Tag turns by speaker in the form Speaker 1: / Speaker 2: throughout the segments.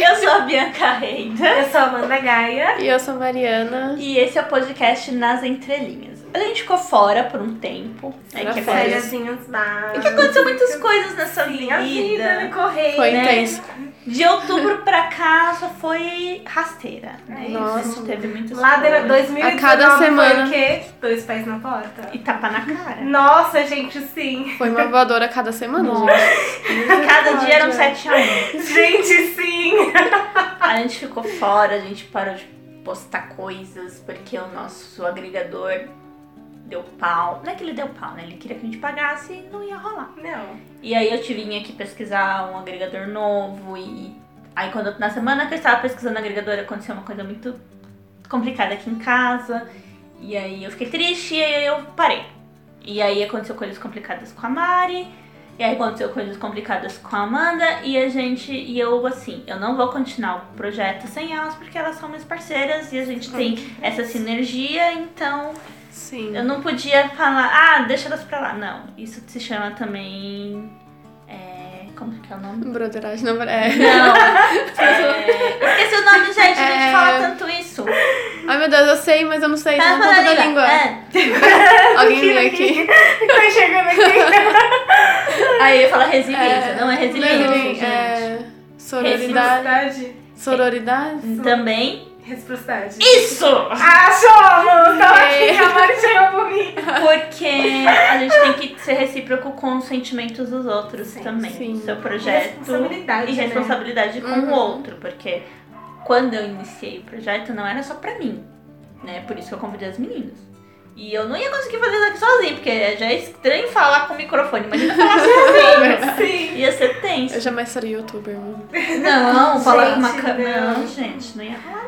Speaker 1: Eu sou a Bianca Reida.
Speaker 2: Eu sou a Amanda Gaia.
Speaker 3: E eu sou Mariana.
Speaker 1: E esse é o podcast Nas Entrelinhas. A gente ficou fora por um tempo. Né,
Speaker 3: Era
Speaker 1: que
Speaker 3: férias.
Speaker 1: aconteceu-
Speaker 2: É Fériasinhas da...
Speaker 1: que aconteceu muitas coisas nessa
Speaker 2: Minha vida
Speaker 1: vida.
Speaker 2: me correu,
Speaker 3: Foi
Speaker 2: né?
Speaker 3: intenso.
Speaker 1: De outubro pra cá só foi rasteira. Né? Isso,
Speaker 3: Nossa,
Speaker 1: a gente teve muitas
Speaker 2: Lá de
Speaker 1: coisas.
Speaker 2: 2019
Speaker 3: A cada semana.
Speaker 2: foi o quê? Dois pés na porta.
Speaker 1: E tapa na cara.
Speaker 2: Nossa, gente, sim.
Speaker 3: Foi uma voadora a cada semana,
Speaker 1: Nossa.
Speaker 3: gente.
Speaker 1: Cada dia eram
Speaker 3: Misericórdia.
Speaker 1: 7 a 1.
Speaker 2: Gente, sim.
Speaker 1: A gente ficou fora, a gente parou de postar coisas, porque o nosso agregador deu pau. Não é que ele deu pau, né? Ele queria que a gente pagasse e não ia rolar.
Speaker 2: Não.
Speaker 1: E aí eu tive que pesquisar um agregador novo e. Aí quando na semana que eu estava pesquisando agregador aconteceu uma coisa muito complicada aqui em casa. E aí eu fiquei triste e aí eu parei. E aí aconteceu coisas complicadas com a Mari. E aí aconteceu coisas complicadas com a Amanda e a gente e eu assim, eu não vou continuar o projeto sem elas porque elas são minhas parceiras e a gente tem essa sinergia, então
Speaker 3: Sim.
Speaker 1: eu não podia falar, ah, deixa elas pra lá. Não, isso se chama também. É, como que é o nome?
Speaker 3: Broderagem não é.
Speaker 1: Não! é, esqueci o nome, gente, a gente
Speaker 3: É.
Speaker 1: fala tanto isso.
Speaker 3: Ai meu Deus, eu sei, mas eu não sei.
Speaker 1: Tá
Speaker 3: Tá
Speaker 1: na
Speaker 3: na ponta da língua.
Speaker 1: É.
Speaker 3: Alguém lê aqui.
Speaker 2: Tá chegando aqui.
Speaker 1: Aí eu falo resiliência, não é resiliência,
Speaker 3: Lerem,
Speaker 1: gente.
Speaker 3: é, Sororidade.
Speaker 2: Reciprocidade.
Speaker 3: Sororidade?
Speaker 1: Também.
Speaker 2: Reciprocidade.
Speaker 1: Isso!
Speaker 2: Achamos! Tava
Speaker 3: É.
Speaker 2: aqui, a Mari chegou por mim.
Speaker 1: Porque a gente tem que ser recíproco com os sentimentos dos outros
Speaker 2: Sim,
Speaker 1: também.
Speaker 3: sim.
Speaker 1: Seu
Speaker 2: E
Speaker 1: projeto.
Speaker 2: responsabilidade,
Speaker 1: e
Speaker 2: né?
Speaker 1: responsabilidade com o
Speaker 3: Uhum.
Speaker 1: outro, porque quando eu iniciei o projeto não era só pra mim, né? Por isso que eu convidei as meninas. E eu não ia conseguir fazer isso aqui sozinha, porque já é estranho falar com o microfone, imagina falar sozinho.
Speaker 2: Sim.
Speaker 1: Ia ser tenso.
Speaker 3: Eu jamais seria youtuber, mano.
Speaker 1: Não, falar com uma
Speaker 2: Gente,
Speaker 1: câmera.
Speaker 2: não.
Speaker 1: Não, gente, não ia rolar.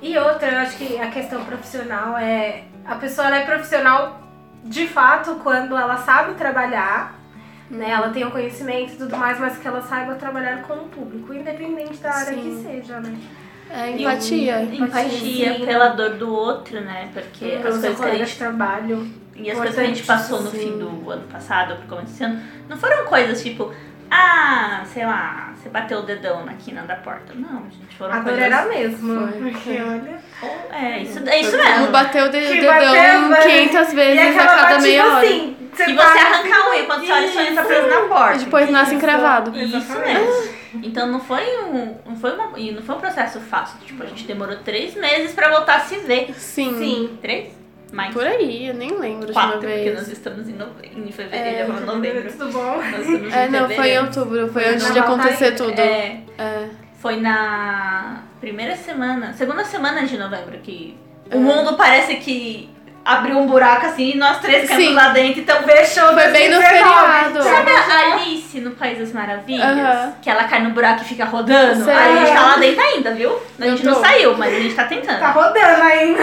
Speaker 2: E outra, eu acho que a questão profissional é. A pessoa ela é profissional de fato quando ela sabe trabalhar, né? Ela tem o conhecimento e tudo mais, mas que ela saiba trabalhar com o público, independente da área
Speaker 3: Sim.
Speaker 2: que seja, né?
Speaker 3: É empatia.
Speaker 1: Empatia
Speaker 2: Sim.
Speaker 1: pela dor do outro, né? Porque
Speaker 2: Pelo
Speaker 1: as
Speaker 2: seu
Speaker 1: coisas que a
Speaker 2: colega
Speaker 1: gente
Speaker 2: de trabalho.
Speaker 1: E as coisas que a gente
Speaker 2: Importante,
Speaker 1: passou no
Speaker 2: sim.
Speaker 1: fim do ano passado, por começo desse ano, não foram coisas tipo, ah, sei lá, você bateu o dedão na quina da porta. Não, gente, foram
Speaker 2: A dor
Speaker 1: coisas.
Speaker 2: era a mesma.
Speaker 3: Foi.
Speaker 2: Porque olha.
Speaker 1: Ou- É, isso, é isso
Speaker 3: Não
Speaker 1: mesmo.
Speaker 3: bateu o de-
Speaker 2: Que
Speaker 3: dedão
Speaker 2: bateu, mas-
Speaker 3: 500
Speaker 2: E
Speaker 3: vezes a
Speaker 2: aquela
Speaker 3: cada meia
Speaker 2: batida
Speaker 3: hora.
Speaker 2: assim.
Speaker 1: E você
Speaker 2: para,
Speaker 1: arrancar o unha quando você olha e sua unha tá presa na porta.
Speaker 3: E depois nasce
Speaker 2: Isso.
Speaker 3: encravado.
Speaker 1: Isso mesmo. Então não foi um. Não foi, uma, e não foi um processo fácil. Tipo, a gente demorou três meses pra voltar a se ver.
Speaker 3: Sim.
Speaker 2: Sim.
Speaker 1: Três? Mais
Speaker 3: Por aí, eu nem lembro
Speaker 1: quatro,
Speaker 3: de uma
Speaker 1: porque
Speaker 3: vez.
Speaker 1: nós estamos em, nove- em fevereiro, agora novembro.
Speaker 2: É, Tudo bom?
Speaker 1: Nós estamos
Speaker 3: É,
Speaker 1: em
Speaker 3: não, foi em
Speaker 1: fevereiro.
Speaker 3: outubro, foi
Speaker 2: Foi
Speaker 3: antes
Speaker 2: na
Speaker 3: de acontecer tudo.
Speaker 1: É,
Speaker 3: É.
Speaker 1: Foi na primeira semana, segunda semana de novembro que
Speaker 3: É.
Speaker 1: o mundo parece que abriu um buraco assim e nós três caímos
Speaker 3: Sim.
Speaker 1: lá dentro. Então,
Speaker 2: Fechou
Speaker 3: Foi bem no
Speaker 2: 2019.
Speaker 3: feriado.
Speaker 1: sabe a Alice no País das Maravilhas?
Speaker 3: Aham.
Speaker 1: Que ela cai no buraco e fica rodando?
Speaker 3: Sei.
Speaker 1: Aí a gente tá lá dentro ainda, viu? A
Speaker 3: Eu
Speaker 1: gente não
Speaker 3: tô.
Speaker 1: saiu, mas a gente tá tentando.
Speaker 2: Tá rodando ainda.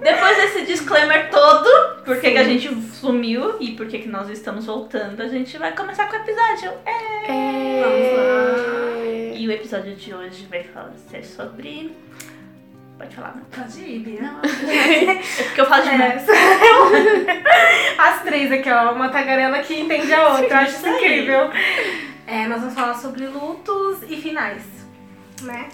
Speaker 1: Depois desse disclaimer todo, por que
Speaker 2: Sim.
Speaker 1: que a gente sumiu e por que que nós estamos voltando, a gente vai começar com o episódio. É.
Speaker 3: É.
Speaker 1: E o episódio de hoje vai falar ser sobre... Pode falar, não?
Speaker 2: Pode ir, Bia.
Speaker 1: Não, é porque eu falo demais.
Speaker 2: É. As três aqui, ó, uma tagarela que entende a outra, eu acho isso
Speaker 1: Isso aí.
Speaker 2: incrível. É, nós vamos falar sobre lutos e finais, né?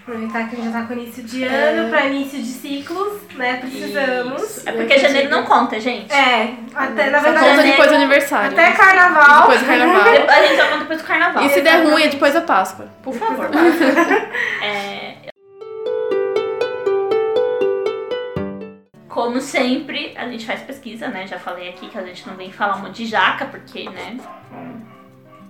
Speaker 2: Aproveitar que a gente já tá com início de ano, pra início de ciclos, né? Precisamos.
Speaker 1: Isso. É porque janeiro não conta, gente.
Speaker 2: É, até, na
Speaker 3: Só
Speaker 2: verdade,
Speaker 3: conta
Speaker 1: janeiro-
Speaker 3: depois do aniversário.
Speaker 2: até carnaval.
Speaker 3: Depois do carnaval.
Speaker 1: Depois- A gente só conta depois do carnaval.
Speaker 3: E se der ruim, é depois da Páscoa.
Speaker 1: Por favor. É, Como sempre, a gente faz pesquisa, né? Já falei aqui que a gente não vem falar um monte de jaca, porque, né?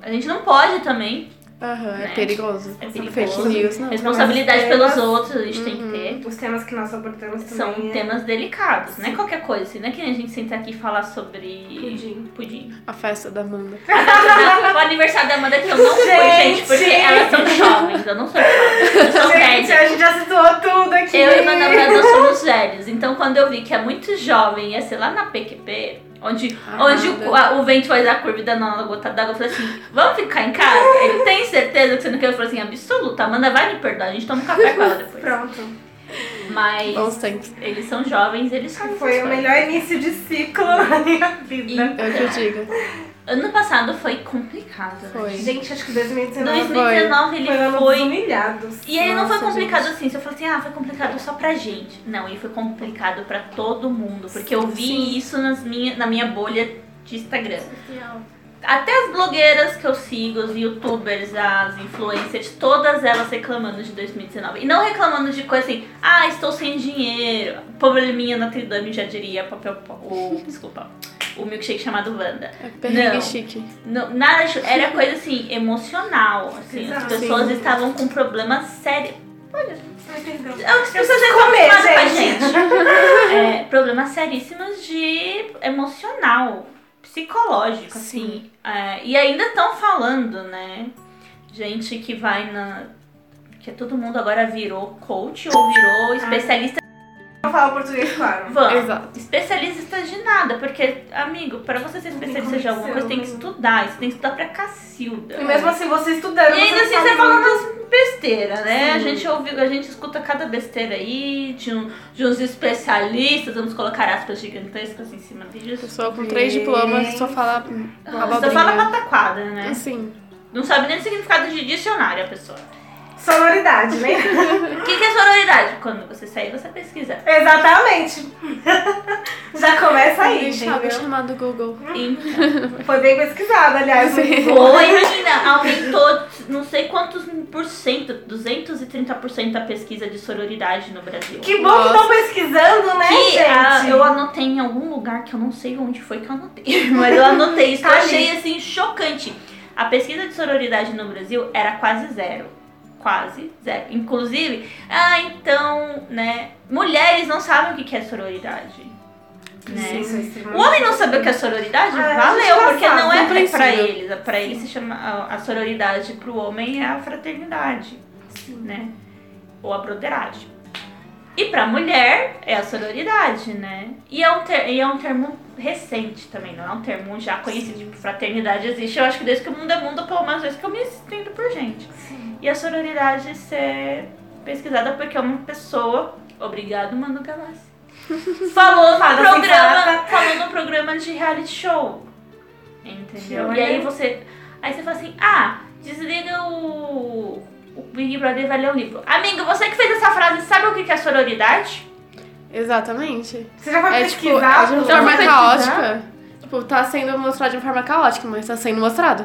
Speaker 1: A gente não pode também.
Speaker 3: Aham, é
Speaker 1: Né?
Speaker 3: perigoso.
Speaker 1: É
Speaker 3: Fake
Speaker 1: perigoso.
Speaker 3: news, não.
Speaker 1: Responsabilidade
Speaker 2: mas
Speaker 1: pelos
Speaker 2: temas-
Speaker 1: outros a gente tem que ter.
Speaker 2: Os temas que nós abordamos também
Speaker 1: São
Speaker 2: é
Speaker 1: temas delicados, não é qualquer coisa. Assim, não é que nem a gente senta aqui e fala sobre
Speaker 2: pudim.
Speaker 1: pudim.
Speaker 3: A festa da Amanda.
Speaker 1: O aniversário da Amanda é que eu não fui, gente,
Speaker 2: Gente!
Speaker 1: porque elas são jovens, eu não sou jovem, eu sou
Speaker 2: Gente,
Speaker 1: velha.
Speaker 2: a gente já situou tudo aqui.
Speaker 1: Eu e meu namorado somos velhos, então quando eu vi que é muito jovem, ia ser lá na PQP, onde,
Speaker 3: Ah,
Speaker 1: onde o, a- o vento faz a curva e dá na gota d'água, eu falei assim, vamos ficar em casa? Ele tem certeza que você não quer? Eu falei assim, absoluta, Amanda vai me perdoar, a gente toma um café com ela depois.
Speaker 2: Pronto.
Speaker 1: Mas
Speaker 3: Bons tempos.
Speaker 1: eles são jovens, eles são
Speaker 2: Foi o melhor início de ciclo da minha vida.
Speaker 3: É o que eu digo.
Speaker 1: Ano passado foi complicado, né?
Speaker 3: Foi.
Speaker 2: Gente, acho que 2019
Speaker 1: 2019
Speaker 2: foi,
Speaker 1: ele
Speaker 2: um dos
Speaker 1: foi.
Speaker 2: humilhados.
Speaker 1: E ele não foi
Speaker 3: Nossa,
Speaker 1: complicado assim, se eu falo assim, ah, foi complicado só pra gente. Não, ele foi complicado pra todo mundo, porque eu vi isso nas minha, na minha bolha de Instagram. Até as blogueiras que eu sigo, os youtubers, as influencers, todas elas reclamando de 2019. E não reclamando de coisa assim, ah, estou sem dinheiro, probleminha na Tridame, já diria papel. O, desculpa, o milkshake chamado Wanda.
Speaker 3: É perrengue
Speaker 1: Não.
Speaker 3: chique.
Speaker 1: Não, nada, de- era coisa assim, emocional. Assim, as
Speaker 2: Exato.
Speaker 1: pessoas
Speaker 3: Sim.
Speaker 1: estavam com problemas sérios. Olha,
Speaker 2: Ai, perdão.
Speaker 1: as pessoas já
Speaker 2: comer,
Speaker 1: comeram com a
Speaker 2: gente.
Speaker 1: gente. É, problemas seríssimos de emocional, psicológico, assim. É, e ainda estão falando, né? Gente que vai na. Que todo mundo agora virou coach ou virou especialista.
Speaker 2: Não fala português, claro.
Speaker 1: Vamos.
Speaker 3: Exato.
Speaker 1: Especialista de nada, porque, amigo, pra você ser
Speaker 2: Não tem
Speaker 1: especialista de alguma coisa,
Speaker 2: condição,
Speaker 1: tem que
Speaker 2: né?
Speaker 1: estudar. Você tem que estudar pra cacilda.
Speaker 2: E mesmo assim, você estudando.
Speaker 1: E ainda assim
Speaker 2: sabe
Speaker 1: você fala
Speaker 2: muito.
Speaker 1: umas besteiras, né? A
Speaker 3: Sim.
Speaker 1: gente ouve, a gente escuta cada besteira aí, de, um- de uns especialistas, vamos colocar aspas gigantescas em cima disso.
Speaker 3: Pessoa com três diplomas só fala
Speaker 1: Só
Speaker 3: abobrinha.
Speaker 1: fala pataquada, né?
Speaker 3: Assim.
Speaker 1: Não sabe nem o significado de dicionário a pessoa.
Speaker 2: Sonoridade, né?
Speaker 1: O que, que é sororidade? Quando você sair, você pesquisa.
Speaker 2: Exatamente. Já começa aí,
Speaker 3: Gente, sabe,
Speaker 2: entendeu?
Speaker 3: chamado Google.
Speaker 1: Então,
Speaker 2: Foi bem pesquisado, aliás.
Speaker 1: foi, menina, aumentou não sei quantos por cento, 230% a pesquisa de sororidade no Brasil.
Speaker 2: Que bom que estão pesquisando, né,
Speaker 1: Que ah,
Speaker 2: gente?
Speaker 1: eu anotei em algum lugar que eu não sei onde foi que eu anotei, mas eu anotei isso. eu
Speaker 2: Tá
Speaker 1: achei assim chocante. A pesquisa de sororidade no Brasil era quase zero. Quase zero. Inclusive, ah, então, né? Mulheres não sabem o que que é sororidade. Né?
Speaker 2: Isso, isso,
Speaker 1: O homem não saber o que é sororidade?
Speaker 2: Ah,
Speaker 1: Valeu,
Speaker 2: gente,
Speaker 1: porque não é pra- pra
Speaker 3: compreensível.
Speaker 1: eles. Pra eles se chama. A, a sororidade pro homem é a fraternidade, né? Ou a broderagem. E pra mulher é a sororidade, né? E é um, ter- e é um termo recente também, não é um termo já conhecido. Tipo, fraternidade existe, eu acho que desde que o mundo é mundo, pelo menos desde que eu me entendo por gente.
Speaker 2: Sim.
Speaker 1: E a sororidade ser pesquisada porque é uma pessoa. Obrigado, Manu Gavassi. Falou no
Speaker 2: Fada
Speaker 3: assim,
Speaker 1: programa.
Speaker 3: tá-
Speaker 2: sensata.
Speaker 1: Falou no programa de reality show. Entendeu?
Speaker 2: Show,
Speaker 1: E aí
Speaker 2: né?
Speaker 1: você. Aí você fala assim, ah, desliga o. O Big Brother vai ler o livro. Amigo, você que fez essa frase, sabe o que que é sororidade?
Speaker 3: Exatamente.
Speaker 2: Você já foi
Speaker 3: É tipo,
Speaker 2: pesquisar?
Speaker 3: é de uma
Speaker 1: Já
Speaker 3: forma
Speaker 1: foi
Speaker 3: caótica. Tipo, tá sendo mostrado de uma forma caótica, mas tá sendo mostrado.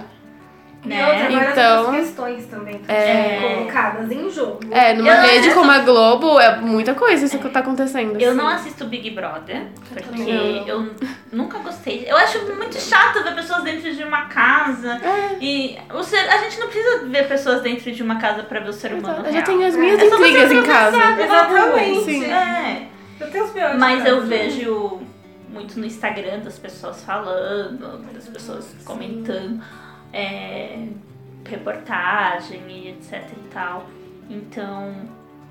Speaker 1: Né?
Speaker 2: E outra, várias
Speaker 3: Então-
Speaker 2: outras questões também que
Speaker 3: É.
Speaker 2: são colocadas em jogo.
Speaker 3: É, numa
Speaker 1: Eu não
Speaker 3: rede
Speaker 1: assisto-
Speaker 3: como a Globo, é muita coisa isso que tá acontecendo.
Speaker 1: Eu
Speaker 3: assim.
Speaker 1: não assisto Big Brother, porque
Speaker 3: também não.
Speaker 1: eu nunca gostei. Eu acho muito chato ver pessoas dentro de uma casa.
Speaker 3: É.
Speaker 1: E o ser, a gente não precisa ver pessoas dentro de uma casa pra ver o ser humano.
Speaker 3: Eu já
Speaker 1: real.
Speaker 3: tenho as
Speaker 2: É.
Speaker 3: minhas
Speaker 1: É só você
Speaker 3: intrigas em casa.
Speaker 1: processar,
Speaker 2: Exatamente.
Speaker 1: vamos. É.
Speaker 2: Eu tenho os piores.
Speaker 1: Mas eu
Speaker 2: casos.
Speaker 1: vejo muito no Instagram das pessoas falando, das pessoas comentando é, reportagem e etc e tal. Então,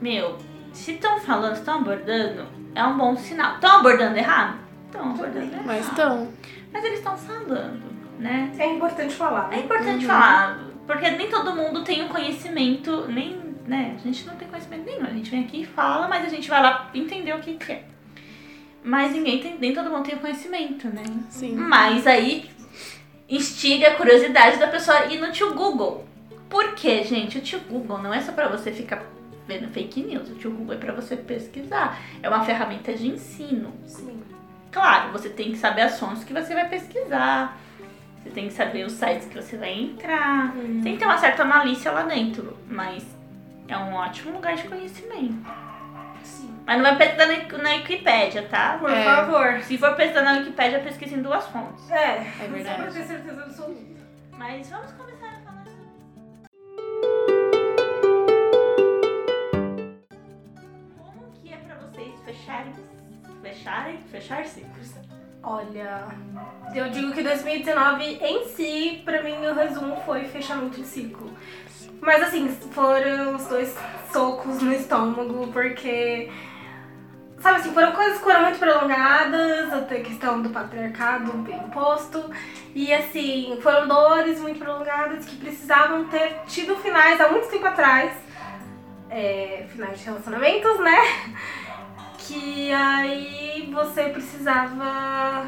Speaker 1: meu, se estão falando, estão abordando, é um bom sinal. Estão abordando errado? Estão abordando errado.
Speaker 3: Mas então,
Speaker 1: Mas eles estão falando, né?
Speaker 2: É importante falar.
Speaker 1: É importante falar, porque nem todo mundo tem o conhecimento, nem, né? A gente não tem conhecimento nenhum. A gente vem aqui e fala, mas a gente vai lá entender o que, que é. Mas ninguém tem, nem todo mundo tem o conhecimento, né?
Speaker 3: sim.
Speaker 1: Mas aí instiga a curiosidade da pessoa ir no tio Google. Por quê, gente? O tio Google não é só pra você ficar vendo fake news. O tio Google é pra você pesquisar. É uma ferramenta de ensino.
Speaker 2: Sim.
Speaker 1: Claro, você tem que saber assuntos que você vai pesquisar. Você tem que saber os sites que você vai entrar. Tem que ter uma certa malícia lá dentro, mas é um ótimo lugar de conhecimento.
Speaker 2: Sim.
Speaker 1: Mas não vai pesquisar na, na Wikipédia, tá?
Speaker 2: Por
Speaker 3: É.
Speaker 2: favor.
Speaker 1: Se for pesquisar na Wikipédia, pesquisa em duas fontes.
Speaker 2: É.
Speaker 3: É
Speaker 2: Só pra
Speaker 3: verdade.
Speaker 2: ter certeza absoluta.
Speaker 1: Mas vamos começar a falar sobre como que é pra vocês fecharem, fecharem, fechar ciclos.
Speaker 2: Olha, eu digo que 2019 em si, pra mim, o resumo foi fechamento de ciclo. Mas assim, foram os dois socos no estômago, porque. Sabe assim, foram coisas que foram muito prolongadas, até a questão do patriarcado bem posto. E assim, foram dores muito prolongadas que precisavam ter tido finais há muito tempo atrás. É, finais de relacionamentos, né? Que aí você precisava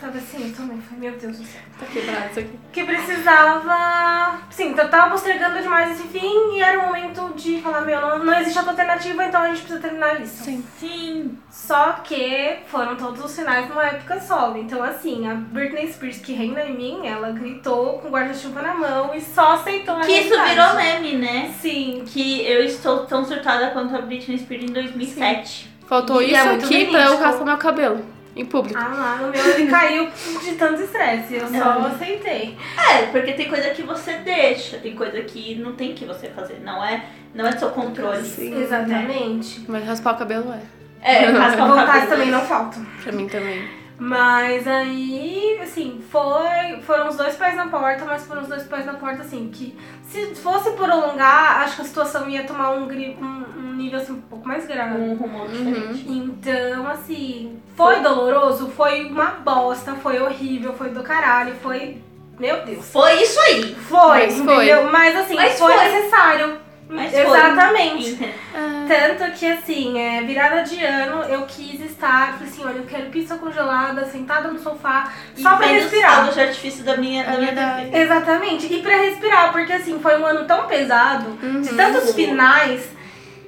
Speaker 2: Sabe assim, eu também falei, meu Deus do céu.
Speaker 3: Tá quebrado isso aqui.
Speaker 2: Que precisava. Sim, então eu tava postergando demais esse fim e era o momento de falar, meu, não, não existe alternativa, então a gente precisa terminar isso.
Speaker 3: Sim.
Speaker 1: Sim.
Speaker 2: Só que foram todos os sinais numa época solo. Então, assim, a Britney Spears, que reina em mim, ela gritou com guarda-chuva na mão e só aceitou a
Speaker 1: Que isso
Speaker 2: realidade.
Speaker 1: virou meme, né?
Speaker 2: Sim.
Speaker 1: Que eu estou tão surtada quanto a Britney Spears em 2007.
Speaker 3: Faltou
Speaker 2: E é
Speaker 3: isso
Speaker 2: muito
Speaker 3: aqui
Speaker 2: verídico.
Speaker 3: pra eu raspar meu cabelo. Em público.
Speaker 2: Ah lá, o meu ele caiu de tanto estresse. Eu só aceitei.
Speaker 1: É, porque tem coisa que você deixa, tem coisa que não tem que você fazer. Não é, não é do seu controle.
Speaker 3: Sim.
Speaker 2: Exatamente.
Speaker 3: Mas raspar o cabelo é.
Speaker 1: É, raspar o
Speaker 2: Vontade
Speaker 1: cabelo.
Speaker 2: também não falta.
Speaker 3: Pra mim também.
Speaker 2: Mas aí, assim, foi, foram os dois pés na porta, mas foram os dois pés na porta, assim, que se fosse prolongar, acho que a situação ia tomar um, gri- um- um nível, assim, um pouco mais grave.
Speaker 1: Um rumo diferente.
Speaker 2: Então, assim, foi doloroso, foi uma bosta, foi horrível, foi do caralho, foi... Meu Deus.
Speaker 1: Foi isso aí.
Speaker 2: Foi,
Speaker 3: Mas foi.
Speaker 2: entendeu? Mas, assim,
Speaker 1: Mas
Speaker 2: foi,
Speaker 1: foi.
Speaker 2: necessário.
Speaker 1: Mas foi.
Speaker 2: Exatamente.
Speaker 3: Ah,
Speaker 2: Tanto que, assim, é, virada de ano, eu quis estar, falei assim, olha, eu quero pizza congelada, sentada no sofá, só pra respirar.
Speaker 1: Só de artifício da minha, da
Speaker 3: É
Speaker 1: minha
Speaker 3: verdade.
Speaker 1: TV.
Speaker 2: Exatamente, e pra respirar, porque, assim, foi um ano tão pesado, de
Speaker 3: Uhum.
Speaker 2: tantos finais,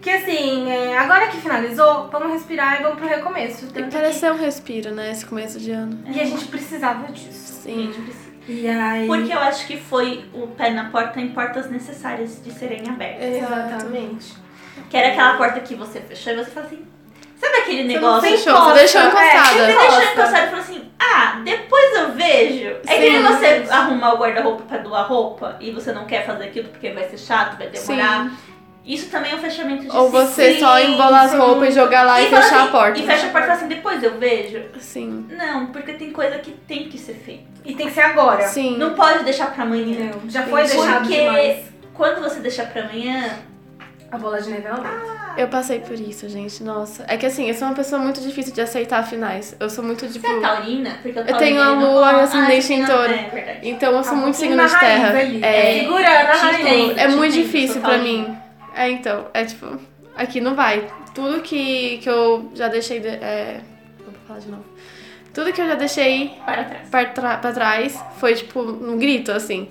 Speaker 2: que, assim, é, agora que finalizou, vamos respirar e vamos pro recomeço.
Speaker 3: e
Speaker 2: Tanto que,
Speaker 3: pareceu um respiro, né? Esse começo de ano.
Speaker 2: e a gente precisava disso.
Speaker 3: Sim.
Speaker 2: E aí...
Speaker 1: É. Porque eu acho que foi o pé na porta em portas necessárias de serem abertas.
Speaker 3: Exato.
Speaker 2: Exatamente.
Speaker 1: Que era aquela porta que você fechou e você fala assim. Sabe aquele
Speaker 3: Você
Speaker 1: negócio?
Speaker 3: não fechou,
Speaker 2: encosta,
Speaker 3: você deixou
Speaker 2: é,
Speaker 3: encostada.
Speaker 1: Você deixou
Speaker 2: Nossa.
Speaker 1: encostado e falou assim: Ah, depois eu vejo. É que nem
Speaker 3: Sim.
Speaker 1: você arrumar o guarda-roupa pra doar roupa e você não quer fazer aquilo porque vai ser chato, vai demorar. Isso também é um fechamento de
Speaker 3: Ou você só
Speaker 1: ciclo.
Speaker 3: embolar as roupas e jogar lá e,
Speaker 1: fala
Speaker 3: fechar
Speaker 1: assim-
Speaker 3: a porta. né?
Speaker 1: E fecha a porta e fala assim: Depois eu vejo.
Speaker 3: Sim.
Speaker 1: Não, porque tem coisa que tem que ser feita.
Speaker 2: E tem que ser agora.
Speaker 3: Sim.
Speaker 1: Não pode deixar pra amanhã.
Speaker 2: Não, já foi
Speaker 3: Porque-
Speaker 2: deixado demais.
Speaker 1: Quando você deixar pra amanhã,
Speaker 2: A bola de neve, ela não.
Speaker 3: Eu passei por isso, gente. Nossa. É que assim, eu sou uma pessoa muito difícil de aceitar finais. Eu tenho muito, tipo.
Speaker 1: você é taurina? Porque eu,
Speaker 3: Eu tenho a
Speaker 1: taurina,
Speaker 3: lua e
Speaker 1: não-
Speaker 3: o
Speaker 1: Ah,
Speaker 3: ascendente
Speaker 1: você tem
Speaker 3: em
Speaker 1: a-
Speaker 3: touro.
Speaker 1: É verdade.
Speaker 3: Então eu sou
Speaker 2: Um
Speaker 3: muito
Speaker 2: pouquinho
Speaker 3: signo
Speaker 2: na
Speaker 3: de terra.
Speaker 2: raiz ali.
Speaker 3: É,
Speaker 2: Segurando a
Speaker 1: Te
Speaker 2: raiz.
Speaker 1: entendo.
Speaker 3: é
Speaker 1: te
Speaker 3: muito
Speaker 1: entendo,
Speaker 3: difícil
Speaker 1: sou
Speaker 3: pra
Speaker 1: taurina.
Speaker 3: mim. É, então. É tipo, aqui não vai. Tudo que, que eu já deixei. De, é, vou falar de novo. Tudo que eu já deixei
Speaker 1: Para trás.
Speaker 3: pra, tra- pra trás foi tipo um grito, assim.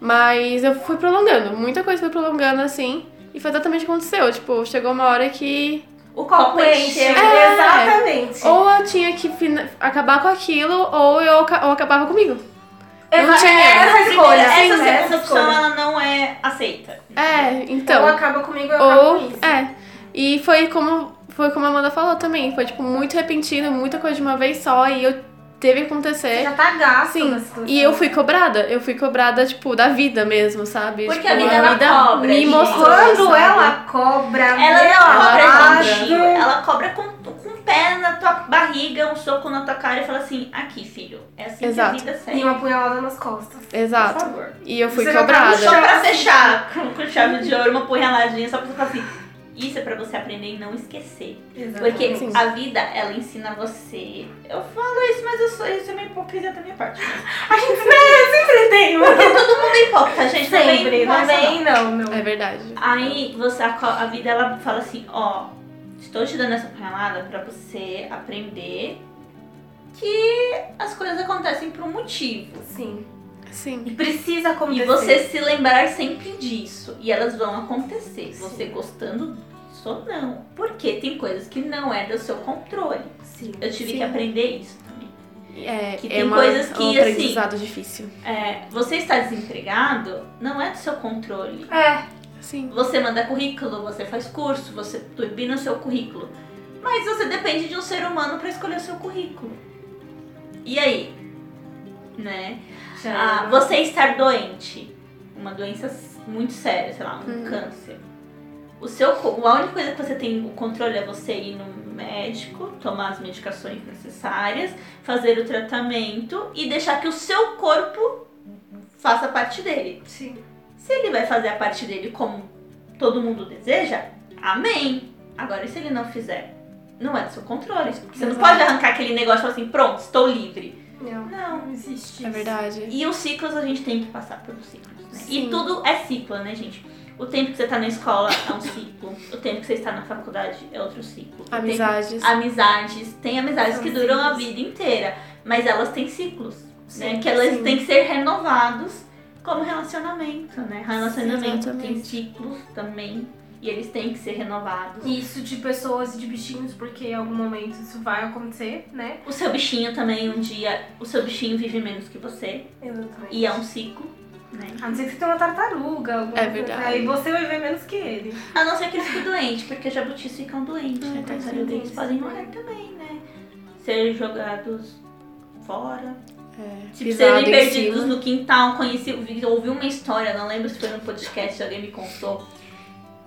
Speaker 3: Mas eu fui prolongando, muita coisa foi prolongando assim. E foi exatamente o que aconteceu. Tipo, chegou uma hora que.
Speaker 1: O copo
Speaker 2: Copo enche.
Speaker 1: encheu.
Speaker 3: É.
Speaker 2: Exatamente.
Speaker 3: Ou eu tinha que fina- acabar com aquilo, ou eu aca- ou acabava comigo.
Speaker 2: Exa-
Speaker 3: Não tinha
Speaker 2: é essa a escolha.
Speaker 1: Essa
Speaker 2: sim,
Speaker 1: segunda opção
Speaker 2: escolha.
Speaker 1: ela não é aceita.
Speaker 3: É, então.
Speaker 2: ou acaba comigo ou eu acabo com
Speaker 3: Ou.
Speaker 2: isso.
Speaker 3: É. E foi como. Foi como a Amanda falou também. Foi, tipo, muito repentino, muita coisa de uma vez só. E eu teve que
Speaker 2: Você
Speaker 3: acontecer.
Speaker 2: já tá gasto
Speaker 3: Sim.
Speaker 2: na situação.
Speaker 3: E eu fui cobrada. Eu fui cobrada, tipo, da vida mesmo, sabe?
Speaker 1: Porque
Speaker 3: Tipo,
Speaker 1: a vida, ela cobra,
Speaker 3: me
Speaker 1: gente.
Speaker 3: mostrou.
Speaker 2: Quando
Speaker 3: sabe?
Speaker 2: ela é cobra,
Speaker 1: Ela
Speaker 2: meu,
Speaker 1: não cobra
Speaker 3: ela
Speaker 2: acho-
Speaker 1: contigo, ela cobra com, com um pé na tua barriga, um soco na tua cara e fala assim: aqui, filho, é assim
Speaker 3: Exato.
Speaker 1: que a vida segue.
Speaker 2: E uma punhalada nas costas.
Speaker 1: Por
Speaker 3: Exato.
Speaker 1: favor.
Speaker 3: E eu fui
Speaker 2: Você já tá no
Speaker 3: cobrada.
Speaker 1: Só pra fechar com, com chave de ouro, uma punhaladinha, só pra você falar assim. Isso é pra você aprender e não esquecer. Porque
Speaker 3: Sim.
Speaker 1: a vida, ela ensina você. Eu falo isso, mas eu sou, isso é uma hipocrisia da minha parte.
Speaker 2: a gente sempre tem uma.
Speaker 1: Não importa, gente.
Speaker 2: Sempre,
Speaker 1: não vem
Speaker 2: não
Speaker 1: com essa, não.
Speaker 2: vem, não, não.
Speaker 3: É verdade.
Speaker 1: Aí você, a, co- a vida ela fala assim, ó, estou te dando essa punhalada pra você aprender que as coisas acontecem por um motivo.
Speaker 2: Sim.
Speaker 3: Sim.
Speaker 2: E precisa acontecer.
Speaker 1: E você se lembrar sempre disso. E elas vão acontecer, você gostando disso ou não. Porque tem coisas que não é do seu controle.
Speaker 2: Sim.
Speaker 1: Eu tive
Speaker 3: Sim.
Speaker 1: que aprender isso também.
Speaker 3: É,
Speaker 1: Que
Speaker 3: é
Speaker 1: tem
Speaker 3: uma-
Speaker 1: coisas que,
Speaker 3: um
Speaker 1: assim,
Speaker 3: aprendizado difícil.
Speaker 1: É, você está desempregado, não é do seu controle.
Speaker 2: É,
Speaker 3: Sim.
Speaker 1: Você manda currículo, você faz curso, você turbina o seu currículo. Mas você depende de um ser humano para escolher o seu currículo. E aí? Né? Ah,
Speaker 2: já-
Speaker 1: você estar doente, uma doença s- muito séria, sei lá, um
Speaker 3: Uhum.
Speaker 1: câncer. O seu, co- a única coisa que você tem o controle é você ir no médico, tomar as medicações necessárias, fazer o tratamento e deixar que o seu corpo faça parte dele.
Speaker 2: Sim.
Speaker 1: Se ele vai fazer a parte dele como todo mundo deseja, amém. Agora, e se ele não fizer? Não é do seu controle. Você não
Speaker 2: Exato.
Speaker 1: pode arrancar aquele negócio e falar assim, pronto, estou livre.
Speaker 2: Não,
Speaker 1: Não.
Speaker 2: não existe
Speaker 3: É
Speaker 2: isso.
Speaker 3: verdade.
Speaker 1: E os ciclos a gente tem que passar pelos ciclos, né? E
Speaker 3: Sim.
Speaker 1: tudo é ciclo, né, gente? O tempo que você tá na escola é um ciclo. O tempo que você está na faculdade é outro ciclo. O tempo-
Speaker 3: Amizades.
Speaker 1: Amizades. Tem amizades
Speaker 2: São
Speaker 1: que duram a
Speaker 2: ciclos.
Speaker 1: vida inteira. Mas elas têm ciclos, né?
Speaker 3: Sim,
Speaker 1: Que elas
Speaker 3: sim.
Speaker 1: têm que ser renovados como relacionamento, né? Relacionamento tem
Speaker 3: Exatamente.
Speaker 1: ciclos também e eles têm que ser renovados.
Speaker 2: Isso de pessoas e de bichinhos, porque em algum momento isso vai acontecer, né?
Speaker 1: O seu bichinho também, um dia, o seu bichinho vive menos que você
Speaker 2: Exatamente.
Speaker 1: e é um ciclo, né?
Speaker 2: A não ser que você tenha uma tartaruga. alguma
Speaker 3: É
Speaker 2: coisa,
Speaker 3: verdade.
Speaker 2: Aí você vai ver menos que ele.
Speaker 1: A não ser que eles fiquem doentes, porque jabutis ficam doentes,
Speaker 3: Ai,
Speaker 1: né?
Speaker 3: tá
Speaker 1: Tartaruga, eles
Speaker 3: certeza.
Speaker 1: podem morrer também, né? Ser jogados fora.
Speaker 3: É,
Speaker 1: Tipo,
Speaker 3: pisado
Speaker 1: serem
Speaker 3: em
Speaker 1: perdidos
Speaker 3: cima.
Speaker 1: no quintal. Conheci, vi- ouvi uma história, não lembro se foi num podcast, se alguém me contou,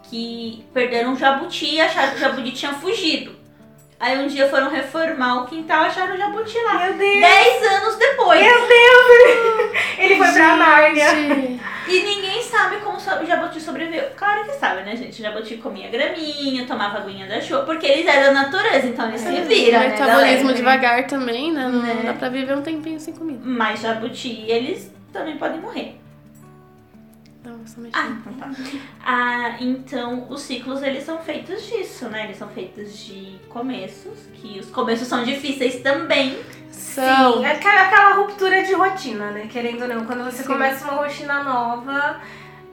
Speaker 1: que perderam um jabuti e acharam que o jabuti tinha fugido. Aí um dia foram reformar o quintal e acharam o jabuti lá.
Speaker 2: Meu Deus!
Speaker 1: Dez anos depois.
Speaker 2: Ele foi pra
Speaker 1: Ah,
Speaker 2: Nárnia.
Speaker 3: Gente,
Speaker 1: E ninguém sabe como so- o Jabuti sobreviveu. Claro que sabe, né, gente? O Jabuti comia graminha, tomava aguinha da chuva, porque eles eram da natureza, então eles se
Speaker 2: É,
Speaker 1: viram, né,
Speaker 3: metabolismo
Speaker 1: galera?
Speaker 3: devagar também, né? Não
Speaker 1: Né?
Speaker 3: dá pra viver um tempinho sem comida.
Speaker 1: Mas Jabuti, eles também podem morrer.
Speaker 3: Não, só
Speaker 1: Ah,
Speaker 3: mexendo.
Speaker 1: então tá. Ah, então os ciclos, eles são feitos disso, né? Eles são feitos de começos, que os começos são difíceis também.
Speaker 3: São.
Speaker 2: Sim, é aquela, aquela ruptura de rotina, né? Querendo ou não, quando você
Speaker 3: Sim.
Speaker 2: começa uma rotina nova,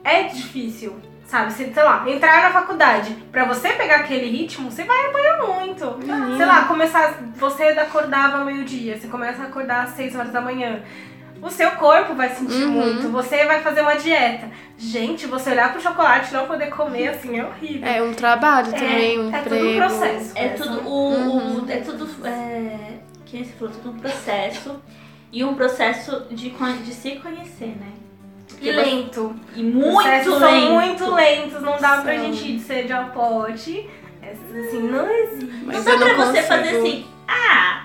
Speaker 2: é difícil. Sabe, você, sei lá, entrar na faculdade, pra você pegar aquele ritmo, você vai apanhar muito.
Speaker 3: Menina.
Speaker 2: Sei lá, começar. Você acordava meio-dia, você começa a acordar às 6 horas da manhã. O seu corpo vai sentir
Speaker 3: Uhum.
Speaker 2: muito, você vai fazer uma dieta. Gente, você olhar pro chocolate e não poder comer, assim, é horrível.
Speaker 3: É um trabalho também, um
Speaker 2: é
Speaker 1: tá
Speaker 3: emprego.
Speaker 2: tudo um processo.
Speaker 1: É
Speaker 2: né?
Speaker 1: tudo o,
Speaker 3: Uhum.
Speaker 1: o- é tudo é, que nem você falou, tudo um processo e um processo de, con- de se conhecer, né?
Speaker 2: E lento.
Speaker 1: E
Speaker 2: Os
Speaker 1: muito
Speaker 2: processos
Speaker 1: lento.
Speaker 2: são muito lentos, não dá pra
Speaker 3: São.
Speaker 2: gente ser de ao pote. É, Assim, não existe.
Speaker 3: Mas
Speaker 1: não
Speaker 3: eu
Speaker 1: dá
Speaker 3: não
Speaker 1: pra você
Speaker 3: consigo.
Speaker 1: fazer assim, ah,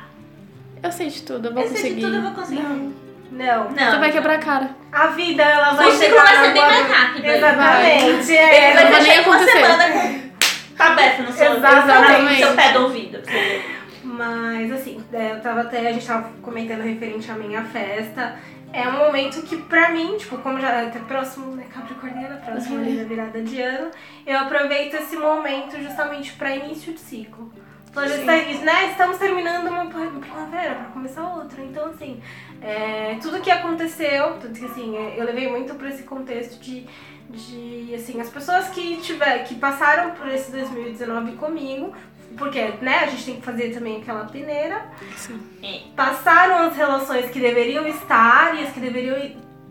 Speaker 3: Eu sei de tudo, eu vou
Speaker 1: eu sei de
Speaker 3: conseguir.
Speaker 1: tudo, eu vou Ah, tá. conseguir.
Speaker 3: Não.
Speaker 2: Não.
Speaker 3: Tu
Speaker 1: Não.
Speaker 3: vai quebrar a cara.
Speaker 2: A vida, ela vai
Speaker 1: O ciclo vai
Speaker 2: chegar
Speaker 1: ser bem
Speaker 2: agora-
Speaker 1: mais rápido. aí.
Speaker 2: Exatamente.
Speaker 1: Ele
Speaker 2: É.
Speaker 3: vai
Speaker 1: vai
Speaker 3: nem
Speaker 1: deixar uma
Speaker 3: acontecer.
Speaker 1: semana com tabefe no seu,
Speaker 2: Exatamente.
Speaker 1: no seu pé do ouvido. pra você ver.
Speaker 2: Mas assim, é, eu tava até, a gente tava comentando referente à minha festa. É um momento que pra mim, tipo, como já é próximo, né, Capricorniana, próximo ali da virada de ano, eu aproveito esse momento justamente pra início de ciclo. Então, já
Speaker 3: Sim.
Speaker 2: está, né, estamos terminando uma pri- primavera pra começar outra. Então, assim, é, tudo que aconteceu, tudo que assim, é, eu levei muito pra esse contexto de, de assim, as pessoas que tiver, que passaram por esse 2019 comigo, porque, né, a gente tem que fazer também aquela peneira.
Speaker 3: Sim.
Speaker 1: É.
Speaker 2: Passaram as relações que deveriam estar e as que deveriam,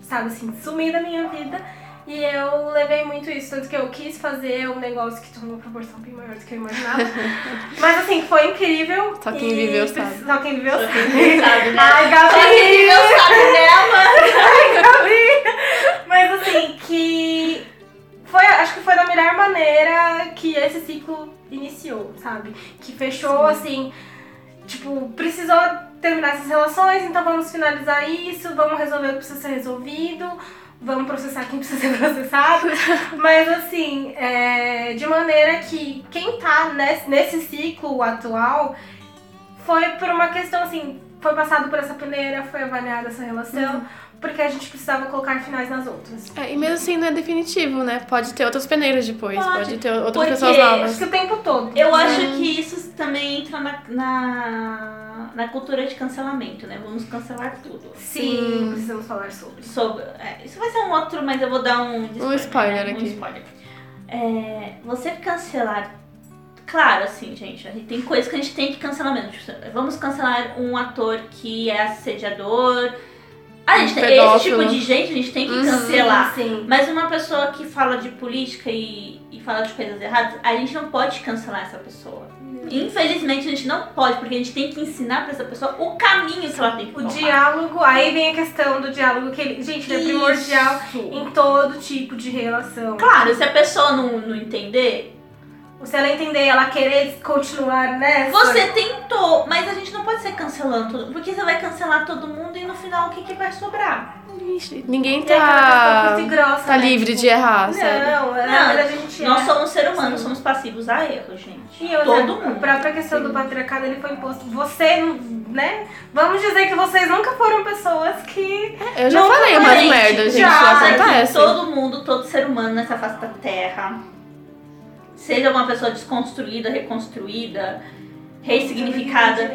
Speaker 2: sabe assim, sumir da minha vida. E eu levei muito isso, tanto que eu quis fazer um negócio que tomou uma proporção bem maior do que eu imaginava. Mas assim, foi incrível.
Speaker 3: Só quem
Speaker 2: e
Speaker 3: viveu
Speaker 2: preci-
Speaker 3: sabe.
Speaker 2: Só quem viveu
Speaker 1: Só
Speaker 2: sabe.
Speaker 1: quem viveu sabe, né?
Speaker 2: Ai,
Speaker 1: Só quem
Speaker 2: Gabi!
Speaker 1: viveu sabe dela.
Speaker 2: Gabi! Mas assim, que foi, acho que foi da melhor maneira que esse ciclo iniciou, sabe? Que fechou assim, tipo, precisou terminar essas relações, então vamos finalizar isso, vamos resolver o que precisa ser resolvido, vamos processar quem precisa ser processado. Mas assim, é, de maneira que quem tá nesse, nesse ciclo atual foi por uma questão assim, foi passado por essa peneira, foi avaliada essa
Speaker 1: Uhum.
Speaker 2: relação, porque a gente precisava colocar finais nas outras.
Speaker 3: É, e mesmo assim não é definitivo, né? Pode ter outras peneiras depois,
Speaker 1: Pode.
Speaker 3: pode, ter outras
Speaker 1: Porque-
Speaker 3: pessoas
Speaker 2: Acho
Speaker 3: novas.
Speaker 2: que o tempo todo.
Speaker 1: Eu
Speaker 2: né?
Speaker 1: acho que isso também entra na, na, na cultura de cancelamento, né? Vamos cancelar tudo.
Speaker 2: Sim,
Speaker 3: Sim.
Speaker 2: precisamos falar sobre.
Speaker 1: Sobre, é, isso vai ser um outro, mas eu vou dar um
Speaker 3: Um spoiler
Speaker 1: né?
Speaker 3: aqui.
Speaker 1: Um spoiler. É, você cancelar. Claro, assim, gente, a gente tem coisas que a gente tem que cancelar mesmo. Tipo, vamos cancelar um ator que é assediador. A gente
Speaker 3: Um
Speaker 1: tem,
Speaker 3: pedófilo.
Speaker 1: esse tipo de gente a gente tem que
Speaker 3: Uhum.
Speaker 1: cancelar.
Speaker 2: Sim.
Speaker 1: Mas uma pessoa que fala de política e, e fala de coisas erradas, a gente não pode cancelar essa pessoa.
Speaker 3: Uhum.
Speaker 1: Infelizmente a gente não pode, porque a gente tem que ensinar pra essa pessoa o caminho que ela tem que
Speaker 2: O
Speaker 1: tomar.
Speaker 2: diálogo, aí vem a questão do diálogo que ele. Gente, ele é primordial
Speaker 1: Isso.
Speaker 2: em todo tipo de relação.
Speaker 1: Claro, se a pessoa não, não entender,
Speaker 2: Se ela entender, ela querer continuar nessa.
Speaker 1: você tentou, mas a gente não pode ser cancelando tudo, porque você vai cancelar todo mundo e no final o que, que vai sobrar?
Speaker 3: Ixi,
Speaker 1: É
Speaker 3: Ninguém
Speaker 2: E aquela pessoa
Speaker 3: tá,
Speaker 2: que se grossa,
Speaker 3: tá
Speaker 2: né?
Speaker 3: livre
Speaker 2: Tipo,
Speaker 3: de errar, sabe?
Speaker 2: Não, na
Speaker 1: Não,
Speaker 2: verdade a gente
Speaker 1: Nós
Speaker 2: é.
Speaker 1: somos ser humanos, somos passivos a erro, gente.
Speaker 2: E outra,
Speaker 1: todo mundo.
Speaker 2: a própria questão do patriarcado, ele foi imposto. Você, não- né? Vamos dizer que vocês nunca foram pessoas que...
Speaker 3: Eu já
Speaker 2: Não,
Speaker 3: falei umas
Speaker 1: Gente,
Speaker 3: merdas, gente,
Speaker 2: já,
Speaker 3: já
Speaker 1: sabe que
Speaker 3: acontece.
Speaker 1: né? Todo mundo, todo ser humano nessa face da Terra, seja uma pessoa desconstruída, reconstruída, ressignificada,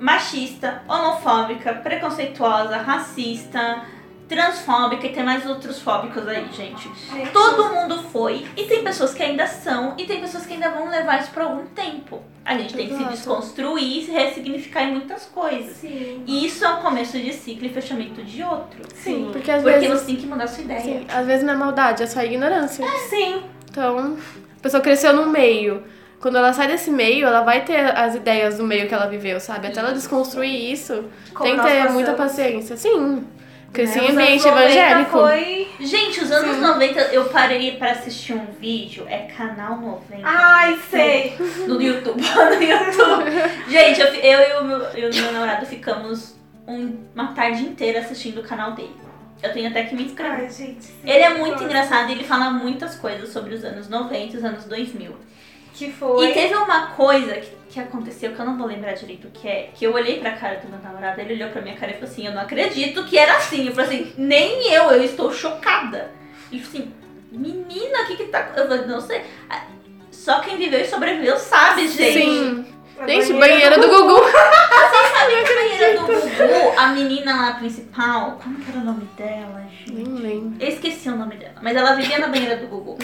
Speaker 1: machista, homofóbica, preconceituosa, racista, transfóbica e tem mais outros fóbicos aí, gente.
Speaker 2: Gente,
Speaker 1: Todo mundo foi e tem pessoas que ainda são e tem pessoas que ainda vão levar isso por algum tempo. A gente tem que se
Speaker 3: Exato.
Speaker 1: desconstruir e se ressignificar em muitas coisas.
Speaker 2: Sim.
Speaker 1: E isso é o começo de ciclo e fechamento de outro.
Speaker 3: Sim, porque às
Speaker 1: Porque
Speaker 3: vezes.
Speaker 1: você tem que mudar sua ideia.
Speaker 3: Sim, às vezes não é maldade, é só ignorância.
Speaker 1: Sim.
Speaker 3: Então, a pessoa cresceu num meio. Quando ela sai desse meio, ela vai ter as ideias do meio que ela viveu, sabe? Até ela desconstruir isso,
Speaker 2: Como
Speaker 3: tem que
Speaker 2: nós
Speaker 3: ter
Speaker 2: passamos.
Speaker 3: muita paciência. Sim. Cresci
Speaker 2: Né,
Speaker 3: em
Speaker 2: os anos
Speaker 3: ambiente
Speaker 2: 90
Speaker 3: evangélico.
Speaker 2: Foi...
Speaker 1: Gente, os anos 90 eu parei pra assistir um vídeo. É canal 90.
Speaker 3: Ah,
Speaker 2: Ai, sei.
Speaker 1: No YouTube. No YouTube. Gente, eu, fi- eu e o meu, eu e o meu namorado ficamos um- uma tarde inteira assistindo o canal dele. Eu tenho até que me inscrever.
Speaker 2: Ai, gente. sim.
Speaker 1: Ele é muito engraçado e ele fala muitas coisas sobre os anos 90 e os anos 2000.
Speaker 2: Que foi.
Speaker 1: E teve uma coisa que, que aconteceu que eu não vou lembrar direito o que é, que eu olhei pra cara do meu namorado, ele olhou pra minha cara e falou assim, eu não acredito que era assim. Eu falei assim, nem eu, eu estou chocada. E assim, menina, o que que tá... Eu falei, não sei. Ah, Só quem viveu e sobreviveu sabe, gente.
Speaker 3: Sim.
Speaker 2: A
Speaker 3: Gente, banheiro do Gugu.
Speaker 1: Vocês sabem a banheira do Gugu, a menina lá principal, como que era o nome dela, gente?
Speaker 3: Nem lembro.
Speaker 1: Eu esqueci o nome dela, mas ela vivia na banheira do Gugu.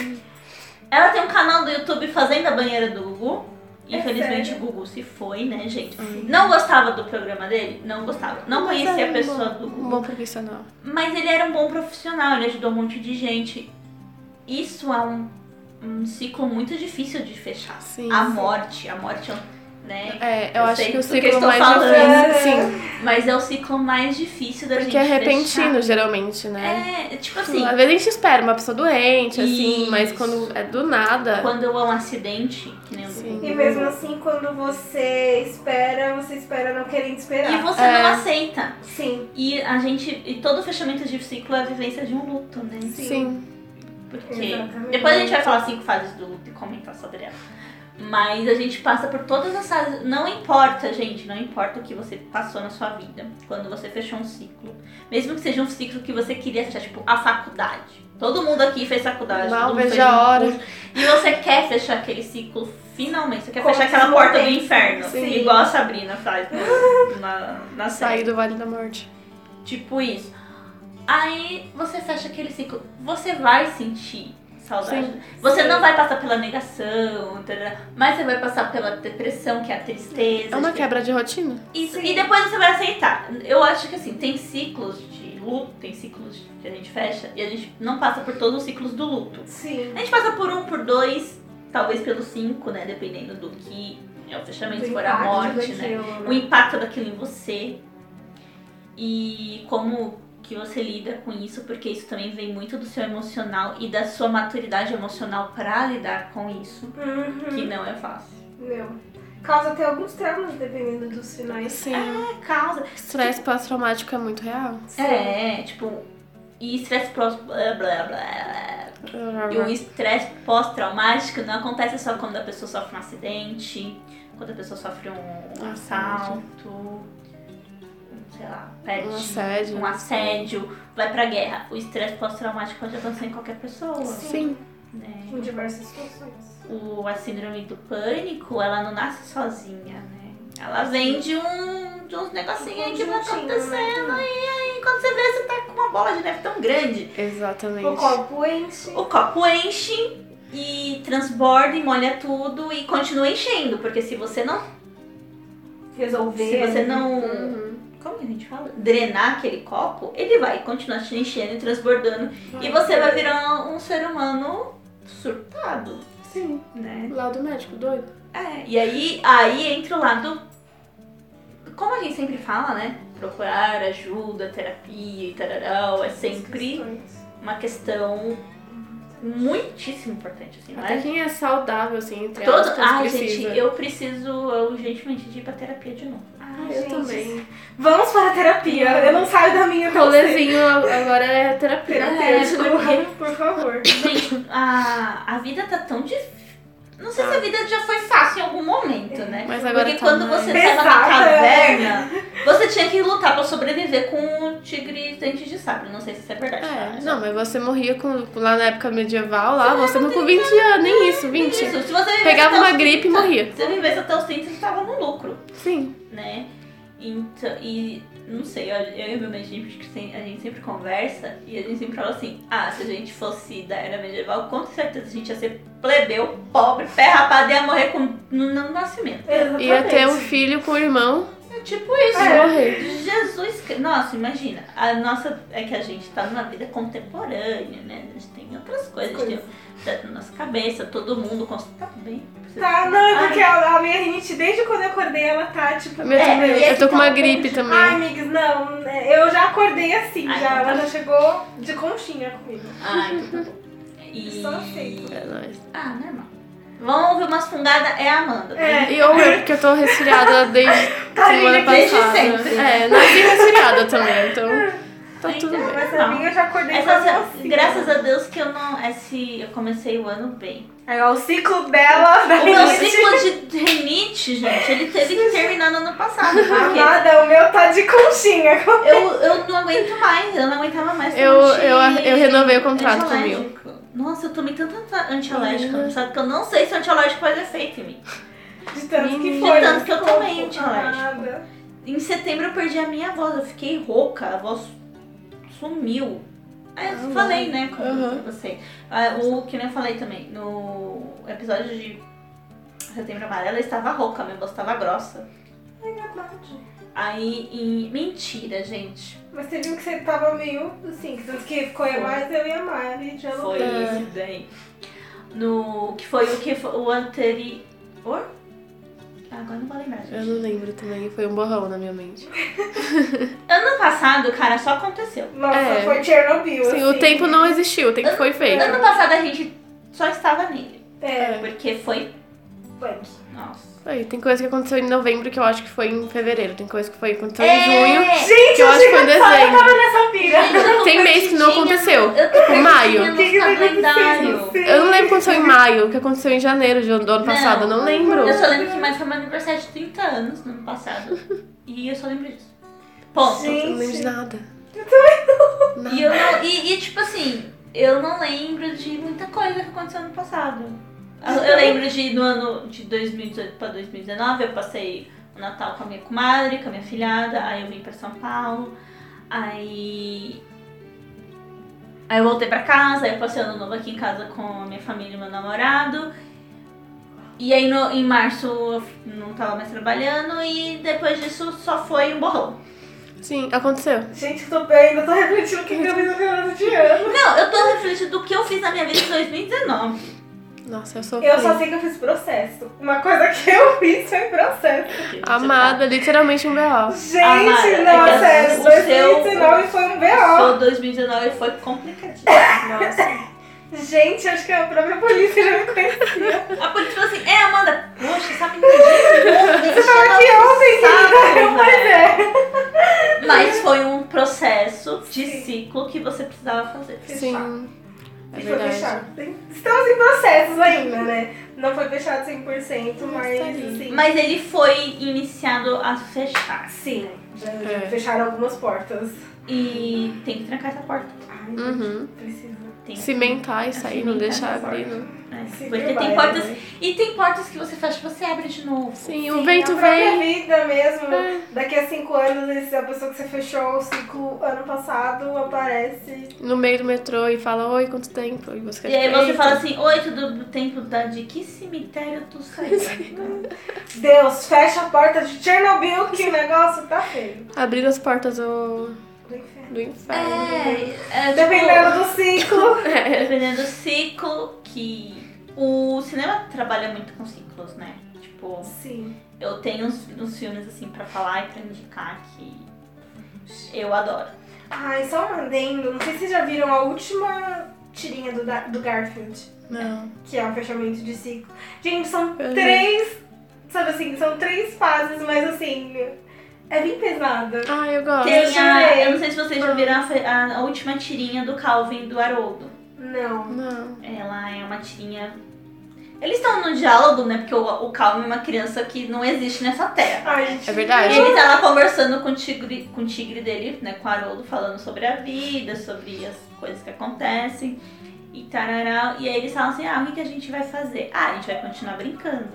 Speaker 1: Ela tem um canal do YouTube fazendo a banheira do Gugu.
Speaker 2: É
Speaker 1: Infelizmente o
Speaker 2: sério?
Speaker 1: Gugu se foi, né, gente? Não gostava do programa dele? Não gostava. Não
Speaker 3: Mas
Speaker 1: conhecia
Speaker 3: era
Speaker 1: a
Speaker 3: um
Speaker 1: pessoa
Speaker 3: bom-
Speaker 1: do
Speaker 3: Um
Speaker 1: Gugu.
Speaker 3: bom profissional.
Speaker 1: Mas ele era um bom profissional, ele ajudou um monte de gente. Isso é um, um ciclo muito difícil de fechar.
Speaker 3: Sim,
Speaker 1: a
Speaker 3: sim.
Speaker 1: morte, a morte é um- né?
Speaker 3: É, eu,
Speaker 1: Eu
Speaker 3: acho
Speaker 1: sei
Speaker 3: que o
Speaker 1: do que eu
Speaker 3: ciclo
Speaker 1: estou
Speaker 3: mais
Speaker 1: falando.
Speaker 3: difícil, sim.
Speaker 1: Mas é o ciclo mais difícil da gente
Speaker 3: Porque é repentino,
Speaker 1: fechar.
Speaker 3: geralmente, né?
Speaker 1: É, tipo assim,
Speaker 3: Às vezes a gente espera uma pessoa doente, assim,
Speaker 1: Isso.
Speaker 3: mas quando é do nada.
Speaker 1: quando é um acidente, que nem o do
Speaker 3: Sim.
Speaker 1: Gugu,
Speaker 2: E mesmo assim, quando você espera, você espera não querendo esperar.
Speaker 1: E você
Speaker 3: É.
Speaker 1: não aceita.
Speaker 2: Sim.
Speaker 1: E a gente. E todo fechamento de ciclo é a vivência de um luto, né?
Speaker 3: Sim.
Speaker 1: Porque.
Speaker 2: Exatamente.
Speaker 1: Depois a gente vai falar cinco fases do luto e comentar sobre ela. Mas a gente passa por todas as fases. Não importa, gente, não importa o que você passou na sua vida. Quando você fechou um ciclo. Mesmo que seja um ciclo que você queria fechar, tipo, a faculdade. Todo mundo aqui fez faculdade.
Speaker 3: Mal
Speaker 1: todo mundo
Speaker 3: vejo
Speaker 1: fez
Speaker 3: a
Speaker 1: um
Speaker 3: hora.
Speaker 1: curso. E você quer fechar aquele ciclo finalmente. Você quer
Speaker 2: Como
Speaker 1: fechar aquela
Speaker 2: se
Speaker 1: porta do
Speaker 2: mantém.
Speaker 1: inferno.
Speaker 2: Sim.
Speaker 1: Igual a Sabrina faz no- na, na série.
Speaker 3: Sair do Vale da Morte.
Speaker 1: Tipo isso. Aí você fecha aquele ciclo. Você vai sentir saudade.
Speaker 3: Sim.
Speaker 1: Você
Speaker 2: Sim.
Speaker 1: não vai passar pela negação, tarará, mas você vai passar pela depressão, que é a tristeza.
Speaker 3: É uma
Speaker 1: tipo,
Speaker 3: quebra de rotina.
Speaker 1: Isso.
Speaker 2: Sim.
Speaker 1: E depois você vai aceitar. Eu acho que assim, tem ciclos de luto, tem ciclos que a gente fecha, e a gente não passa por todos os ciclos do luto.
Speaker 2: Sim.
Speaker 1: A gente passa por um, por dois, talvez pelo cinco, né? Dependendo do que é o fechamento, se for a morte, né? o impacto daquilo em você e como que você lida com isso, porque isso também vem muito do seu emocional e da sua maturidade emocional pra lidar com isso, que não é fácil.
Speaker 2: Uhum. Meu. Causa até alguns traumas, dependendo dos finais.
Speaker 3: Sim.
Speaker 1: É causa.
Speaker 3: Estresse pós-traumático é muito real.
Speaker 1: É, tipo, e estresse pós blá, blá, blá. E o estresse pós-traumático não acontece só quando a pessoa sofre um acidente, quando a pessoa sofre um, um
Speaker 3: Assédio.
Speaker 1: assalto, um, sei lá, perde
Speaker 3: Um assédio.
Speaker 1: um assédio, vai pra guerra. O estresse pós-traumático pode acontecer em qualquer pessoa,
Speaker 3: Sim.
Speaker 1: né?
Speaker 2: Em diversas situações.
Speaker 1: O, a síndrome do pânico, ela não nasce sozinha, né? Ela vem de, um, de uns negocinhos aí que vai
Speaker 2: Conjuntinho,
Speaker 1: acontecendo e aí quando você vê, você tá com uma bola de neve tão grande.
Speaker 3: Exatamente.
Speaker 2: O copo enche.
Speaker 1: O copo enche e transborda e molha tudo e continua enchendo, porque se você não...
Speaker 2: Resolver.
Speaker 1: Se você
Speaker 2: né?
Speaker 1: não...
Speaker 3: Uhum.
Speaker 1: Como que a gente fala? Drenar aquele copo, ele vai continuar te enchendo e transbordando E você vai virar um ser humano surtado,
Speaker 3: Sim.
Speaker 1: né?
Speaker 3: Lado médico, doido.
Speaker 1: É, e aí, aí entra o lado. Como a gente sempre fala, né? Procurar ajuda, terapia e tararau é sempre uma questão muitíssimo importante, assim, não
Speaker 3: Até
Speaker 1: é?
Speaker 3: quem é saudável, assim, entre
Speaker 1: Todo...
Speaker 3: aspas,
Speaker 1: Ai, gente,
Speaker 3: precisa.
Speaker 1: eu preciso eu, urgentemente de ir pra terapia de novo.
Speaker 2: Ah,
Speaker 3: Ah, eu também.
Speaker 2: Vamos para a terapia. Eu não saio da minha até você.
Speaker 3: Rolezinho agora é terapia.
Speaker 2: Terapêutico,
Speaker 3: É, porque-
Speaker 2: por favor.
Speaker 1: Gente, a, a vida tá tão difícil. Não sei se a vida já foi fácil em algum momento, né?
Speaker 3: Mas agora
Speaker 1: Porque
Speaker 3: tá
Speaker 1: quando
Speaker 3: mais-
Speaker 1: você estava na
Speaker 2: Pesada,
Speaker 1: caverna, você tinha que lutar pra sobreviver com o tigre dente de sabre. Não sei se isso é verdade.
Speaker 3: É,
Speaker 1: tá?
Speaker 3: não, mas você morria com, com- lá na época medieval, lá, você não com 20 anos, nem isso, 20.
Speaker 1: Isso, se você vivesse até
Speaker 3: Pegava uma
Speaker 1: os
Speaker 3: gripe e
Speaker 1: 30,
Speaker 3: morria.
Speaker 1: Se você vivesse até os 30, você tava no lucro,
Speaker 3: Sim.
Speaker 1: né? Então, e não sei, eu, eu e meu mãe, a gente, sem- a gente sempre conversa e a gente sempre fala assim: ah, se a gente fosse da era medieval, com certeza a gente ia ser plebeu, pobre, pé rapado e ia morrer com, no, no nascimento.
Speaker 2: Exatamente.
Speaker 3: Ia ter um filho com o irmão
Speaker 1: É tipo isso.
Speaker 3: e morrer.
Speaker 1: Jesus Cristo. Nossa, imagina. A nossa. É que a gente tá numa vida contemporânea, né? A gente tem outras coisas, a gente tem o teto na nossa cabeça, todo mundo const- tá bem.
Speaker 2: Tá, não, é porque a, a minha rinite, desde quando eu acordei, ela tá tipo.
Speaker 3: Meu
Speaker 1: É,
Speaker 3: também.
Speaker 1: e é
Speaker 3: eu tô
Speaker 1: que
Speaker 3: com uma
Speaker 1: tá
Speaker 3: gripe também.
Speaker 2: Ai, amigas, não, é, eu já acordei assim,
Speaker 1: Ai,
Speaker 2: já,
Speaker 1: não tá.
Speaker 2: ela já chegou de conchinha comigo.
Speaker 1: Ai, então tá bom. E...
Speaker 2: Só aceito.
Speaker 3: É nóis.
Speaker 1: Ah, normal. Vamos ouvir umas fungadas, é a Amanda.
Speaker 2: É.
Speaker 3: E eu, eu, porque eu tô resfriada desde semana
Speaker 2: Tadinha,
Speaker 1: desde
Speaker 3: passada.
Speaker 1: sempre.
Speaker 3: É, nasci resfriada também, então tá tudo
Speaker 1: Então,
Speaker 3: bem.
Speaker 2: Mas a
Speaker 1: Não.
Speaker 2: minha eu já acordei assim, né?
Speaker 1: Essa-
Speaker 2: com a mocinha.
Speaker 1: graças a Deus que eu não. Esse, eu comecei o ano bem.
Speaker 2: Aí, ó, É o ciclo dela, da
Speaker 1: O meu
Speaker 2: rinite.
Speaker 1: ciclo de rinite, gente, ele teve que terminar no ano passado.
Speaker 2: Ah,
Speaker 1: Porque
Speaker 2: Nada, o meu tá de conchinha.
Speaker 1: eu, eu não aguento mais, eu não aguentava mais.
Speaker 3: Eu-
Speaker 1: tomar
Speaker 3: eu-
Speaker 1: anti-
Speaker 3: eu renovei o contrato com o meu.
Speaker 1: antialérgico. Nossa, eu tomei tanta anta- antialérgica, sabe? Que eu não sei se antialérgico faz efeito em mim.
Speaker 2: De tanto que
Speaker 3: De
Speaker 2: foi.
Speaker 1: tanto que eu
Speaker 2: ficou
Speaker 1: tomei, gente, eu acho.
Speaker 2: nada.
Speaker 1: Em setembro eu perdi a minha voz, eu fiquei rouca, a voz sumiu. Aí eu
Speaker 3: Ah,
Speaker 1: falei, né, com
Speaker 3: Aham.
Speaker 1: pra você. Ah, o que nem eu falei também, no episódio de Setembro Amarelo, eu estava rouca, minha voz estava grossa.
Speaker 2: É verdade.
Speaker 1: Aí, em... mentira, gente.
Speaker 2: Mas você viu que você tava meio assim, que tanto que ficou
Speaker 1: Foi.
Speaker 2: eu mais, eu e a Mari. Já não-
Speaker 1: Foi
Speaker 3: É.
Speaker 1: esse daí. No. Que foi o que foi, o anterior. Agora não vou lembrar,
Speaker 3: Eu
Speaker 1: gente.
Speaker 3: não lembro também, foi um borrão na minha mente.
Speaker 1: Ano passado, cara, só aconteceu.
Speaker 2: Nossa,
Speaker 3: É.
Speaker 2: foi Chernobyl.
Speaker 3: Sim, o
Speaker 2: assim.
Speaker 3: tempo não existiu, o tempo foi feito.
Speaker 1: Ano passado a gente só estava nele.
Speaker 2: É,
Speaker 1: Porque foi.
Speaker 2: punk.
Speaker 1: Nossa.
Speaker 3: Aí, tem coisa que aconteceu em novembro que eu acho que foi em fevereiro, tem coisa que foi aconteceu em
Speaker 1: É!
Speaker 3: junho,
Speaker 2: Gente,
Speaker 3: que eu acho que foi em
Speaker 2: eu
Speaker 3: dezembro.
Speaker 2: tava nessa pira.
Speaker 1: Gente, eu tô
Speaker 3: Tem mês que não
Speaker 1: perdidinha
Speaker 3: aconteceu.
Speaker 1: no- Eu tô
Speaker 3: Tipo, maio.
Speaker 1: perdidinha
Speaker 2: O que tá que vai
Speaker 1: no
Speaker 2: acontecer?
Speaker 1: calendário.
Speaker 2: Sim.
Speaker 3: Eu não lembro quando foi em maio, o que aconteceu em janeiro de- do ano passado, eu não lembro.
Speaker 1: Eu só lembro que mais foi meu aniversário de 30 anos no ano passado. e eu só lembro disso. Ponto.
Speaker 2: Gente.
Speaker 3: Eu não lembro de nada.
Speaker 1: E, eu não- e- e, tipo assim, eu não lembro de muita coisa que aconteceu ano passado. Eu, eu lembro de no ano de 2018 pra 2019, eu passei o Natal com a minha comadre, com a minha filhada, aí eu vim pra São Paulo, aí. Aí eu voltei pra casa, aí eu passei o ano novo aqui em casa com a minha família e meu namorado. E aí no- em março eu não tava mais trabalhando e depois disso só foi um borrão.
Speaker 3: Sim, aconteceu.
Speaker 2: Gente, eu, tô, eu ainda tô refletindo o que que eu fiz no final de ano.
Speaker 1: Não, eu tô refletindo do que eu fiz na minha vida em 2019.
Speaker 3: Nossa, eu sou
Speaker 2: Eu só sei que eu fiz processo. Uma coisa que eu fiz foi processo.
Speaker 3: amada, literalmente um B.O.
Speaker 2: Gente,
Speaker 1: Amada,
Speaker 2: não,
Speaker 1: Ah, é que
Speaker 2: sério.
Speaker 1: o
Speaker 2: 2019 foi um B.O.
Speaker 1: Só 2019 foi complicadinho. Nossa.
Speaker 2: Gente, acho que a própria polícia já me conhecia.
Speaker 1: A polícia falou assim: é, Amanda, poxa, é sabe me pedir? Você tava
Speaker 2: aqui ontem,
Speaker 1: querida. Mas foi um processo de
Speaker 2: Sim.
Speaker 1: ciclo que você precisava fazer.
Speaker 3: Sim, é
Speaker 2: E foi
Speaker 3: verdade.
Speaker 2: fechado. Estamos em processos ainda, né? Não foi fechado 100%, mas
Speaker 3: tá ali.
Speaker 2: assim.
Speaker 1: Mas ele foi iniciado a fechar.
Speaker 2: Sim, já, já
Speaker 3: É.
Speaker 2: fecharam algumas portas.
Speaker 1: E tem que trancar essa porta.
Speaker 2: Ai,
Speaker 3: Uhum.
Speaker 2: precisa.
Speaker 1: Tem que-
Speaker 3: Cimentar e sair, não deixar abrir, não.
Speaker 1: É,
Speaker 2: Se
Speaker 1: Porque tem
Speaker 2: trabalha,
Speaker 1: portas.
Speaker 2: né?
Speaker 1: E tem portas que você fecha e você abre de novo.
Speaker 3: Sim, é um
Speaker 2: Sim,
Speaker 3: o vento
Speaker 2: a própria
Speaker 3: vem.
Speaker 2: vida mesmo.
Speaker 3: É.
Speaker 2: Daqui a cinco anos, esse- a pessoa que você fechou o ciclo ano passado aparece.
Speaker 3: no meio do metrô e fala oi, quanto tempo? E você,
Speaker 1: E aí você fala assim, oi, tudo do tempo da de que cemitério tu saiu?
Speaker 2: Deus, fecha a porta de Chernobyl que o negócio tá feio.
Speaker 3: Abrindo as portas do,
Speaker 2: Do inferno.
Speaker 3: do inferno. É.
Speaker 1: é, é, tipo,
Speaker 2: Dependendo do ciclo.
Speaker 1: dependendo do ciclo que... O cinema trabalha muito com ciclos, né? Tipo,
Speaker 2: Sim.
Speaker 1: eu tenho uns, uns filmes assim pra falar e pra indicar que eu adoro.
Speaker 2: Ai, só um adendo. Não sei se vocês já viram a última tirinha do, Da- do Garfield.
Speaker 3: Não.
Speaker 2: que é um fechamento de ciclo. Gente, são
Speaker 3: Uhum.
Speaker 2: três, sabe assim, são três fases, mas assim, é bem pesada.
Speaker 3: Ah, eu gosto.
Speaker 1: Tem a,
Speaker 2: chorei.
Speaker 1: eu não sei se vocês já viram a, fe- a- a última tirinha do Calvin e do Haroldo.
Speaker 2: Não.
Speaker 3: Não.
Speaker 1: Ela é uma tirinha... Eles estão no diálogo, né? Porque o, o Calvin é uma criança que não existe nessa terra.
Speaker 2: Ai, gente.
Speaker 3: É verdade.
Speaker 1: Ele tá lá conversando com o tigre, com o tigre dele, né, com o Haroldo, falando sobre a vida, sobre as coisas que acontecem e tarará. E aí eles falam assim: ah, o que que a gente vai fazer? Ah, a gente vai continuar brincando.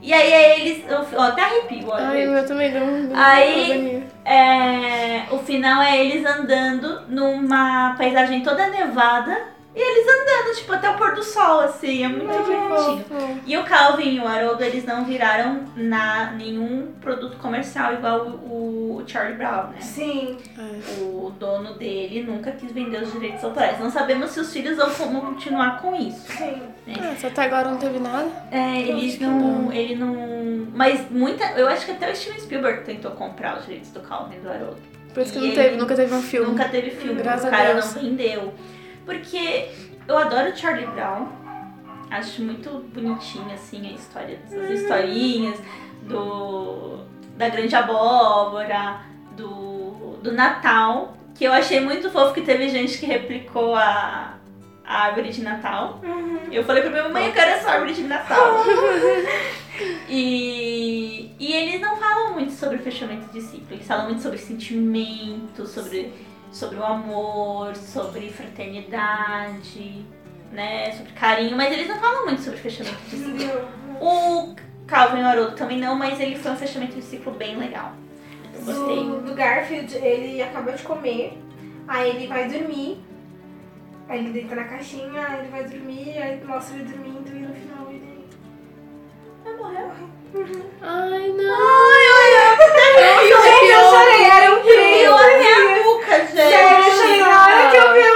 Speaker 1: E aí eles. Eu, eu até arrepio, olha.
Speaker 3: Ai, o
Speaker 1: gente.
Speaker 3: meu também deu um. deu
Speaker 1: Aí-
Speaker 3: uma agonia.
Speaker 1: É, o final é eles andando numa paisagem toda nevada. E eles andando, tipo, até o pôr do sol, assim. É muito
Speaker 3: Ai, que
Speaker 1: divertido.
Speaker 3: fofo.
Speaker 1: E o Calvin e o Haroldo, eles não viraram na nenhum produto comercial igual o, o Charlie Brown, né?
Speaker 2: Sim.
Speaker 3: Ai.
Speaker 1: O dono dele nunca quis vender os direitos autorais. Não sabemos se os filhos vão como continuar com isso.
Speaker 2: Sim.
Speaker 3: Ah, só até agora não teve nada.
Speaker 1: É, eles
Speaker 3: acho que
Speaker 1: não,
Speaker 3: não.
Speaker 1: Ele não. Mas muita. Eu acho que até o Steven Spielberg tentou comprar os direitos do Calvin e do Haroldo.
Speaker 3: Por isso que
Speaker 1: E
Speaker 3: não
Speaker 1: ele
Speaker 3: teve, nunca teve um filme.
Speaker 1: Nunca teve filme,
Speaker 3: Graças
Speaker 1: o
Speaker 3: a
Speaker 1: cara
Speaker 3: Deus.
Speaker 1: não rendeu. Porque eu adoro o Charlie Brown. Acho muito bonitinho assim a história,
Speaker 3: Uhum.
Speaker 1: as historinhas do da grande abóbora, do, do Natal, que eu achei muito fofo que teve gente que replicou a, a árvore de Natal.
Speaker 2: Uhum.
Speaker 1: Eu falei pra minha mãe, eu quero essa árvore de Natal. E, e eles não falam muito sobre o fechamento de ciclo, eles falam muito sobre sentimentos, sobre, sobre o amor, sobre fraternidade, né? Sobre carinho, mas eles não falam muito sobre fechamento de ciclo. O Calvin e o Haroldo também não, mas ele foi um fechamento de ciclo bem legal. Eu gostei.
Speaker 2: Do, do Garfield, ele acabou de comer, aí ele vai dormir, aí ele deita na caixinha, aí ele vai dormir, aí mostra ele dormindo e no final ele.
Speaker 1: Mas morreu.
Speaker 3: Ai, não.
Speaker 1: Ai, eu
Speaker 2: Gente, eu chorei, era um
Speaker 1: Eu
Speaker 2: prêmio!
Speaker 1: até a boca, gente.
Speaker 2: Sério, eu chorei na hora que eu vi, eu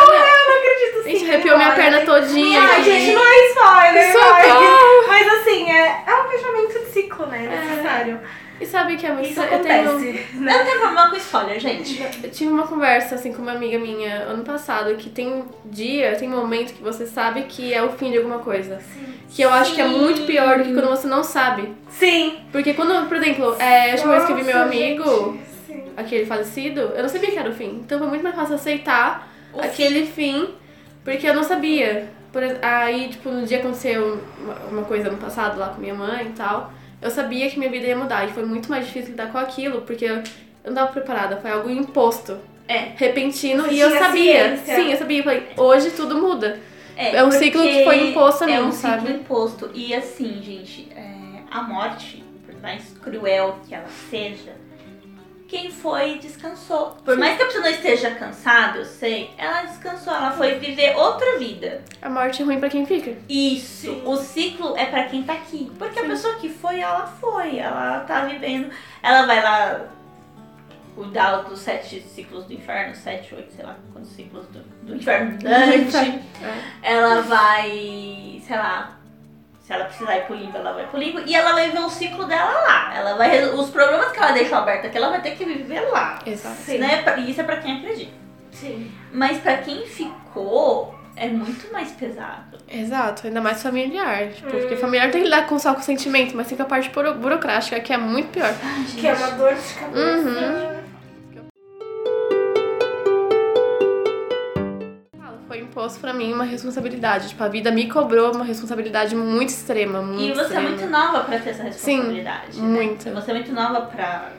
Speaker 3: Olha,
Speaker 2: não acredito assim.
Speaker 3: gente, arrepiou minha perna todinha.
Speaker 2: Ai,
Speaker 3: aqui.
Speaker 2: gente, não é spoiler, vai.
Speaker 3: Socorro!
Speaker 2: Mas assim, é, é um fechamento de ciclo, né? Necessário.
Speaker 3: E sabe o que é muito
Speaker 2: Isso
Speaker 3: É. eu tenho-
Speaker 2: acontece.
Speaker 1: Não tem problema com spoiler, gente.
Speaker 3: Eu tive uma conversa assim com uma amiga minha ano passado que tem um dia, tem momento que você sabe que é o fim de alguma coisa. Que eu acho que é
Speaker 1: Sim.
Speaker 3: muito pior do que quando você não sabe.
Speaker 2: Sim.
Speaker 3: Porque quando, por exemplo, é, a última vez que eu vi meu
Speaker 2: Nossa,
Speaker 3: amigo,
Speaker 2: gente, Sim.
Speaker 3: aquele falecido, eu não sabia que era o fim. Então foi muito mais fácil aceitar
Speaker 1: O
Speaker 3: aquele fim. porque eu não sabia. Por ex- aí, tipo, no dia aconteceu uma, uma coisa no passado lá com minha mãe e tal. Eu sabia que minha vida ia mudar e foi muito mais difícil lidar com aquilo, porque eu eu não tava preparada, foi algo imposto.
Speaker 1: É.
Speaker 3: Repentino
Speaker 2: Você
Speaker 3: e eu
Speaker 2: tinha
Speaker 3: sabia.
Speaker 2: ciência.
Speaker 3: Sim, eu sabia. Eu falei, hoje tudo muda.
Speaker 1: É,
Speaker 3: É um
Speaker 1: porque
Speaker 3: ciclo que foi imposto a
Speaker 1: É
Speaker 3: mim,
Speaker 1: um
Speaker 3: sabe?
Speaker 1: ciclo imposto. E assim, gente, é, a morte, por mais cruel que ela seja, quem foi descansou. Por mais que a pessoa não esteja cansada, eu sei, ela descansou, ela foi viver outra vida.
Speaker 3: A morte é ruim pra quem fica.
Speaker 1: Isso,
Speaker 2: Sim.
Speaker 1: o ciclo é pra quem tá aqui. Porque a
Speaker 3: Sim.
Speaker 1: pessoa que foi, ela foi, ela tá vivendo. Ela vai lá cuidar dos sete ciclos do inferno, sete, oito, sei lá quantos ciclos do, do inferno. Dante. ela vai, sei lá, se ela precisar ir pro limbo, ela vai pro limbo. E ela vai ver o ciclo dela lá. Ela vai, resol- os problemas que ela deixa aberta aqui, ela vai ter que viver lá.
Speaker 3: Exato.
Speaker 2: Sim.
Speaker 1: Né? Pra- E isso é pra quem acredita.
Speaker 2: Sim.
Speaker 1: Mas pra quem ficou, é muito mais pesado.
Speaker 3: Exato, ainda mais familiar. Tipo,
Speaker 1: Hum.
Speaker 3: porque familiar tem que lidar com só com o sentimento, mas tem com a parte buro- burocrática, que é muito pior.
Speaker 1: Ai, gente.
Speaker 2: Que é uma dor de cabeça.
Speaker 3: Uhum. Falo, Foi imposto pra mim uma responsabilidade. Tipo, a vida me cobrou uma responsabilidade muito extrema. Muito
Speaker 1: E você é
Speaker 3: extrema.
Speaker 1: muito nova pra ter essa responsabilidade.
Speaker 3: Sim,
Speaker 1: né?
Speaker 3: muito.
Speaker 1: Você é muito nova pra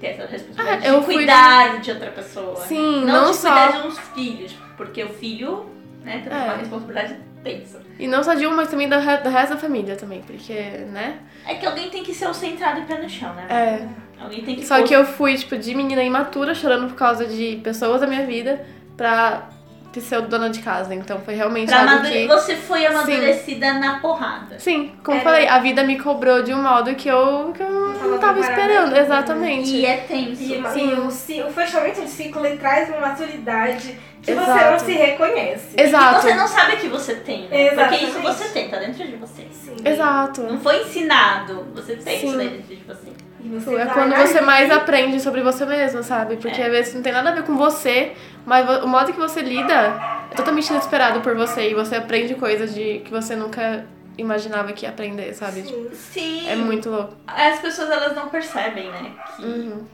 Speaker 1: ter essa responsabilidade.
Speaker 3: Ah, eu
Speaker 1: de
Speaker 3: fui
Speaker 1: cuidar de outra pessoa.
Speaker 3: Sim,
Speaker 1: Não,
Speaker 3: não
Speaker 1: de
Speaker 3: só.
Speaker 1: cuidar de uns filhos. Porque o filho, né, tem
Speaker 3: É.
Speaker 1: uma responsabilidade tensa.
Speaker 3: E não só de um, mas também do, re- do resto da família também. Porque, né?
Speaker 1: É que alguém tem que ser o centrado e pé no chão, né?
Speaker 3: É.
Speaker 1: Alguém tem que
Speaker 3: Só
Speaker 1: pôr-
Speaker 3: que eu fui, tipo, de menina imatura, chorando por causa de pessoas da minha vida, pra ter ser dona de casa. Então foi realmente
Speaker 1: pra
Speaker 3: algo
Speaker 1: amadure-
Speaker 3: que.
Speaker 1: Você foi amadurecida na porrada.
Speaker 3: Sim, como
Speaker 1: É,
Speaker 3: eu
Speaker 2: Era-
Speaker 1: né?
Speaker 3: falei, a vida me cobrou de um modo que eu, que eu não
Speaker 2: tava
Speaker 3: tava
Speaker 2: preparada.
Speaker 3: esperando. Exatamente.
Speaker 1: E é tenso.
Speaker 2: E,
Speaker 1: E,
Speaker 2: e o, ci- o fechamento de ciclo ele traz uma maturidade que você
Speaker 3: Exato.
Speaker 2: não se reconhece.
Speaker 3: Exato.
Speaker 1: você não sabe que você tem, né? Porque isso
Speaker 2: Exatamente.
Speaker 1: você tem, tá dentro de você.
Speaker 2: Sim.
Speaker 3: Exato.
Speaker 1: Não foi ensinado. Você tem isso
Speaker 3: Sim.
Speaker 1: daí dentro de você.
Speaker 2: E você
Speaker 3: É
Speaker 2: vai
Speaker 3: quando
Speaker 2: lá
Speaker 3: você
Speaker 2: e-
Speaker 3: mais aprende sobre você mesmo, sabe? Porque
Speaker 1: tá. É.
Speaker 3: às vezes não tem nada a ver com você, mas vo- o modo que você lida é totalmente inesperado por você e você aprende coisas de que você nunca imaginava que ia aprender, sabe? Tipo,
Speaker 2: Sim.
Speaker 1: Sim.
Speaker 3: É muito louco.
Speaker 1: As pessoas elas não percebem, né? Que
Speaker 3: Uhum.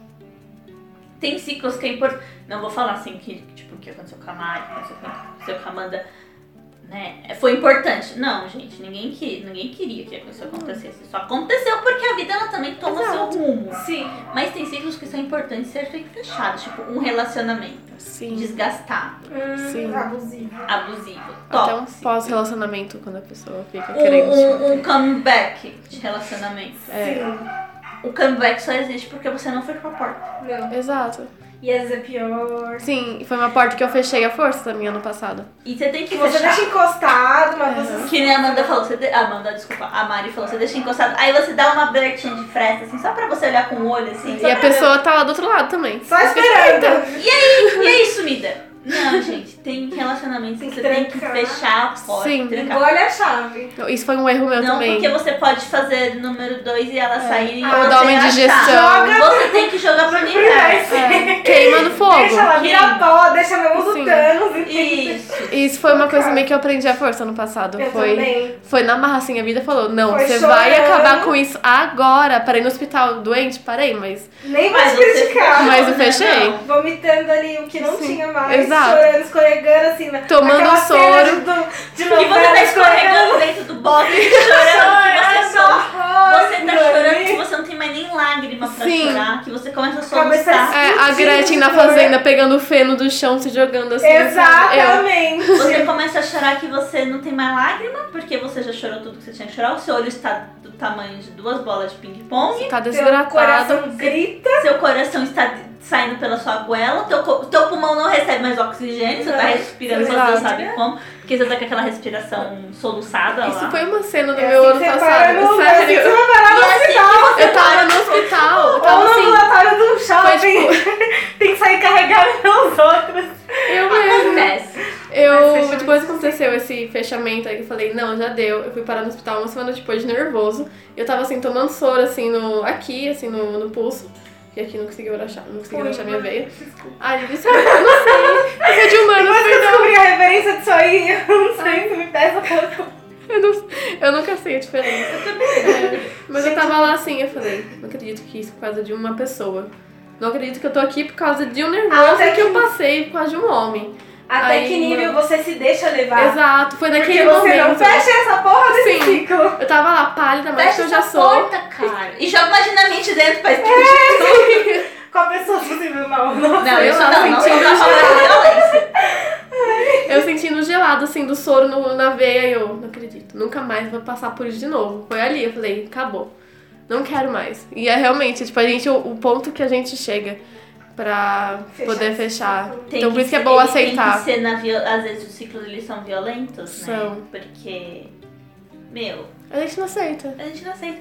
Speaker 1: tem ciclos que é importante. Não vou falar assim que, tipo, o que aconteceu com a Mari, o que aconteceu com- aconteceu com a Amanda. né? Foi importante. Não, gente, ninguém, que, ninguém queria que isso acontecesse. Só aconteceu porque a vida ela também toma
Speaker 3: Exato.
Speaker 1: seu rumo.
Speaker 2: Sim.
Speaker 1: Mas tem ciclos que são importantes ser fechados, tipo um relacionamento
Speaker 3: Sim.
Speaker 1: desgastado,
Speaker 3: Sim.
Speaker 2: Hum, Abusivo.
Speaker 1: abusivo,
Speaker 3: Até um
Speaker 1: tóxico.
Speaker 3: pós-relacionamento quando a pessoa fica querendo.
Speaker 1: Um, um, um comeback de relacionamento.
Speaker 3: É.
Speaker 2: Sim.
Speaker 1: O comeback só existe porque você não foi pra porta.
Speaker 2: Não.
Speaker 3: Exato.
Speaker 2: E às vezes é pior.
Speaker 3: Sim, foi uma porta que eu fechei à força também ano passado.
Speaker 1: E você tem que
Speaker 2: Que você
Speaker 1: fechar.
Speaker 2: deixa encostado, mas
Speaker 3: É.
Speaker 2: você.
Speaker 1: Que nem a Amanda falou, você de... a Amanda, desculpa, a Mari falou, você deixa encostado. Aí você dá uma abertinha de fresta, assim, só pra você olhar com o olho, assim.
Speaker 3: E
Speaker 1: só
Speaker 3: a
Speaker 1: pra-
Speaker 3: pessoa tá lá do outro lado também.
Speaker 2: Só
Speaker 3: então.
Speaker 2: esperando.
Speaker 1: E aí, sumida? Não, gente, tem relacionamentos
Speaker 2: Tem
Speaker 1: que
Speaker 2: que
Speaker 1: você tem que
Speaker 2: trancar.
Speaker 1: fechar a porta.
Speaker 3: Sim.
Speaker 1: trancar.
Speaker 2: Olha a chave.
Speaker 3: Então, Isso foi um erro meu
Speaker 1: Não
Speaker 3: também. É.
Speaker 1: porque você pode fazer número 2 e ela sair e
Speaker 2: Ah,
Speaker 1: você
Speaker 3: dá uma
Speaker 1: achar.
Speaker 3: indigestão.
Speaker 1: Você tem que jogar pro universo.
Speaker 3: É, Queima no
Speaker 2: Deixa
Speaker 3: fogo.
Speaker 2: ela virar pó, deixa ela mundo
Speaker 3: Sim.
Speaker 2: Thanos e tem-
Speaker 1: Isso.
Speaker 3: Isso foi uma coisa meio que eu aprendi à força ano passado.
Speaker 2: Eu
Speaker 3: foi
Speaker 2: também.
Speaker 3: Foi na marra, assim, a vida falou, não,
Speaker 2: Foi
Speaker 3: você vai
Speaker 2: chorando.
Speaker 3: acabar com isso agora. Parei no hospital doente, parei, mas...
Speaker 2: Nem vou
Speaker 1: Mas
Speaker 2: te
Speaker 1: você-
Speaker 2: criticar.
Speaker 3: Mas eu fechei.
Speaker 1: Não.
Speaker 2: Vomitando ali o que não
Speaker 3: Sim,
Speaker 2: tinha mais,
Speaker 3: exato.
Speaker 2: chorando, escorregando assim. na-
Speaker 3: Tomando um
Speaker 2: naquela cena
Speaker 3: soro.
Speaker 2: De, de
Speaker 1: E você tá escorregando dentro do box, chorando, que você só... Você tá chorando que você não tem mais nem lágrima pra
Speaker 3: Sim.
Speaker 1: chorar, que você começa a
Speaker 2: Cabeça
Speaker 1: soluçar.
Speaker 3: É, a
Speaker 2: Explodindo
Speaker 3: Gretchen
Speaker 2: de
Speaker 3: na
Speaker 2: dor.
Speaker 3: fazenda pegando o feno do chão, se jogando
Speaker 1: tá-
Speaker 3: assim. sabe? Eu.
Speaker 2: Exatamente. um
Speaker 1: Você começa a chorar que você não tem mais lágrima, porque você já chorou tudo que você tinha que chorar. O seu olho está do tamanho de duas bolas de ping-pong.
Speaker 3: Tá
Speaker 2: Seu
Speaker 3: desidratado.
Speaker 2: coração grita.
Speaker 1: Seu coração está de- saindo pela sua goela. Teu, co- teu pulmão não recebe mais oxigênio. Você tá
Speaker 2: Não.
Speaker 1: respirando, você
Speaker 3: Exato.
Speaker 1: não sabe como. Porque você tá com aquela respiração soluçada
Speaker 3: Isso
Speaker 1: lá.
Speaker 3: foi uma cena do
Speaker 2: É
Speaker 3: meu
Speaker 2: assim
Speaker 3: ano
Speaker 2: que você
Speaker 3: passado,
Speaker 2: para no-
Speaker 3: sério.
Speaker 2: assim que você vai parar no hospital.
Speaker 3: Eu tava no hospital, eu
Speaker 2: Ou
Speaker 1: Então,
Speaker 3: tava
Speaker 2: no
Speaker 3: assim,
Speaker 2: ambulatório do shopping.
Speaker 3: tipo,
Speaker 2: Tem que sair carregando os outros.
Speaker 3: eu mesmo.
Speaker 1: Acontece.
Speaker 3: Eu,
Speaker 2: fechamento
Speaker 3: depois que aconteceu esse fechamento aí, eu falei, não, já deu. Eu fui parar no hospital uma semana depois de nervoso. Eu tava assim, tomando soro, assim, no, aqui, assim, no, no pulso. E aqui não conseguiu achar, não conseguiu achar minha veia. Ai, desculpa, eu não sei. Eu sou de humano,
Speaker 2: Depois que eu
Speaker 3: perdão.
Speaker 2: descobri a referência disso aí, eu não sei se me pesa tanto.
Speaker 3: Eu, não- eu nunca sei a diferença. É, mas eu tava lá assim, eu falei, não acredito que isso é por causa de uma pessoa. Não acredito que eu tô aqui por causa de um nervoso
Speaker 2: Ah, Até
Speaker 3: que eu
Speaker 2: que-
Speaker 3: passei por causa de um homem.
Speaker 2: Até
Speaker 3: Aí,
Speaker 2: que nível você se deixa levar?
Speaker 3: Exato, foi
Speaker 2: Tá. Porque
Speaker 3: naquele
Speaker 2: você não
Speaker 3: momento.
Speaker 2: fecha essa porra desse
Speaker 3: Sim.
Speaker 2: ciclo.
Speaker 3: Eu tava lá pálida, mas que eu já
Speaker 1: essa
Speaker 3: sou.
Speaker 1: porta, cara. E joga uma dinamite dentro pra explodir.
Speaker 2: Com a pessoa possível mal. Não.
Speaker 1: Não,
Speaker 3: sei
Speaker 1: isso
Speaker 3: lá,
Speaker 1: não, não.
Speaker 3: sentindo
Speaker 1: Eu tava falando violência.
Speaker 3: Então, Eu sentindo gelado, assim, do soro no- na veia, e eu não acredito, nunca mais vou passar por isso de novo. Foi ali, eu falei, acabou, não quero mais. E é realmente, tipo, a gente, o, o ponto que a gente chega pra
Speaker 2: Fechar
Speaker 3: poder
Speaker 2: esse
Speaker 3: fechar.
Speaker 1: Tem
Speaker 3: então por isso que é
Speaker 1: ser-
Speaker 3: bom
Speaker 1: ele Tem
Speaker 3: aceitar.
Speaker 1: que ser na viol- Às vezes os ciclos eles são violentos, né?
Speaker 3: São.
Speaker 1: Porque, meu,
Speaker 3: A gente não aceita.
Speaker 1: a gente não aceita.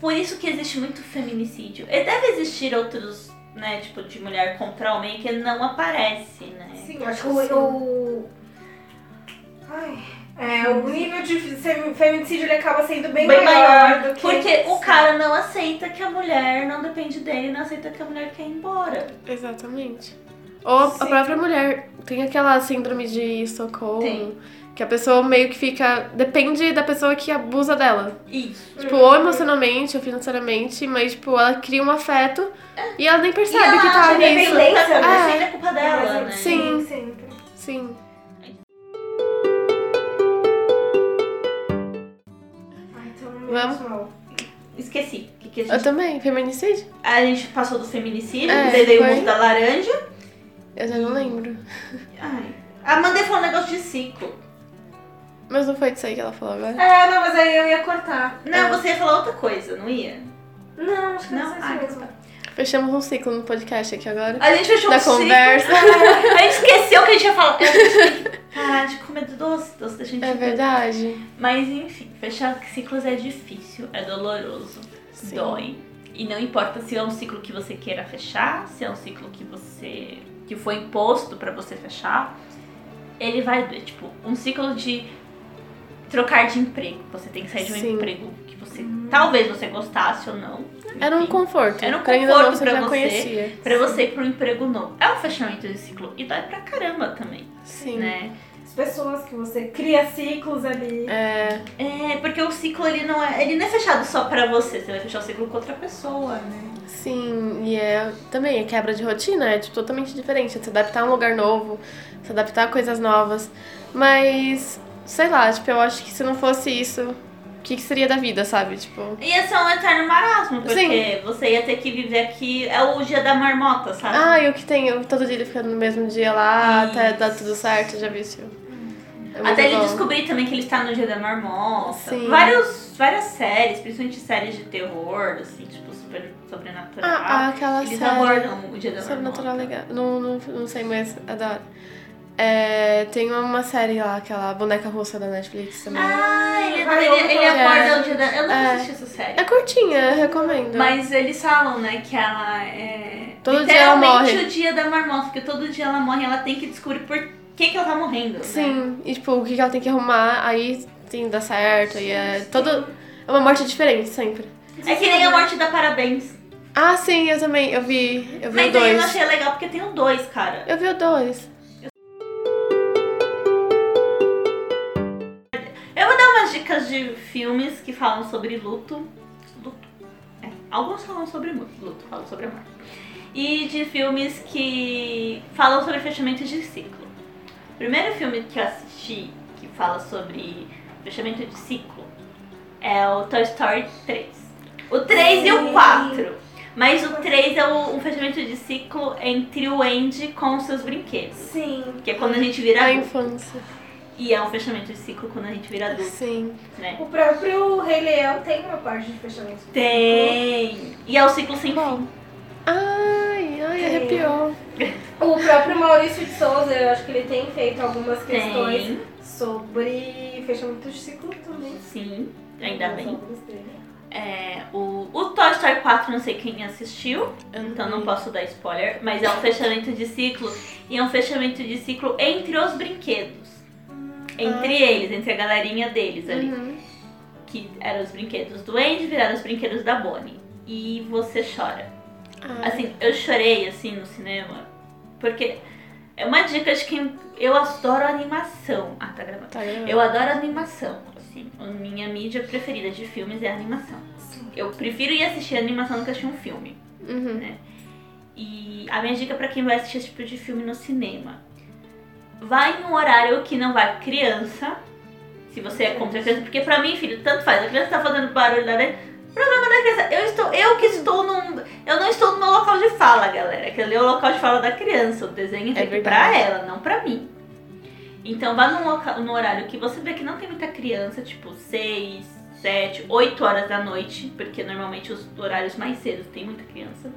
Speaker 1: Por isso que existe muito feminicídio. E deve existir outros, né, tipo, de mulher contra homem que não aparece, né?
Speaker 2: Sim, acho que o. o- Ai, é, o nível de fem- feminicídio ele acaba sendo bem,
Speaker 1: Bem
Speaker 2: maior,
Speaker 1: maior,
Speaker 2: do que.
Speaker 1: Porque o cara não aceita que a mulher não depende dele, não aceita que a mulher quer ir embora.
Speaker 3: Exatamente. Ou a-
Speaker 2: Sim.
Speaker 3: a própria mulher tem aquela síndrome de Estocolmo.
Speaker 1: Tem.
Speaker 3: Que a pessoa meio que fica. Depende da pessoa que abusa dela.
Speaker 1: Isso.
Speaker 3: Tipo, ou emocionalmente ou financeiramente, mas, tipo, ela cria um afeto e ela nem
Speaker 1: É. e
Speaker 3: percebe
Speaker 1: ela
Speaker 3: que tá
Speaker 1: acha que
Speaker 3: nisso.
Speaker 1: aquilo que tá
Speaker 2: nisso.
Speaker 1: acontecendo é culpa dela,
Speaker 2: Mas,
Speaker 1: né?
Speaker 3: Sim.
Speaker 2: assim. sempre.
Speaker 3: Sim.
Speaker 2: Ai, então,
Speaker 3: Vamos.
Speaker 2: menos mal.
Speaker 1: Esqueci. O que, que a gente
Speaker 3: Eu também. Feminicídio?
Speaker 1: A gente passou do feminicídio,
Speaker 3: É,
Speaker 1: daí veio o
Speaker 3: foi.
Speaker 1: mundo da laranja.
Speaker 3: Eu já não lembro.
Speaker 1: Ai. A Amanda falou um negócio de ciclo.
Speaker 3: Mas não foi disso aí que ela falou agora?
Speaker 2: É, não, mas aí eu ia cortar.
Speaker 3: É.
Speaker 1: Não, você ia falar outra coisa, não ia?
Speaker 2: Não, acho que não,
Speaker 1: Não?
Speaker 2: é isso
Speaker 1: Ah,
Speaker 2: mesmo.
Speaker 3: Fechamos um ciclo no podcast aqui agora.
Speaker 1: A gente fechou
Speaker 3: Da
Speaker 1: um ciclo.
Speaker 3: conversa.
Speaker 1: A gente esqueceu que a gente ia falar. É, A gente tem que parar de comer doce, doce da gente.
Speaker 3: É verdade.
Speaker 1: Mas enfim, fechar ciclos é difícil, é doloroso,
Speaker 3: Sim.
Speaker 1: dói. E não importa se é um ciclo que você queira fechar, se é um ciclo que você que foi imposto pra você fechar, ele vai doer. Tipo, um ciclo de trocar de emprego. Você tem que sair de um
Speaker 3: Sim.
Speaker 1: emprego que você talvez você gostasse ou não.
Speaker 3: Era um
Speaker 1: enfim,
Speaker 3: conforto.
Speaker 1: Era um
Speaker 3: Querendo ou não,
Speaker 1: conforto
Speaker 3: você
Speaker 1: pra
Speaker 3: já
Speaker 1: você.
Speaker 3: conhecia.
Speaker 1: Pra você ir pra um emprego novo. É um fechamento de ciclo e dói pra caramba também,
Speaker 3: Sim.
Speaker 1: né?
Speaker 2: As pessoas que você cria ciclos ali.
Speaker 3: É,
Speaker 1: É, porque o ciclo ele não é, ele não é fechado só pra você, você vai fechar o ciclo com outra pessoa, né?
Speaker 3: sim, e é também é quebra de rotina, é tipo totalmente diferente, é se adaptar a um lugar novo, se adaptar a coisas novas. Mas Sei lá, tipo, eu acho que se não fosse isso, o que, que seria da vida, sabe? Tipo.
Speaker 1: Ia ser um eterno marasmo, porque
Speaker 3: Sim.
Speaker 1: você ia ter que viver aqui. É o dia da marmota, sabe?
Speaker 3: Ah, e o que tem? Eu- todo dia ele fica no mesmo dia lá, até
Speaker 1: Isso.
Speaker 3: dar tudo certo, já vi isso. É muito
Speaker 1: Até ele
Speaker 3: bom.
Speaker 1: descobrir também que ele está no dia da marmota.
Speaker 3: Sim.
Speaker 1: Vários, várias séries, principalmente séries de terror, assim, tipo, super sobrenatural.
Speaker 3: Ah, ah, aquela
Speaker 1: Eles
Speaker 3: série.
Speaker 1: abordam o dia da
Speaker 3: Sobrenatural é
Speaker 1: marmota.
Speaker 3: legal. Não, não, não sei, mas adoro. É, tem uma série lá, aquela boneca russa da Netflix também.
Speaker 1: Ah, ele,
Speaker 2: Vai,
Speaker 1: ele,
Speaker 2: vamos
Speaker 1: ele
Speaker 3: falar.
Speaker 1: aborda o dia da... Eu não
Speaker 3: É.
Speaker 1: assisti essa série.
Speaker 3: É curtinha, eu recomendo.
Speaker 1: Mas eles falam, né, que ela é.
Speaker 3: Todo dia ela
Speaker 1: literalmente
Speaker 3: morre.
Speaker 1: o dia da marmota, porque todo dia ela morre, ela tem que descobrir por que, que ela tá morrendo. né?
Speaker 3: Sim, e tipo, o que que ela tem que arrumar, aí sim, dá certo. E é todo. É uma morte diferente sempre.
Speaker 1: É que nem a morte dá parabéns.
Speaker 3: Ah, sim, eu também. Eu vi. Eu vi o
Speaker 1: Mas aí eu
Speaker 3: dois.
Speaker 1: achei legal porque tem o dois, cara.
Speaker 3: Eu vi o dois.
Speaker 1: Eu vou dar umas dicas de filmes que falam sobre luto. Luto. É, alguns falam sobre mu- luto, falam sobre amor. E de filmes que falam sobre fechamento de ciclo. O primeiro filme que eu assisti que fala sobre fechamento de ciclo é o Toy Story 3. O 3 e o 4. Mas o 3 é o, um fechamento de ciclo entre o Andy com os seus brinquedos.
Speaker 2: Sim.
Speaker 1: Que é quando a gente vira
Speaker 3: A
Speaker 1: adulto.
Speaker 3: infância.
Speaker 1: E é um fechamento de ciclo quando a gente vira adulto,
Speaker 3: Sim.
Speaker 1: né?
Speaker 2: O próprio Rei Leão tem uma parte de fechamento.
Speaker 1: Tem! E é o ciclo sem
Speaker 3: Bom.
Speaker 1: fim.
Speaker 3: Ai, ai,
Speaker 2: É.
Speaker 3: arrepiou.
Speaker 2: O próprio Maurício de Souza, eu acho que ele tem feito algumas questões
Speaker 1: Tem,
Speaker 2: sobre fechamento de ciclo também.
Speaker 1: sim, ainda
Speaker 2: Nas
Speaker 1: bem.
Speaker 2: obras dele.
Speaker 1: É, o, o Toy Story 4 não sei quem assistiu, então não posso dar spoiler, mas é um fechamento de ciclo e é um fechamento de ciclo entre os brinquedos. Entre eles, entre a galerinha deles ali.
Speaker 3: Ah. Uhum.
Speaker 1: Que eram os brinquedos do Andy, viraram os brinquedos da Bonnie. E você chora.
Speaker 3: Ai.
Speaker 1: Assim, eu chorei assim no cinema, porque é uma dica de quem. Eu adoro animação. Ah, tá gravando.
Speaker 3: Tá gravando.
Speaker 1: Eu adoro animação, assim. A minha mídia preferida de filmes é a animação.
Speaker 2: Sim.
Speaker 1: Eu prefiro ir assistir animação do que assistir um filme.
Speaker 3: Uhum.
Speaker 1: E a minha dica pra quem vai assistir esse tipo de filme no cinema: vai em um horário que não vai criança. Se você é contra a criança, porque pra mim, filho, tanto faz. A criança tá fazendo barulho lá dentro. Problema da criança. Eu estou, eu que estou num, eu não estou no meu local de fala, galera. Aquele é o local de fala da criança. O desenho é
Speaker 3: É
Speaker 1: feito pra
Speaker 3: verdade.
Speaker 1: ela, não pra mim. Então vá num, loca- num horário que você vê que não tem muita criança, tipo 6, 7, 8 horas da noite, porque normalmente os horários mais cedo tem muita criança.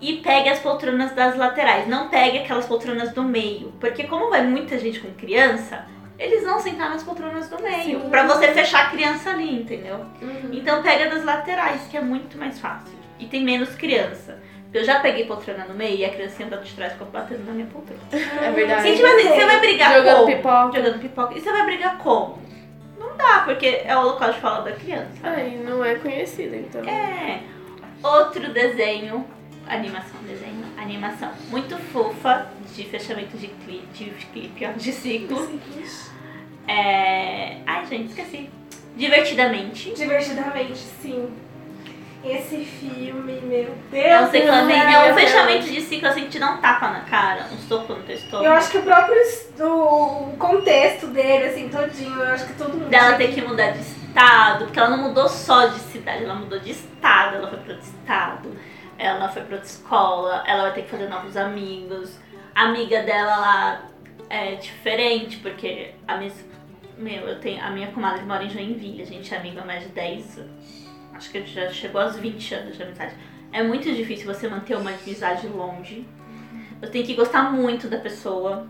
Speaker 1: E pegue as poltronas das laterais, não pegue aquelas poltronas do meio, porque como vai muita gente com criança, eles vão sentar nas poltronas do meio,
Speaker 2: Sim.
Speaker 1: pra você fechar a criança ali, entendeu?
Speaker 2: Uhum.
Speaker 1: Então pega das laterais, que é muito mais fácil. E tem menos criança. Eu já peguei poltrona no meio e a criancinha tá de trás ficou batendo na minha poltrona.
Speaker 3: É verdade.
Speaker 1: Sim, tipo assim, você vai brigar
Speaker 3: Jogando
Speaker 1: como?
Speaker 3: pipoca.
Speaker 1: Jogando pipoca. E você vai brigar como? Não dá, porque é o local de fala da criança. né?
Speaker 3: Ai, não é conhecida, então.
Speaker 1: É. Outro desenho, animação, desenho, animação. Muito fofa, de fechamento de clipe, de, clipe, ó, de ciclo. É... Ai, gente, esqueci. Divertidamente.
Speaker 2: Divertidamente, sim. Esse filme, meu
Speaker 1: É um,
Speaker 2: Deus.
Speaker 1: ciclo,
Speaker 2: do
Speaker 1: assim,
Speaker 2: céu.
Speaker 1: é um fechamento de ciclo assim que te dá um tapa na cara, um soco no teu
Speaker 2: Eu
Speaker 1: estômago.
Speaker 2: acho que o próprio es- o contexto dele, assim, todinho, eu acho que todo mundo.
Speaker 1: Dela ter que mudar de estado, porque ela não mudou só de cidade, ela mudou de estado, ela foi pra outro estado, ela foi pra outra escola, ela vai ter que fazer novos amigos. A amiga dela lá é diferente, porque a minha, meu, eu tenho, a minha comadre mora em Joinville, a gente é amiga há mais de 10 anos. Acho que já chegou aos 20 anos de amizade. É muito difícil você manter uma amizade longe. Você tem que gostar muito da pessoa.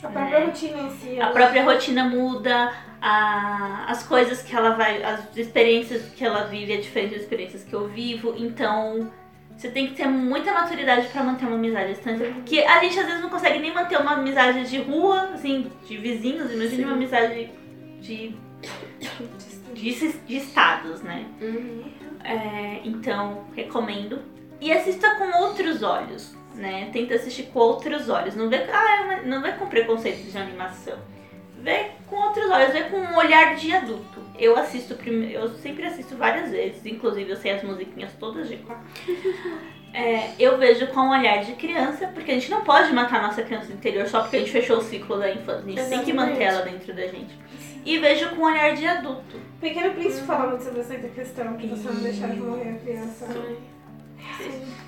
Speaker 2: A própria rotina em si.
Speaker 1: A
Speaker 2: eu-
Speaker 1: própria rotina muda, a- as coisas que ela vai, as experiências que ela vive é diferente das experiências que eu vivo, então você tem que ter muita maturidade pra manter uma amizade à distância, porque a gente às vezes não consegue nem manter uma amizade de rua, assim, de vizinhos, imagina uma amizade de, de, es- de estados, né?
Speaker 3: Uhum.
Speaker 1: É, então, recomendo. E assista com outros olhos, né? Tenta assistir com outros olhos. Não vê, ah, é uma- não vê com preconceito de animação. Vê com outros olhos, vê com um olhar de adulto. Eu assisto primeiro, eu sempre assisto várias vezes, inclusive eu sei as musiquinhas todas de cor. É, eu vejo com um olhar de criança, porque a gente não pode matar a nossa criança interior só porque a gente fechou o ciclo da infância. A gente tem que
Speaker 4: Exatamente.
Speaker 1: manter ela dentro da gente. E vejo com um olhar de adulto.
Speaker 4: Pequeno Príncipe fala muito sobre essa questão, que você não deixar de morrer a criança.
Speaker 2: Ah.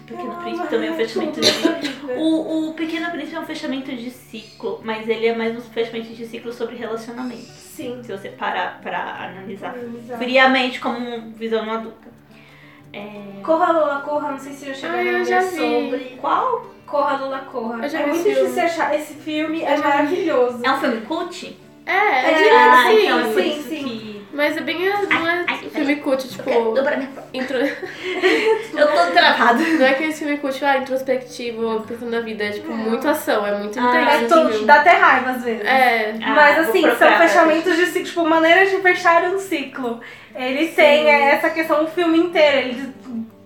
Speaker 1: Pequeno Príncipe também é um fechamento de ciclo.
Speaker 4: de...
Speaker 1: O, o Pequeno Príncipe é um fechamento de ciclo, mas ele é mais um fechamento de ciclo sobre relacionamento.
Speaker 4: Sim. Tá.
Speaker 1: Se você parar pra analisar
Speaker 4: Exato.
Speaker 1: friamente como visão de um adulta.
Speaker 4: Corra, Lula, corra. Não sei se já chegaram
Speaker 3: Ah, eu
Speaker 4: a
Speaker 3: já
Speaker 4: ver
Speaker 3: vi.
Speaker 4: sobre.
Speaker 1: Qual?
Speaker 4: Corra, Lula, corra.
Speaker 3: Eu já
Speaker 4: é
Speaker 3: vi
Speaker 4: muito
Speaker 3: esse filme.
Speaker 4: difícil achar. Esse filme é maravilhoso.
Speaker 1: É um filme cult?
Speaker 3: É, é,
Speaker 4: É
Speaker 3: direto,
Speaker 4: direto,
Speaker 1: ah,
Speaker 3: sim.
Speaker 1: então é por
Speaker 4: sim,
Speaker 1: isso
Speaker 4: sim.
Speaker 1: que...
Speaker 3: Mas é bem. Não é
Speaker 1: ai,
Speaker 3: filme cult, tipo.
Speaker 1: Eu, dou pra minha...
Speaker 3: intro-
Speaker 1: eu tô travada.
Speaker 3: Não é aquele filme cult, ah, introspectivo, pensando na vida. É tipo, muito ação. É muito
Speaker 1: Ah,
Speaker 3: intenso.
Speaker 4: É
Speaker 3: esse
Speaker 4: todo,
Speaker 3: filme.
Speaker 4: dá até raiva às vezes.
Speaker 3: É.
Speaker 1: Ah,
Speaker 4: Mas
Speaker 1: vou
Speaker 4: assim, são
Speaker 1: procurar pra
Speaker 4: fechamentos de ciclo, tipo, maneiras de fechar um ciclo. Ele tem é, essa questão o filme inteiro, ele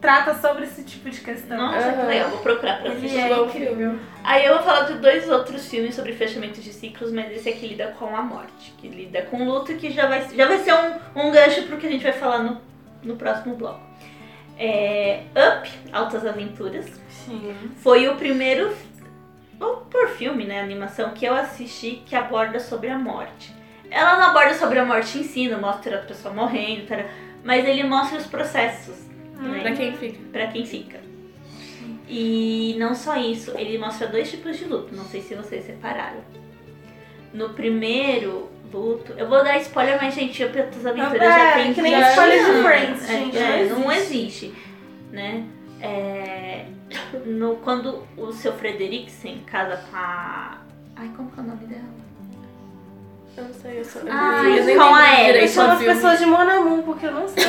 Speaker 4: trata sobre esse tipo de questão.
Speaker 1: Nossa, que
Speaker 3: Aham.
Speaker 1: legal, vou procurar pra
Speaker 4: Ele
Speaker 1: assistir.
Speaker 4: é
Speaker 3: Bom
Speaker 4: incrível.
Speaker 1: Aí eu vou falar de dois outros filmes sobre fechamento de ciclos, mas esse aqui lida com a morte, que lida com luto, que já vai, já vai ser um, um gancho pro que a gente vai falar no, no próximo bloco. É, Up, Altas Aventuras,
Speaker 4: Sim.
Speaker 1: foi o primeiro, ou por filme, né, animação, que eu assisti que aborda sobre a morte. Ela não aborda sobre a morte em si, não mostra a pessoa morrendo, tará, mas ele mostra os processos, né?
Speaker 3: Pra quem fica.
Speaker 1: Pra quem fica. E não só isso, ele mostra dois tipos de luto, não sei se vocês separaram. No primeiro luto, eu vou dar spoiler, mas gente, eu Petas Aventuras
Speaker 4: É,
Speaker 1: já tem
Speaker 4: que nem
Speaker 1: já-
Speaker 4: spoiler de
Speaker 1: já-
Speaker 4: Friends,
Speaker 1: é,
Speaker 4: gente,
Speaker 1: é,
Speaker 4: não
Speaker 1: não existe, né? É, no, quando o seu Frederiksen casa com a... Ai, como que é o nome dela?
Speaker 3: Eu não sei, eu sou.
Speaker 1: Ah,
Speaker 3: eu nem
Speaker 1: com
Speaker 3: lembro
Speaker 1: a Ellie,
Speaker 3: direito
Speaker 4: Eu
Speaker 3: do
Speaker 4: chamo as
Speaker 3: filme.
Speaker 4: pessoas de Monamun, porque eu não sei.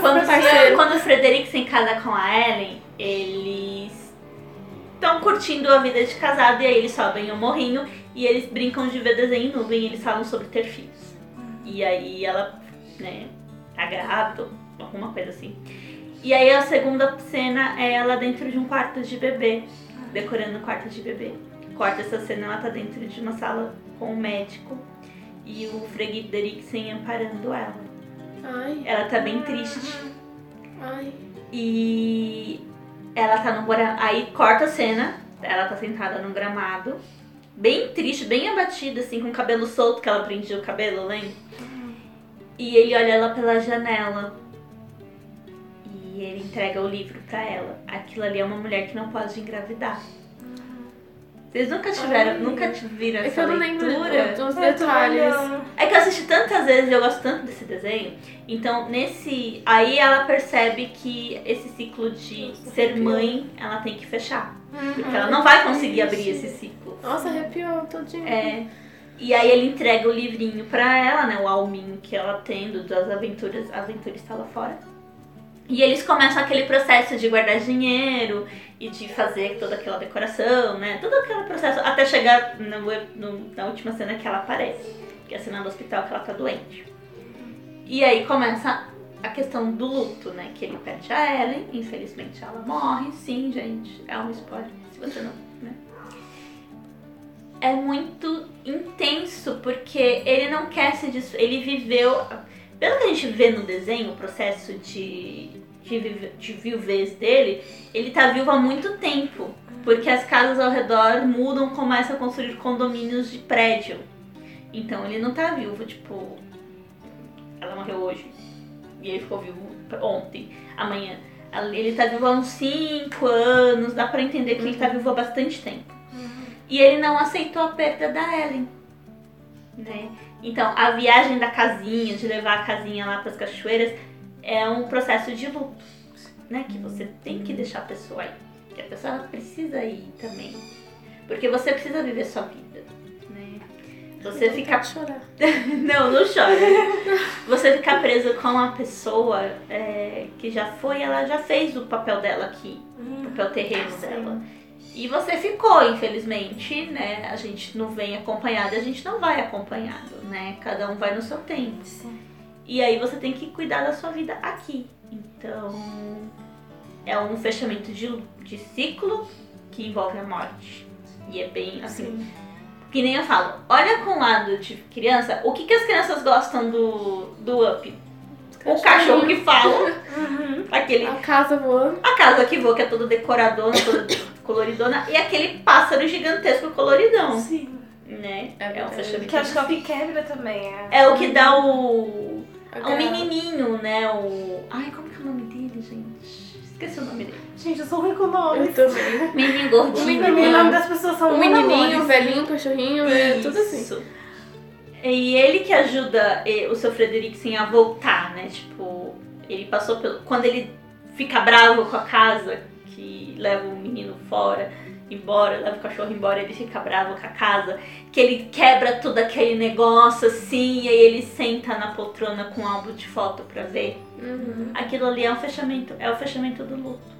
Speaker 1: Quando,
Speaker 3: parceiro.
Speaker 1: quando o Frederiksen casa com a Ellen, eles estão curtindo a vida de casado e aí eles sobem o morrinho e eles brincam de ver desenho em nuvem e eles falam sobre ter filhos. E aí ela, né, tá grávida, ou alguma coisa assim. E aí a segunda cena é ela dentro de um quarto de bebê, decorando o quarto de bebê. Corta essa cena, ela tá dentro de uma sala com o médico e o Frederiksen amparando ela.
Speaker 3: Ai,
Speaker 1: Ela tá bem triste.
Speaker 3: ai.
Speaker 1: E ela tá no gra- Aí corta a cena, ela tá sentada num gramado, bem triste, bem abatida, assim, com o cabelo solto, que ela prendia o cabelo, lembra? E ele olha ela pela janela. E ele entrega o livro pra ela. Aquilo ali é uma mulher que não pode engravidar. Vocês nunca tiveram,
Speaker 4: Ai.
Speaker 1: nunca tiveram
Speaker 3: É que
Speaker 1: essa
Speaker 3: eu não lembro
Speaker 1: leitura?
Speaker 3: do- dos
Speaker 4: Eu tô
Speaker 3: detalhes.
Speaker 4: olhando.
Speaker 1: É que eu assisti tantas vezes e eu gosto tanto desse desenho. Então, nesse. Aí ela percebe que esse ciclo de ser mãe ela tem que fechar.
Speaker 4: Uhum.
Speaker 2: Uhum.
Speaker 1: Porque ela não vai conseguir abrir esse ciclo.
Speaker 3: Nossa, arrepiou todinho.
Speaker 1: É. E aí ele entrega o livrinho pra ela, né? O alminho que ela tem do- das aventuras. A aventura está lá fora. E eles começam aquele processo de guardar dinheiro e de fazer toda aquela decoração, né? Todo aquele processo até chegar no- no- na última cena que ela aparece, que é a cena do hospital que ela tá doente. E aí começa a questão do luto, né? Que ele perde a Ellen, infelizmente ela morre, sim, gente. É um spoiler, se você não. Né? É muito intenso porque ele não quer se des... Ele viveu. Pelo que a gente vê no desenho, o processo de, de, vive- de viuvez dele, ele tá vivo há muito tempo. Porque as casas ao redor mudam, começam a construir condomínios de prédio. Então ele não tá vivo, tipo. Ela morreu hoje. E ele ficou vivo ontem, amanhã. Ele tá vivo há uns 5 anos, dá pra entender que ele tá vivo há bastante tempo. E ele não aceitou a perda da Ellen. Né? Então, a viagem da casinha, de levar a casinha lá pras cachoeiras, é um processo de luto, né? Que você tem que deixar a pessoa aí. Que a pessoa ela precisa ir também. Porque você precisa viver sua vida, né? Você
Speaker 3: Vou
Speaker 1: ficar
Speaker 3: tentar chorar.
Speaker 1: não, não chora. Você ficar preso com uma pessoa é, que já foi, ela já fez o papel dela aqui, o
Speaker 4: Uhum.
Speaker 1: papel terreno dela. E você ficou, infelizmente, né? A gente não vem acompanhado, a gente não vai acompanhado, né? Cada um vai no seu tempo. E aí você tem que cuidar da sua vida aqui. Então, é um fechamento de, de ciclo que envolve a morte. E é bem assim. Que nem eu um falo, olha com o lado de criança, o que, que as crianças gostam do, do up? As O cachorro que fala.
Speaker 4: Uhum.
Speaker 1: Aquele
Speaker 3: A casa voando.
Speaker 1: A casa que voa, que é toda decoradona, toda coloridona, e aquele pássaro gigantesco coloridão,
Speaker 4: Sim.
Speaker 1: né?
Speaker 3: É
Speaker 1: um
Speaker 3: verdade.
Speaker 1: fechamento.
Speaker 4: Que acho que é o que quebra também. É.
Speaker 1: É o que dá o. O
Speaker 3: Aquela-
Speaker 1: Um menininho, né? O. Ai, como que é o nome dele, gente? Esqueci o nome dele.
Speaker 4: É. Gente, eu sou ruim com nome.
Speaker 3: Eu também.
Speaker 1: Menino gordinho.
Speaker 3: O
Speaker 4: Pra mim, o nome das pessoas são
Speaker 3: O Um menininho, o
Speaker 4: Amores.
Speaker 3: velhinho, o cachorrinho, é tudo assim.
Speaker 1: Isso. E ele que ajuda eh, o seu Frederiksen a voltar, né? Tipo, ele passou pelo. Quando ele fica bravo com a casa, que leva o menino fora, embora, leva o cachorro embora, ele fica bravo com a casa, que ele quebra todo aquele negócio assim, e aí ele senta na poltrona com um álbum de foto pra ver.
Speaker 3: Uhum.
Speaker 1: Aquilo ali é um fechamento, é o fechamento do luto.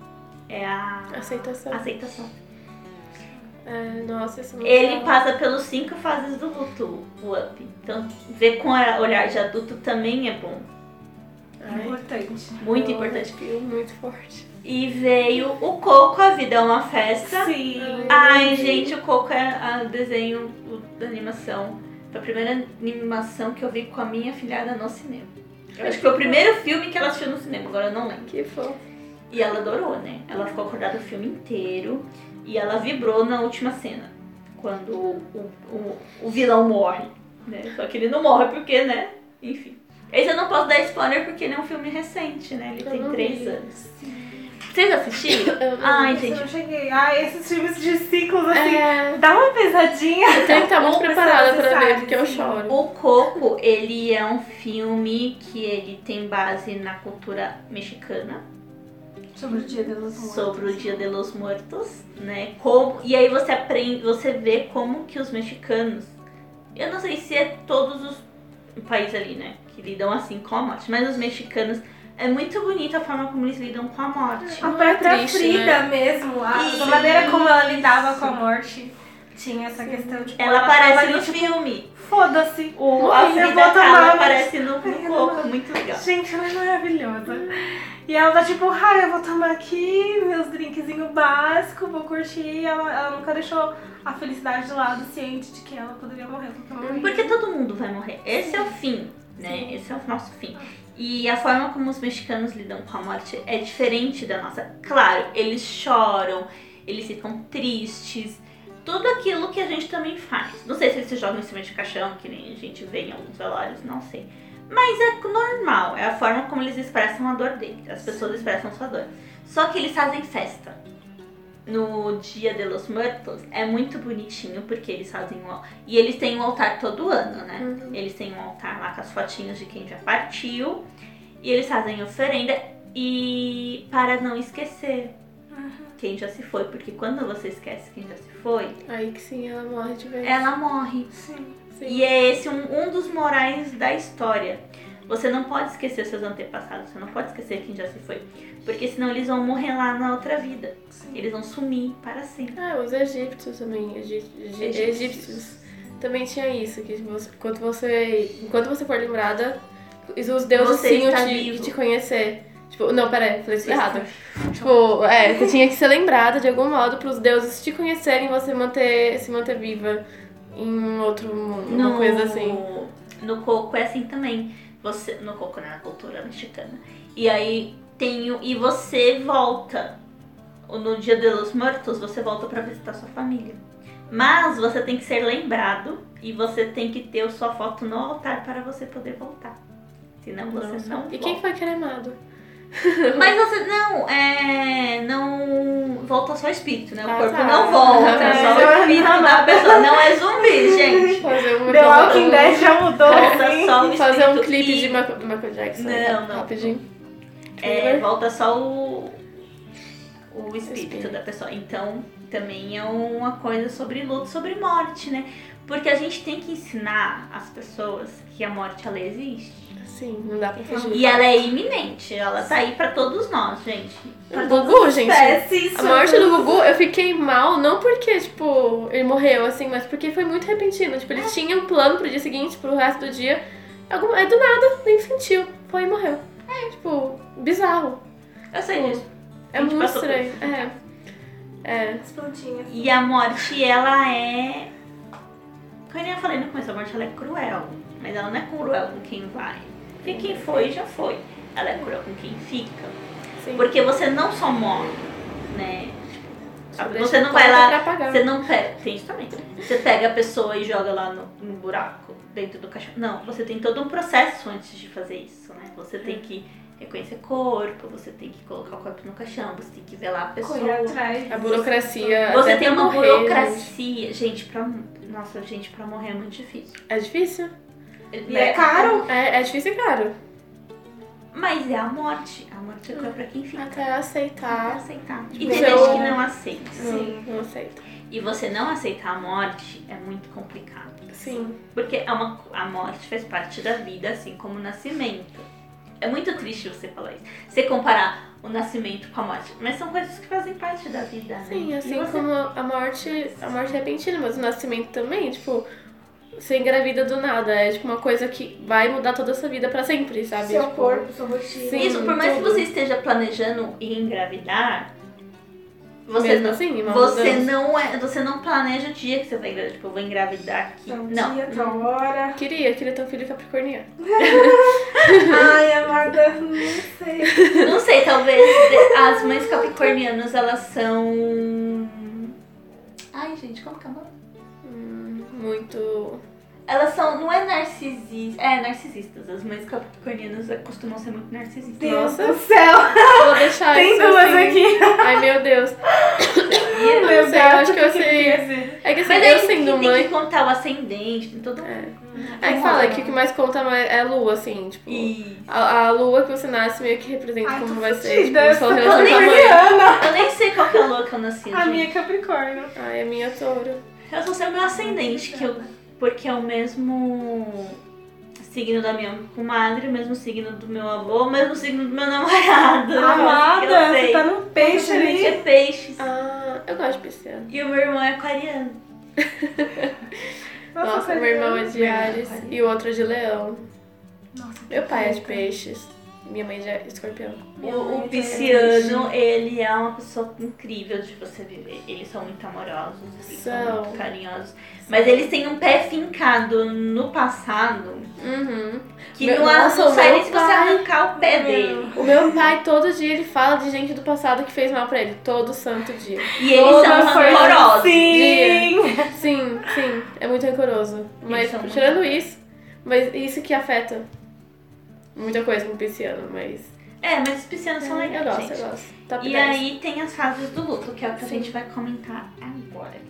Speaker 1: É a
Speaker 3: Aceitação.
Speaker 1: aceitação.
Speaker 3: É, nossa, isso é muito
Speaker 1: Ele
Speaker 3: legal.
Speaker 1: passa pelos cinco fases do luto, o Up. Então, ver com a- olhar de adulto também é bom.
Speaker 3: Ai,
Speaker 4: É Importante.
Speaker 1: Muito
Speaker 3: eu
Speaker 1: importante.
Speaker 3: arrepio muito forte.
Speaker 1: E veio o Coco, A Vida é uma Festa.
Speaker 4: Sim.
Speaker 1: Ai, gente, o Coco é a- o desenho o- da animação. Foi a primeira animação que eu vi com a minha filhada no cinema. Eu acho que foi o primeiro filme que ela assistiu no cinema, agora eu não lembro.
Speaker 3: Que fofo.
Speaker 1: E ela adorou, né? Ela ficou acordada o filme inteiro e ela vibrou na última cena, quando o, o, o vilão morre, né? Só que ele não morre porque, né? Enfim. Esse eu não posso dar spoiler porque ele é um filme recente, né? Ele
Speaker 3: Eu
Speaker 1: tem
Speaker 3: não
Speaker 1: três
Speaker 3: vi.
Speaker 1: anos. Vocês assistiram?
Speaker 3: Eu não-
Speaker 1: Ai,
Speaker 4: Esse Eu
Speaker 1: gente.
Speaker 4: não cheguei. Ah, esses filmes de ciclos, assim,
Speaker 3: É,
Speaker 4: dá uma pesadinha.
Speaker 3: eu tenho que estar muito
Speaker 4: Ou você
Speaker 3: preparada pra
Speaker 4: sabe,
Speaker 3: ver, porque eu
Speaker 4: sim.
Speaker 3: choro.
Speaker 1: O Coco, ele é um filme que ele tem base na cultura mexicana.
Speaker 4: Sobre o dia dos mortos.
Speaker 1: sobre o Dia de los Muertos, né? Como, e aí você aprende, você vê como que os mexicanos, eu não sei se é todos os países ali, né, que lidam assim com a morte, mas os mexicanos é muito bonita a forma como eles lidam com a morte.
Speaker 4: A própria
Speaker 3: Triste,
Speaker 4: Frida mesmo, a,
Speaker 1: Isso.
Speaker 4: a maneira como ela lidava com a morte tinha essa questão tipo, de.
Speaker 1: Ela aparece no filme.
Speaker 4: Foda-se.
Speaker 1: O, a
Speaker 4: eu
Speaker 1: vida
Speaker 4: vou tomar,
Speaker 1: dela
Speaker 4: mas-
Speaker 1: aparece no, no
Speaker 4: Ai, eu
Speaker 1: coco,
Speaker 4: não-
Speaker 1: muito legal.
Speaker 4: Gente, ela é maravilhosa. E ela tá tipo, ah, eu vou tomar aqui meus drinkzinhos básicos, vou curtir. Ela, ela nunca deixou a felicidade de lado, ciente de que ela poderia morrer a qualquer momento.
Speaker 1: Porque todo mundo vai morrer. Esse é o fim, né? Esse é o nosso fim. E a forma como os mexicanos lidam com a morte é diferente da nossa. Claro, eles choram, eles ficam tristes. Tudo aquilo que a gente também faz. Não sei se eles se jogam em cima de caixão, que nem a gente vê em alguns velórios, não sei. Mas é normal, é a forma como eles expressam a dor deles. As pessoas expressam sua dor. Só que eles fazem festa. No Dia de los Muertos é muito bonitinho porque eles fazem um e eles têm um altar todo ano, né?
Speaker 3: Uhum.
Speaker 1: Eles têm um altar lá com as fotinhas de quem já partiu. E eles fazem oferenda e para não esquecer
Speaker 3: Uhum.
Speaker 1: quem já se foi, porque quando você esquece quem já se foi,
Speaker 3: Aí que sim, ela morre de vez.
Speaker 1: ela morre.
Speaker 4: Sim.
Speaker 3: Sim.
Speaker 1: E é esse um, um dos morais da história. Você não pode esquecer seus antepassados, você não pode esquecer quem já se foi, porque senão eles vão morrer lá na outra vida.
Speaker 4: Sim.
Speaker 1: Eles vão sumir para sempre.
Speaker 3: Ah, os egípcios também. Egi- egi-
Speaker 1: Egípcios.
Speaker 3: egípcios. Também tinha isso, que você- enquanto você, enquanto você for lembrada, os deuses
Speaker 1: Você
Speaker 3: tinham
Speaker 1: está
Speaker 3: de,
Speaker 1: vivo. tá
Speaker 3: te conhecer. Tipo, não, peraí, falei isso errado. Tipo, é, você tinha que ser lembrada de algum modo pros deuses te conhecerem e você manter, se manter viva em um outro mundo, uma coisa assim.
Speaker 1: No coco é assim também. Você, no coco, né? Na cultura mexicana. E aí tem o- E você volta. No dia de los muertos, você volta pra visitar sua família. Mas você tem que ser lembrado e você tem que ter a sua foto no altar para você poder voltar. Senão você é
Speaker 3: Nossa.
Speaker 1: não.
Speaker 3: E quem
Speaker 1: volta.
Speaker 3: foi cremado?
Speaker 1: Mas você não, é. Não volta só o espírito, né? O
Speaker 3: Ah,
Speaker 1: corpo
Speaker 3: tá.
Speaker 1: não volta,
Speaker 3: É,
Speaker 1: só o espírito da pessoa. Não é zumbi, gente.
Speaker 3: Fazer uma
Speaker 4: The Walking Dead já mudou,
Speaker 1: Volta
Speaker 4: assim.
Speaker 1: só o
Speaker 3: Fazer um
Speaker 1: espírito
Speaker 3: clipe
Speaker 1: e-
Speaker 3: de Ma- do Michael Jackson.
Speaker 1: Não, não.
Speaker 3: Rapidinho.
Speaker 1: É,
Speaker 3: Thriller.
Speaker 1: volta só o, o espírito
Speaker 3: Espírito.
Speaker 1: da pessoa. Então, também é uma coisa sobre luto, sobre morte, né? Porque a gente tem que ensinar as pessoas que a morte ela existe.
Speaker 3: Sim, não dá pra fugir.
Speaker 1: E ela é iminente, ela tá aí pra todos nós, gente. Pra
Speaker 3: O
Speaker 1: todos
Speaker 3: Gugu, Tá gente.
Speaker 4: Parece isso.
Speaker 3: A morte do Gugu, eu fiquei mal, não porque, tipo, ele morreu, assim, mas porque foi muito repentino. Tipo, ele tinha um plano pro dia seguinte, pro resto do dia. Algum... Aí do nada, nem sentiu. Foi e morreu. É, tipo, bizarro.
Speaker 1: Eu sei disso.
Speaker 3: É
Speaker 1: A Assim, gente
Speaker 3: muito
Speaker 1: passou por
Speaker 3: estranho.
Speaker 1: isso.
Speaker 3: É. É.
Speaker 4: As plantinhas.
Speaker 1: E a morte, ela é. Como eu falei no começo, a morte ela é cruel. Mas ela não é cruel com quem vai. Porque quem foi, já foi. Ela é cruel com quem fica.
Speaker 3: Sim.
Speaker 1: Porque você não só morre, né?
Speaker 3: Só
Speaker 1: você
Speaker 3: deixa
Speaker 1: não
Speaker 3: a
Speaker 1: vai
Speaker 3: conta
Speaker 1: lá.
Speaker 3: pra pagar.
Speaker 1: Você não pega. Tem isso também. Você pega a pessoa e joga lá no, no buraco, dentro do caixão. Não, você tem todo um processo antes de fazer isso, né? Você tem que reconhecer corpo, você tem que colocar o corpo no caixão, você tem que velar a pessoa.
Speaker 4: Correr atrás.
Speaker 3: A burocracia.
Speaker 1: Você
Speaker 3: até
Speaker 1: tem
Speaker 3: pra
Speaker 1: uma
Speaker 3: morrer, gente.
Speaker 1: burocracia. Gente, pra. Nossa, gente, pra morrer é muito difícil. Né?
Speaker 3: É difícil? né?
Speaker 4: E é caro.
Speaker 3: É, é difícil e caro.
Speaker 1: Mas é a morte. A morte é cruel pra quem fica.
Speaker 3: Até aceitar.
Speaker 1: aceitar. E
Speaker 3: Tipo,
Speaker 1: tem
Speaker 3: se
Speaker 1: gente
Speaker 3: eu-
Speaker 1: que não aceita.
Speaker 3: Sim. Não, não aceita.
Speaker 1: E você não aceitar a morte é muito complicado.
Speaker 3: Sim.
Speaker 1: Porque é uma, a morte faz parte da vida, assim como o nascimento. É muito triste você falar isso. Você comparar o nascimento com a morte. Mas são coisas que fazem parte da vida, né?
Speaker 3: Sim,
Speaker 1: E
Speaker 3: assim
Speaker 1: você-
Speaker 3: como a morte. A morte é repentina, mas o nascimento também, tipo. Você engravida do nada. É tipo uma coisa que vai mudar toda a sua vida pra sempre, sabe?
Speaker 4: Seu
Speaker 3: Tipo,
Speaker 4: corpo, sua rotina.
Speaker 3: Sim.
Speaker 1: Isso, por mais que
Speaker 3: tudo.
Speaker 1: você esteja planejando em engravidar, você
Speaker 3: mesmo
Speaker 1: não,
Speaker 3: assim, uma
Speaker 1: você
Speaker 3: mudança.
Speaker 1: não é, você não planeja o dia que você vai engravidar, tipo, eu vou engravidar aqui.
Speaker 3: Então,
Speaker 4: Tal
Speaker 1: Não.
Speaker 4: é um dia, tal hora.
Speaker 3: Queria, queria ter um filho capricorniano.
Speaker 4: Ai, amada, não sei.
Speaker 1: Não sei, talvez de- as mães capricornianas, elas são Ai, gente, como que é o nome?
Speaker 3: Hum, muito.
Speaker 1: Elas são, não é narcisistas, é narcisistas. As mães capricornianas costumam ser muito narcisistas.
Speaker 4: Deus
Speaker 3: Nossa.
Speaker 4: do céu.
Speaker 3: Vou deixar
Speaker 4: Tem
Speaker 3: isso
Speaker 4: duas
Speaker 3: assim.
Speaker 4: aqui. é
Speaker 3: Ai, meu Deus.
Speaker 1: Sabia?
Speaker 3: não
Speaker 4: Meu
Speaker 3: sei,
Speaker 4: gato,
Speaker 3: acho que eu
Speaker 4: o ele
Speaker 3: sei.
Speaker 4: quer dizer?
Speaker 3: É que assim,
Speaker 1: Mas aí
Speaker 3: eu sendo
Speaker 1: tem
Speaker 3: mãe.
Speaker 1: que contar o ascendente, tem todo um- mundo.
Speaker 3: Aí fala É que o que mais conta mais é a lua, assim, tipo.
Speaker 1: E
Speaker 3: A, a lua que você nasce meio que representa
Speaker 4: Ai,
Speaker 3: como
Speaker 4: tô
Speaker 3: vai ser. Tipo,
Speaker 4: fodida,
Speaker 3: o seu
Speaker 4: eu tô
Speaker 3: relacionamento com a mãe.
Speaker 4: capricorniana.
Speaker 1: eu nem sei qual que é a lua que eu nasci,
Speaker 4: A
Speaker 1: gente.
Speaker 4: minha é Capricórnio.
Speaker 3: Ai, a minha é touro.
Speaker 1: Eu sou sempre meu ascendente, que eu, porque é o mesmo signo da minha comadre, o mesmo signo do meu avô, o mesmo signo do meu namorado.
Speaker 4: Amada,
Speaker 1: eu
Speaker 4: você
Speaker 1: sei.
Speaker 4: tá no peixe ali.
Speaker 1: É peixes.
Speaker 3: Ah, eu gosto de pisciano.
Speaker 1: E o meu irmão é aquariano.
Speaker 3: Nossa, meu irmão é de Ares e o outro é de leão.
Speaker 4: Nossa,
Speaker 3: Meu pai é de peixes. Minha mãe já é escorpião.
Speaker 1: O, o
Speaker 3: é
Speaker 1: pisciano, ele é uma pessoa incrível de você viver. Eles são muito amorosos, eles são
Speaker 3: São.
Speaker 1: muito carinhosos. Mas eles têm um pé fincado no passado
Speaker 3: Uhum.
Speaker 1: que
Speaker 3: Meu-
Speaker 1: não,
Speaker 3: nossa,
Speaker 1: não sai
Speaker 3: meu
Speaker 1: nem se você
Speaker 3: pai.
Speaker 1: arrancar o pé dele.
Speaker 3: O meu pai, todo dia, ele fala de gente do passado que fez mal pra ele. Todo santo dia.
Speaker 1: E eles são rancorosos.
Speaker 4: Sim.
Speaker 3: Sim, sim, é muito rancoroso. Mas
Speaker 1: são muito-
Speaker 3: tirando isso, mas isso que afeta muita coisa com o pisciano, mas.
Speaker 1: É, mas os piscianos são
Speaker 3: eu
Speaker 1: legais,
Speaker 3: gosto,
Speaker 1: gente.
Speaker 3: eu gosto. Top
Speaker 1: E
Speaker 3: 10.
Speaker 1: aí tem as fases do luto, que é o que a gente vai comentar agora.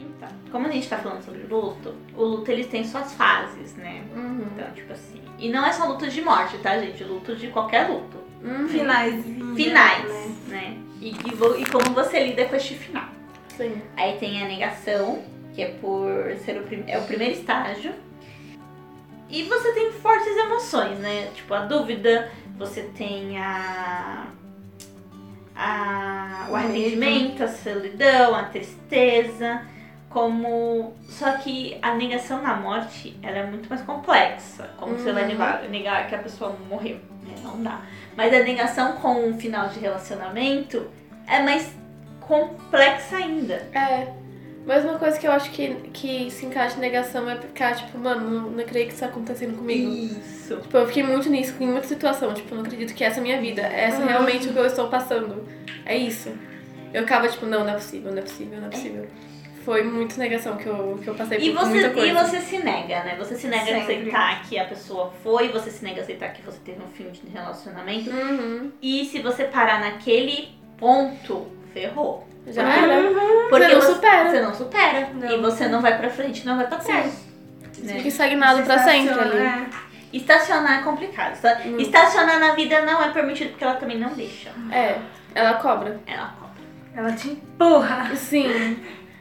Speaker 1: Então, como a gente tá falando sobre luto, o luto ele tem suas fases, né?
Speaker 3: Uhum.
Speaker 1: Então, tipo assim. E não é só luto de morte, tá, gente? Luto de qualquer luto.
Speaker 3: Uhum.
Speaker 4: Finais.
Speaker 1: Finais, né? E, e vo- e como você lida com este final.
Speaker 3: Sim.
Speaker 1: Aí tem a negação, que é por ser o, prim- é o primeiro estágio. E você tem fortes emoções, né? Tipo a dúvida, você tem a, a- o arrependimento, a solidão, a tristeza, como só que a negação na morte, ela é muito mais complexa. Como você vai
Speaker 3: Uhum.
Speaker 1: negar, negar que a pessoa morreu, né? Não dá. Mas a negação com o final de relacionamento é mais complexa ainda.
Speaker 3: É. Mas uma coisa que eu acho que, que se encaixa em negação é ficar, tipo, mano, não, não creio que isso tá acontecendo comigo.
Speaker 1: Isso.
Speaker 3: Tipo, eu fiquei muito nisso, em muita situação. Tipo, não acredito que essa é a minha vida. Essa é realmente o que eu estou passando. É isso. Eu acaba, tipo, não, não é possível, não é possível, não é possível. Foi muita negação que eu, que eu passei
Speaker 1: E
Speaker 3: por muita
Speaker 1: você,
Speaker 3: coisa.
Speaker 1: e você se nega, né? Você se nega a
Speaker 4: Sempre.
Speaker 1: aceitar que a pessoa foi, você se nega a aceitar que você teve um fim de relacionamento.
Speaker 3: Uhum.
Speaker 1: E se você parar naquele ponto, ferrou.
Speaker 3: Já
Speaker 1: Porque-
Speaker 3: era.
Speaker 4: Uhum.
Speaker 1: Porque
Speaker 3: você não supera.
Speaker 1: você não supera.
Speaker 4: Não.
Speaker 1: E você não vai pra frente, não vai pra trás.
Speaker 3: Fica
Speaker 1: Né?
Speaker 3: estagnado pra sempre ali.
Speaker 1: Estacionar é complicado. Esta-
Speaker 3: Hum.
Speaker 1: Estacionar na vida não é permitido porque ela também não deixa.
Speaker 3: É, ela cobra.
Speaker 1: Ela cobra.
Speaker 4: é. Ela te empurra.
Speaker 3: Sim.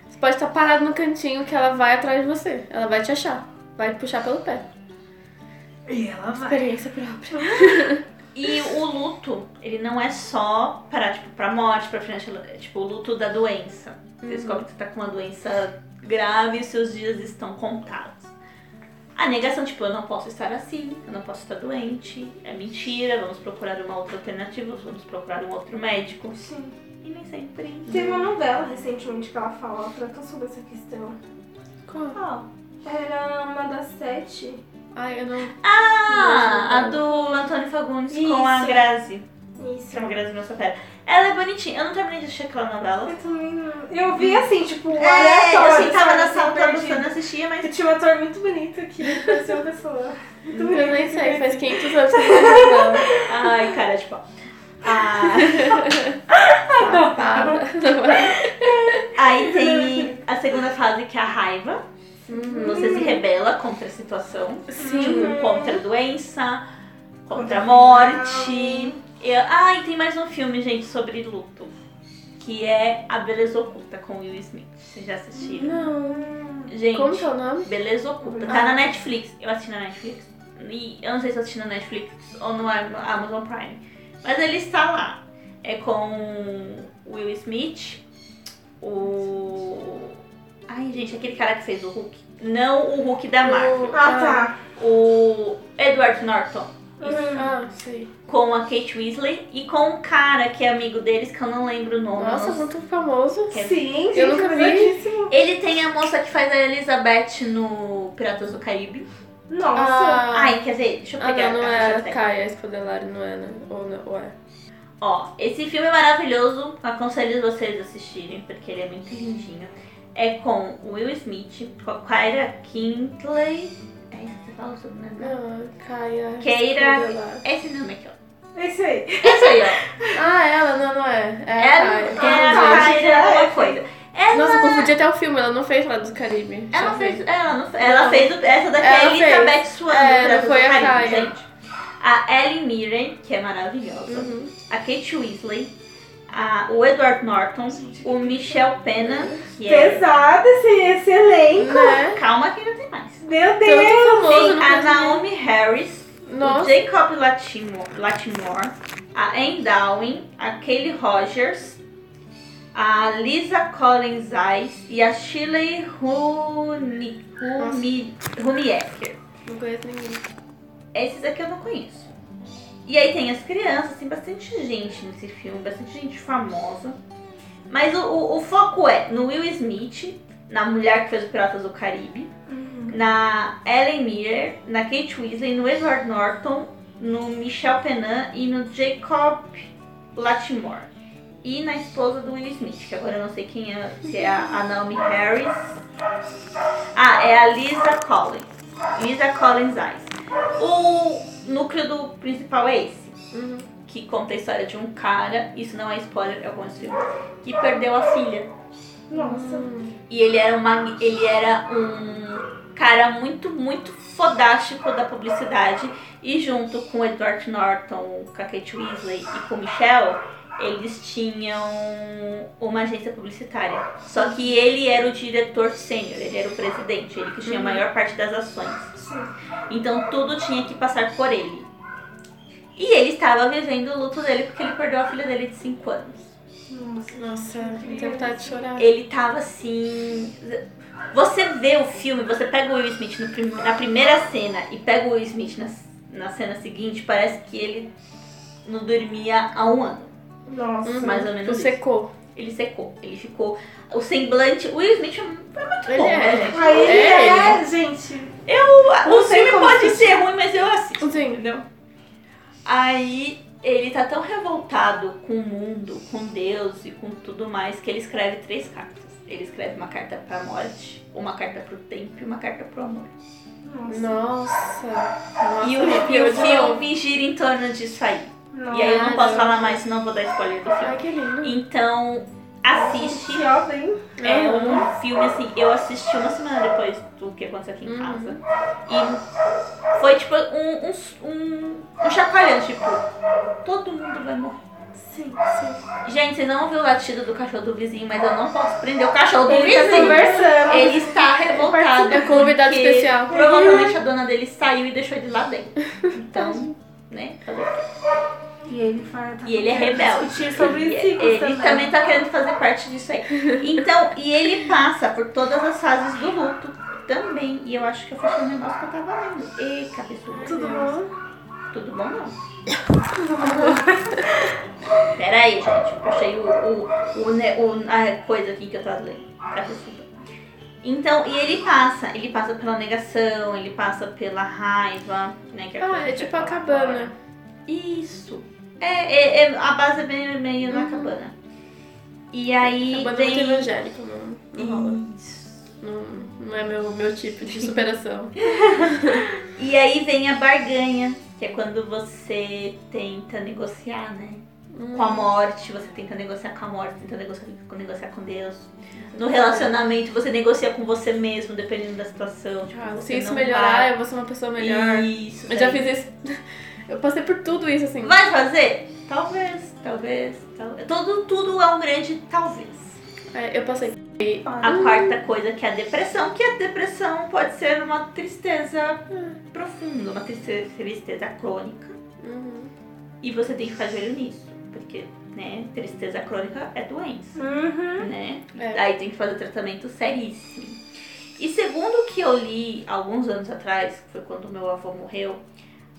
Speaker 3: Você pode estar parado no cantinho que ela vai atrás de você. Ela vai te achar. Vai te puxar pelo pé.
Speaker 4: E ela vai.
Speaker 3: Experiência própria.
Speaker 1: E o luto, ele não é só pra, tipo, pra morte, pra frente, tipo, o luto da doença. Você descobre que você tá com uma doença grave e seus dias estão contados. A negação, tipo, eu não posso estar assim, eu não posso estar doente, é mentira, vamos procurar uma outra alternativa, vamos procurar um outro médico.
Speaker 4: Sim.
Speaker 1: E nem sempre.
Speaker 4: Teve uma novela recentemente que ela falou, tratou sobre essa questão.
Speaker 3: Qual?
Speaker 1: Ó,
Speaker 2: Era uma das sete.
Speaker 3: Ai, eu não.
Speaker 1: Ah, a do Antônio Fagundes com a
Speaker 2: Isso.
Speaker 1: Grazi.
Speaker 2: Isso.
Speaker 1: Chama Grazi Nossa Fera. Ela é bonitinha. Eu não terminei de assistir aquela novela.
Speaker 2: Eu também não. Eu vi assim, tipo,
Speaker 1: É, eu
Speaker 2: aleatório,
Speaker 1: sentava
Speaker 2: sabe,
Speaker 1: na
Speaker 2: assim,
Speaker 1: sala, tava
Speaker 2: perdido.
Speaker 1: gostando, assistia, mas...
Speaker 2: E Tinha um ator muito bonito que parecia uma pessoa. Muito bonito.
Speaker 3: Eu nem sei, faz 500 anos que eu não vejo ela.
Speaker 1: Ai, cara, tipo... Ah...
Speaker 3: Safada.
Speaker 1: Aí tem a segunda fase, que é a raiva.
Speaker 3: Uhum.
Speaker 1: Você se rebela contra a situação. Tipo, contra a doença, contra a morte. Eu... Ah, e tem mais um filme, gente, sobre luto. Que é A Beleza Oculta, com Will Smith. Vocês já assistiram?
Speaker 3: Não.
Speaker 1: Gente,
Speaker 3: Como que é o nome?
Speaker 1: Beleza Oculta. Tá na Netflix. Eu assisti na Netflix. E eu não sei se eu assisti na Netflix ou no Am- Amazon Prime. Mas ele está lá. É com o Will Smith, o. Ai, gente, aquele cara que fez o Hulk. Não o Hulk da Marvel.
Speaker 2: Ah, tá.
Speaker 1: O Edward Norton.
Speaker 3: Ah, sei.
Speaker 1: Com a Kate Weasley e com o cara que é amigo deles, que eu não lembro o nome.
Speaker 3: Nossa, muito famoso.
Speaker 1: Quer
Speaker 2: Sim, gente,
Speaker 3: Eu nunca vi.
Speaker 2: pesadíssimo.
Speaker 1: Ele tem a moça que faz a Elizabeth no Piratas do Caribe.
Speaker 2: Nossa.
Speaker 3: Ah,
Speaker 1: Ai, quer dizer, deixa eu
Speaker 3: ah
Speaker 1: pegar
Speaker 3: não, não
Speaker 1: a
Speaker 3: é
Speaker 1: caixa
Speaker 3: a Caia Escodelari, não é, né? Ou, não, ou é?
Speaker 1: Ó, esse filme é maravilhoso, aconselho vocês assistirem, porque ele é muito lindinho. É com o Will Smith, com a Kyra Kintley. É isso que você fala sobre né?
Speaker 3: Não, Caia.
Speaker 1: Keira-
Speaker 3: Escodelar.
Speaker 1: Esse nome aqui, ó.
Speaker 2: É isso aí.
Speaker 1: Esse aí, ó.
Speaker 3: Ah, ela, não, não é. É
Speaker 1: É,
Speaker 3: a
Speaker 1: é
Speaker 3: Caia.
Speaker 1: a
Speaker 2: Ai,
Speaker 1: Kyra
Speaker 2: gente,
Speaker 1: alguma coisa.
Speaker 3: Nossa, eu confundi até o filme, ela não fez lá do Caribe. Deixa
Speaker 1: Ela
Speaker 3: eu
Speaker 1: fez.
Speaker 3: ver.
Speaker 1: Ela, não, ela
Speaker 3: Não.
Speaker 1: fez o- essa daqui é a
Speaker 3: Ela fez.
Speaker 1: Elizabeth Swan.
Speaker 3: É,
Speaker 1: do
Speaker 3: não
Speaker 1: Piratas
Speaker 3: foi
Speaker 1: do
Speaker 3: a
Speaker 1: Caribe,
Speaker 3: Kyra.
Speaker 1: gente. A Ellie Mirren, que é maravilhosa.
Speaker 3: Uhum.
Speaker 1: A Kate Weasley. A, o Edward Norton. O Michel Pena, que é.
Speaker 2: Pesado esse, esse elenco.
Speaker 3: Né?
Speaker 1: Calma que não tem mais.
Speaker 2: Meu Deus.
Speaker 3: Tanto famoso,
Speaker 1: Tem
Speaker 3: não
Speaker 1: a
Speaker 3: faz-
Speaker 1: Naomi Harris, o
Speaker 3: Nossa,
Speaker 1: Jacob Latimore, Latimore, a Anne Dowling, a Kaylee Rogers, a Lisa Collins Zeiss e a Shirley Runi- Rumi- Rumiecker.
Speaker 3: não conheço ninguém.
Speaker 1: Esses aqui eu não conheço. E aí tem as crianças, tem bastante gente nesse filme, bastante gente famosa. Mas o, o- o foco é no Will Smith, na mulher que fez o Piratas do Caribe, na Ellen Mirren, na Kate Weasley, no Edward Norton, no Michel Penan e no Jacob Latimore. E na esposa do Will Smith, que agora eu não sei quem é, se é a a Naomi Harris. Ah, é a Lisa Collins. Lisa Collins Eyes. O núcleo do principal é esse. Que conta a história de um cara, isso não é spoiler, é alguns filmes, que perdeu a filha.
Speaker 2: Nossa.
Speaker 1: E ele era, uma, ele era um cara muito, muito fodástico da publicidade. E junto com o Edward Norton, com a Kate Weasley e com o Michelle, eles tinham uma agência publicitária. Só que ele era o diretor sênior, ele era o presidente, ele que tinha a maior parte das ações. Então tudo tinha que passar por ele. E ele estava vivendo o luto dele porque ele perdeu a filha dele de 5 anos
Speaker 3: Nossa, não tenho vontade de chorar.
Speaker 1: ele tava assim. Você vê o filme, você pega o Will Smith no prim- na primeira cena e pega o Will Smith na, na cena seguinte, parece que ele não dormia há um ano.
Speaker 2: Nossa.
Speaker 3: Uhum.
Speaker 1: mais ou menos
Speaker 3: Tu
Speaker 1: isso.
Speaker 3: secou.
Speaker 1: Ele secou, ele ficou. O semblante. O Will Smith é muito
Speaker 3: Ele
Speaker 1: bom, né,
Speaker 3: é.
Speaker 1: gente?
Speaker 2: Aí
Speaker 3: É.
Speaker 2: é, gente.
Speaker 1: O, o
Speaker 2: sei
Speaker 1: filme
Speaker 2: como
Speaker 1: pode
Speaker 2: assistir.
Speaker 1: ser ruim, mas eu assisto.
Speaker 3: Sim.
Speaker 1: Aí ele tá tão revoltado com o mundo, com Deus e com tudo mais que ele escreve três cartas. Ele escreve uma carta pra morte, uma carta pro tempo e uma carta pro amor.
Speaker 2: Nossa.
Speaker 3: Nossa. Nossa,
Speaker 1: E o, e
Speaker 3: arrepiou
Speaker 1: o
Speaker 3: de novo.
Speaker 1: filme gira em torno disso aí. E
Speaker 2: Nossa.
Speaker 1: aí eu não posso
Speaker 3: Caramba.
Speaker 1: falar mais, senão eu vou dar spoiler do filme.
Speaker 3: Ai, que lindo.
Speaker 1: Então, assiste.
Speaker 2: Que obra, hein?
Speaker 1: É um filme assim, eu assisti uma semana depois do que aconteceu aqui em
Speaker 3: Uhum.
Speaker 1: casa. E foi tipo um, um, um, um chacoalhão, tipo, todo mundo vai morrer.
Speaker 2: Sim, sim.
Speaker 1: Gente, vocês não ouviram o latido do cachorro do vizinho, mas eu não posso prender o cachorro do
Speaker 2: Ele tá
Speaker 1: vizinho. É.
Speaker 2: conversando.
Speaker 1: Ele está revoltado.
Speaker 3: É convidado
Speaker 1: porque
Speaker 3: especial.
Speaker 1: Provavelmente a dona dele saiu e deixou ele lá dentro. Então, né? fazer o quê?
Speaker 2: E ele fala. tá
Speaker 1: E ele é
Speaker 2: querendo
Speaker 1: rebelde.
Speaker 2: Discutir sobre
Speaker 1: E-
Speaker 2: ciclos
Speaker 1: ele também. tá querendo fazer parte disso aí. Então, e ele passa por todas as fases do luto também. E eu acho que eu fechei o negócio que eu tava lendo. Ei, cabeçuda.
Speaker 2: Tudo bom?
Speaker 1: Tudo bom, não? Pera aí, gente. Eu puxei o, o, o, ne- o- a coisa aqui que eu tava lendo. Cabeçuda. Então, e ele passa, ele passa pela negação, ele passa pela raiva, né? Que a
Speaker 3: Ah,
Speaker 1: coisa
Speaker 3: é
Speaker 1: que
Speaker 3: tipo
Speaker 1: vai
Speaker 3: a
Speaker 1: falar
Speaker 3: cabana.
Speaker 1: fora. Isso. É, é, é, a base é bem meio na
Speaker 3: Uhum.
Speaker 1: cabana. E aí
Speaker 3: Cabana é muito
Speaker 1: vem.
Speaker 3: evangélico, não, não rola.
Speaker 1: Isso.
Speaker 3: Não, não é meu, meu tipo de superação.
Speaker 1: E aí vem a barganha, que é quando você tenta negociar, né?
Speaker 3: Hum,
Speaker 1: Com a morte, você tenta negociar com a morte, tenta negociar, negociar com Deus. No relacionamento, você negocia com você mesmo, dependendo da situação. Tipo,
Speaker 3: Ah, se
Speaker 1: você
Speaker 3: isso
Speaker 1: não
Speaker 3: melhorar,
Speaker 1: vai.
Speaker 3: eu vou ser uma pessoa melhor.
Speaker 1: Isso.
Speaker 3: Eu já
Speaker 1: daí-
Speaker 3: fiz isso. Eu passei por tudo isso, assim.
Speaker 1: Vai fazer? Talvez, talvez, talvez. Todo, tudo é um grande talvez.
Speaker 3: É, eu passei.
Speaker 1: A quarta coisa que é a depressão, que a depressão pode ser uma tristeza profunda, uma tristeza, tristeza crônica.
Speaker 3: Uhum.
Speaker 1: E você tem que ficar de olho nisso, porque, né, tristeza crônica é doença,
Speaker 2: Uhum.
Speaker 1: né?
Speaker 3: É.
Speaker 1: Aí tem que fazer tratamento seríssimo. E segundo o que eu li alguns anos atrás, que foi quando meu avô morreu,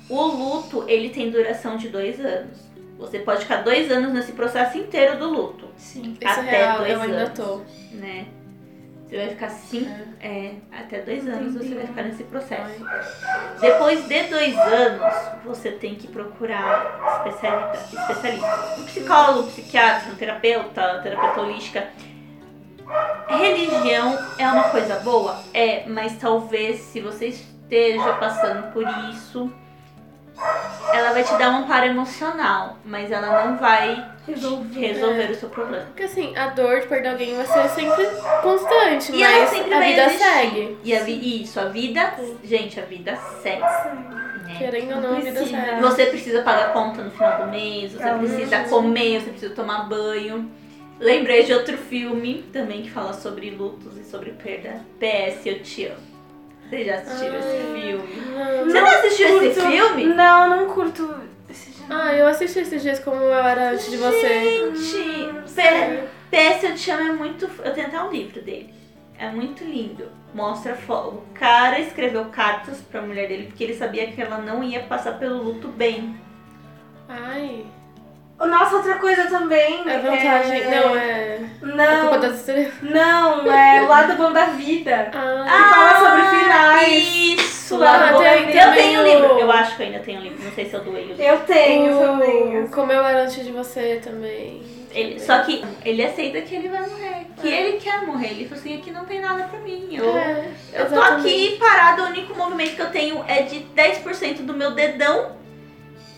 Speaker 1: o luto, ele tem duração de dois anos. Você pode ficar dois anos nesse processo inteiro do luto,
Speaker 2: Sim.
Speaker 3: Isso é
Speaker 1: Até
Speaker 3: real, eu
Speaker 1: dois
Speaker 3: ainda
Speaker 1: anos.
Speaker 3: tô.
Speaker 1: né? Você vai ficar cinco, é, até dois anos você vai ficar nesse processo. Depois de dois anos, você tem que procurar especialista, especialista. um psicólogo, um psiquiatra, um terapeuta, terapeuta holística. Religião é uma coisa boa? É, mas talvez se você esteja passando por isso, ela vai te dar um amparo emocional, mas ela não vai
Speaker 2: Resolvi.
Speaker 1: resolver o seu problema.
Speaker 3: Porque assim, a dor de perder alguém vai ser sempre constante,
Speaker 1: E ela
Speaker 3: mas
Speaker 1: sempre
Speaker 3: a
Speaker 1: vai
Speaker 3: vida
Speaker 1: existir.
Speaker 3: segue.
Speaker 1: E a vi- isso, a vida, gente, a vida segue. Né?
Speaker 3: Querendo ou não, a vida
Speaker 2: Precisa.
Speaker 3: segue.
Speaker 1: Você precisa pagar conta no final do mês, você
Speaker 2: Pra
Speaker 1: precisa
Speaker 3: hoje.
Speaker 1: comer, você precisa tomar banho. Lembrei de outro filme também que fala sobre lutos e sobre perda. PS, eu te amo. Vocês já assistiram esse
Speaker 3: Ah.
Speaker 1: filme?
Speaker 3: Não.
Speaker 1: Você não assistiu esse
Speaker 4: curto.
Speaker 1: filme?
Speaker 4: Não, não curto esse gênero.
Speaker 3: Ah, eu assisti esses dias como eu era antes de você.
Speaker 1: Gente, P- PS, eu te amo é muito. Eu tenho até um livro dele. É muito lindo. Mostra fo- o cara escreveu cartas pra mulher dele porque ele sabia que ela não ia passar pelo luto bem.
Speaker 3: Ai,
Speaker 4: Nossa, outra coisa também.
Speaker 3: é vantagem. Não, é. É culpa
Speaker 4: Não,
Speaker 3: das estrelas.
Speaker 4: não, é o lado bom da vida.
Speaker 3: Ah,
Speaker 4: Que fala sobre finais.
Speaker 1: Isso!
Speaker 4: Lá
Speaker 1: amor.
Speaker 3: tem- tem
Speaker 1: eu tenho o
Speaker 3: meio-
Speaker 1: livro. Eu acho que eu ainda tenho o livro. Não sei se eu doei o livro.
Speaker 4: Eu tenho também.
Speaker 3: o... Como eu era antes de você também.
Speaker 1: Ele- só que ele aceita que ele vai morrer. Que ele quer morrer. Ele falou assim, aqui não tem nada pra mim. Eu,
Speaker 3: É,
Speaker 1: eu tô
Speaker 3: exatamente.
Speaker 1: aqui parado, o único movimento que eu tenho é de 10% do meu dedão.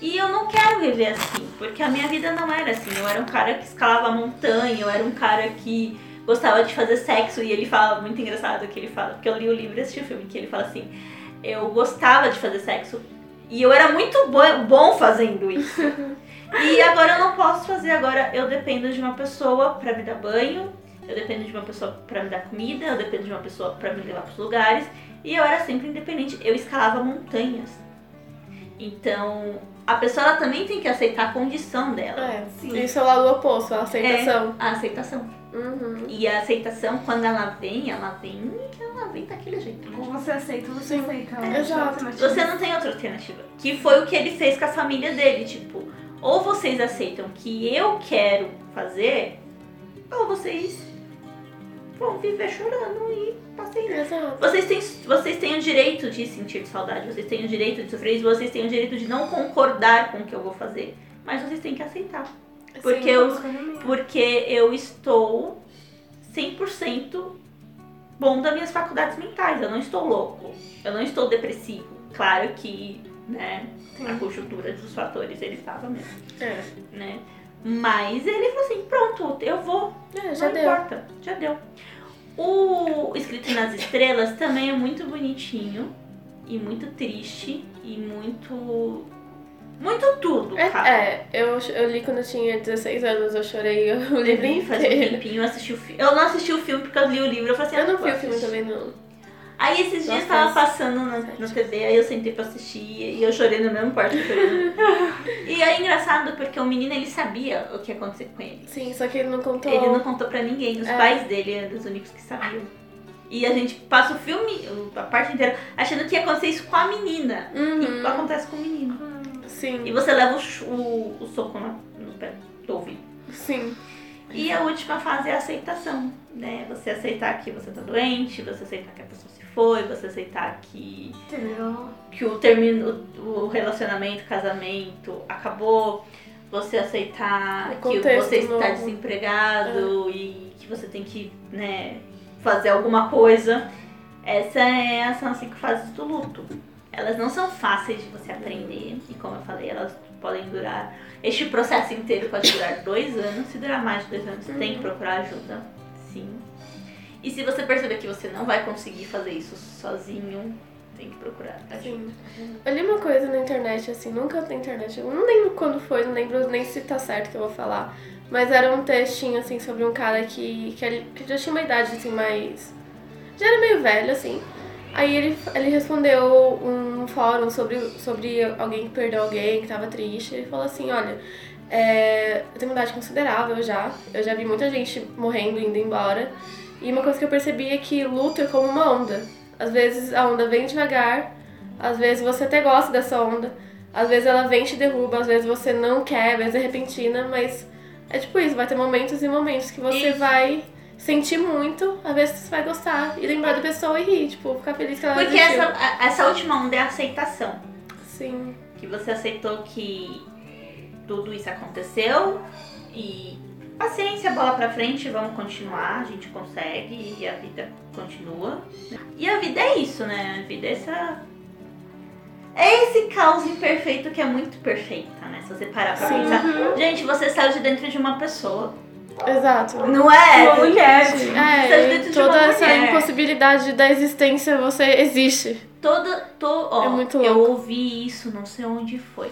Speaker 1: E eu não quero viver assim, porque a minha vida não era assim. Eu era um cara que escalava a montanha, eu era um cara que gostava de fazer sexo. E ele fala, muito engraçado o que ele fala, porque eu li o livro e assisti o filme, que ele fala assim: eu gostava de fazer sexo e eu era muito bo- bom fazendo isso. e agora eu não posso fazer, agora eu dependo de uma pessoa pra me dar banho, eu dependo de uma pessoa pra me dar comida, eu dependo de uma pessoa pra me levar pros lugares. E eu era sempre independente, eu escalava montanhas. Então, a pessoa ela também tem que aceitar a condição dela,
Speaker 3: É,
Speaker 4: Sim.
Speaker 3: isso é o lado oposto, a aceitação.
Speaker 1: a aceitação.
Speaker 3: Uhum.
Speaker 1: E a aceitação, quando ela vem, ela vem, ela vem daquele jeito. né?
Speaker 4: Ou você aceita, ou você é
Speaker 3: Sim.
Speaker 4: aceita.
Speaker 3: Exato.
Speaker 1: Você é não tem outra alternativa. Que foi o que ele fez com a família dele. Tipo, ou vocês aceitam o que eu quero fazer, ou vocês vão viver chorando e passeando.
Speaker 3: Exato.
Speaker 1: Vocês têm, vocês têm o direito de sentir saudade, vocês têm o direito de sofrer isso, vocês têm o direito de não concordar com o que eu vou fazer. Mas vocês têm que aceitar. Porque
Speaker 3: Sim.
Speaker 1: eu, porque eu estou 100% bom das minhas faculdades mentais. Eu não estou louco. Eu não estou depressivo. Claro que, né, a conjuntura dos fatores ele estava mesmo,
Speaker 3: É,
Speaker 1: né? Mas ele falou assim, pronto, eu vou.
Speaker 3: É, já
Speaker 1: não
Speaker 3: deu.
Speaker 1: importa, já deu. O Escrito nas Estrelas também é muito bonitinho e muito triste e muito... Muito tudo, cara.
Speaker 3: É, é eu, eu li quando eu tinha 16 anos, eu chorei o
Speaker 1: Eu
Speaker 3: livro
Speaker 1: lembrei faz um
Speaker 3: inteiro.
Speaker 1: tempinho, eu assisti o filme. Eu não assisti o filme porque eu li o livro, eu falei assim,
Speaker 3: Eu
Speaker 1: ah,
Speaker 3: não vi
Speaker 1: vou
Speaker 3: o filme
Speaker 1: assistir.
Speaker 3: também, não.
Speaker 1: Aí esses dias
Speaker 3: Nossa,
Speaker 1: tava
Speaker 3: esse-
Speaker 1: passando na, na TV, aí eu sentei pra assistir e eu chorei no mesmo quarto que eu chorei. e é engraçado porque o menino ele sabia o que ia acontecer com ele.
Speaker 3: Sim, só que ele não contou.
Speaker 1: Ele não contou pra ninguém, os
Speaker 3: É.
Speaker 1: pais dele eram os únicos que sabiam. E a gente passa o filme, a parte inteira, achando que ia acontecer isso com a menina. E
Speaker 3: Uhum.
Speaker 1: acontece com o menino. E
Speaker 3: Sim,
Speaker 1: você leva o, ch- o, o soco na- no pé do ouvido.
Speaker 3: sim.
Speaker 1: E a última fase é a aceitação, né? Você aceitar que você tá doente, você aceitar que a pessoa se foi, você aceitar que
Speaker 2: Entendeu?
Speaker 1: que o termino, o relacionamento, o casamento acabou, você aceitar
Speaker 3: O
Speaker 1: que
Speaker 3: contexto
Speaker 1: você está
Speaker 3: novo. É.
Speaker 1: desempregado e que você tem que, né, fazer alguma coisa. Essa é são as cinco fases do luto. Elas não são fáceis de você aprender e como eu falei, elas podem durar. Este processo inteiro pode durar dois anos. Se durar mais de dois anos, você tem que procurar ajuda. Sim. E se você perceber que você não vai conseguir fazer isso sozinho, tem que procurar ajuda.
Speaker 3: Sim. Eu li uma coisa na internet, assim, nunca na internet, eu não lembro quando foi, não lembro nem se tá certo que eu vou falar, mas era um textinho, assim, sobre um cara que, que, ele- que já tinha uma idade, assim, mais... já era meio velho, assim. Aí ele, ele respondeu um fórum sobre, sobre alguém que perdeu alguém, que tava triste, ele falou assim, olha, é, eu tenho uma idade considerável já, eu já vi muita gente morrendo, indo embora, e uma coisa que eu percebi é que luto é como uma onda. Às vezes a onda vem devagar, às vezes você até gosta dessa onda, às vezes ela vem e te derruba, às vezes você não quer, às vezes é repentina, mas é tipo isso, vai ter momentos e momentos que você
Speaker 1: Isso.
Speaker 3: vai sentir muito, às vezes você vai gostar e lembrar da pessoa e rir, tipo, ficar feliz que ela
Speaker 1: Porque
Speaker 3: existiu.
Speaker 1: essa, a- essa última onda é a aceitação.
Speaker 3: Sim,
Speaker 1: Que você aceitou que tudo isso aconteceu e paciência, bola pra frente, vamos continuar, a gente consegue e a vida continua. E a vida é isso, né? A vida é essa. É esse caos imperfeito que é muito perfeita, né? Se você parar pra
Speaker 3: Sim. Uhum.
Speaker 1: pensar. Gente, você saiu de dentro de uma pessoa.
Speaker 3: exato.
Speaker 1: Não é?
Speaker 4: Uma mulher.
Speaker 1: Você é
Speaker 3: É,
Speaker 1: dentro
Speaker 3: e
Speaker 1: de
Speaker 3: toda
Speaker 1: uma
Speaker 3: essa
Speaker 1: mulher.
Speaker 3: impossibilidade da existência, você existe.
Speaker 1: Toda. To, ó,
Speaker 3: É muito
Speaker 1: eu
Speaker 3: louco.
Speaker 1: ouvi isso, não sei onde foi,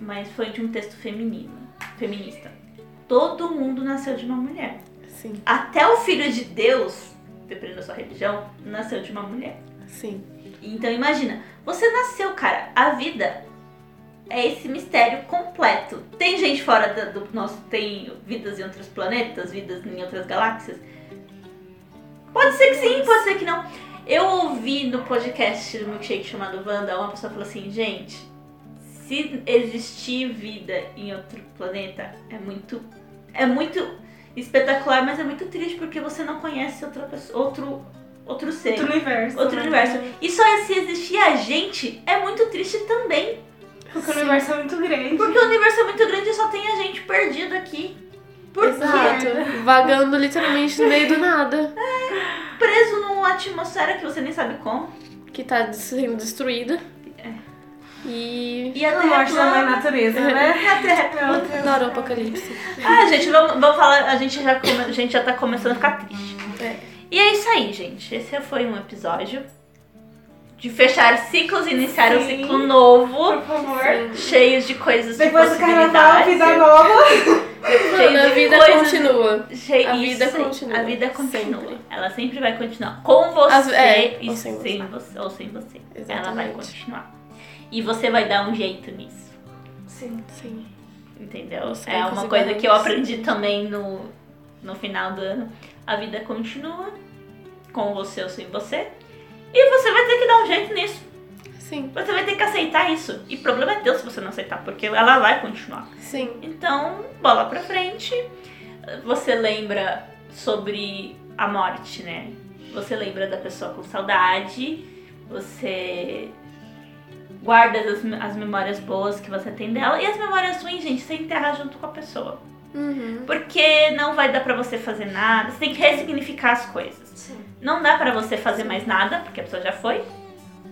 Speaker 1: mas foi de um texto feminino, feminista. Todo mundo nasceu de uma mulher.
Speaker 3: Sim,
Speaker 1: Até o filho de Deus, dependendo da sua religião, nasceu de uma mulher.
Speaker 3: sim.
Speaker 1: Então imagina, você nasceu, cara, a vida é esse mistério completo. Tem gente fora da- do nosso, tem vidas em outros planetas, vidas em outras galáxias. Pode ser que sim, pode ser que não. Eu ouvi no podcast do Milkshake chamado Wanda, uma pessoa falou assim, gente, se existir vida em outro planeta, é muito. É muito espetacular, mas é muito triste porque você não conhece outra pessoa, outro, outro ser
Speaker 4: Outro universo.
Speaker 1: outro
Speaker 4: né?
Speaker 1: universo. E só se existir a gente é muito triste também.
Speaker 4: Porque o universo é muito grande.
Speaker 1: Porque o universo é muito grande e só tem a gente perdida aqui. Por quê?
Speaker 3: Exato. Vagando literalmente no meio do nada.
Speaker 1: Preso numa atmosfera que você nem sabe como.
Speaker 3: Que tá des- sendo destruída.
Speaker 1: É.
Speaker 3: E.
Speaker 1: E a
Speaker 4: A
Speaker 1: Terra é
Speaker 4: morte da mãe
Speaker 1: plana.
Speaker 4: é natureza, né?
Speaker 1: E a Terra é plana.
Speaker 3: Adoro o apocalipse.
Speaker 1: Ah, gente, vamos, vamos falar. A gente, já come- a gente já tá começando a ficar triste.
Speaker 3: É.
Speaker 1: E é isso aí, gente. Esse foi um episódio de fechar ciclos e iniciar um
Speaker 4: Sim.
Speaker 1: ciclo novo.
Speaker 4: Por favor.
Speaker 1: Cheio de coisas
Speaker 4: Depois
Speaker 1: de
Speaker 4: do carnaval,
Speaker 1: possibilidades.
Speaker 4: vida nova.
Speaker 1: cheio de
Speaker 3: Mano, a vida
Speaker 1: coisas
Speaker 3: continua.
Speaker 1: Gente,
Speaker 3: A vida
Speaker 1: isso aí.
Speaker 3: continua,
Speaker 1: A vida continua.
Speaker 3: sempre.
Speaker 1: Ela sempre vai continuar. Com você
Speaker 3: As- é,
Speaker 1: e
Speaker 3: ou
Speaker 1: sem
Speaker 3: sem
Speaker 1: você. Ou sem você. Ela vai
Speaker 3: Exatamente.
Speaker 1: continuar. E você vai dar um jeito nisso.
Speaker 4: Sim.
Speaker 3: Sim.
Speaker 1: Entendeu?
Speaker 3: Você
Speaker 1: é
Speaker 3: vai
Speaker 1: uma
Speaker 3: conseguir
Speaker 1: coisa que eu
Speaker 3: isso.
Speaker 1: aprendi também no, no final do ano. A vida continua. Com você ou sem você. E você vai ter que dar um jeito nisso.
Speaker 3: Sim,
Speaker 1: Você vai ter que aceitar isso. E problema é teu se você não aceitar, porque ela vai continuar.
Speaker 3: sim.
Speaker 1: Então, bola pra frente. Você lembra sobre a morte, né? Você lembra da pessoa com saudade, você guarda as, as memórias boas que você tem dela e as memórias ruins, gente, você enterra junto com a pessoa.
Speaker 3: Uhum.
Speaker 1: Porque não vai dar pra você fazer nada, você tem que ressignificar as coisas. Não dá pra você fazer mais nada, porque a pessoa já foi.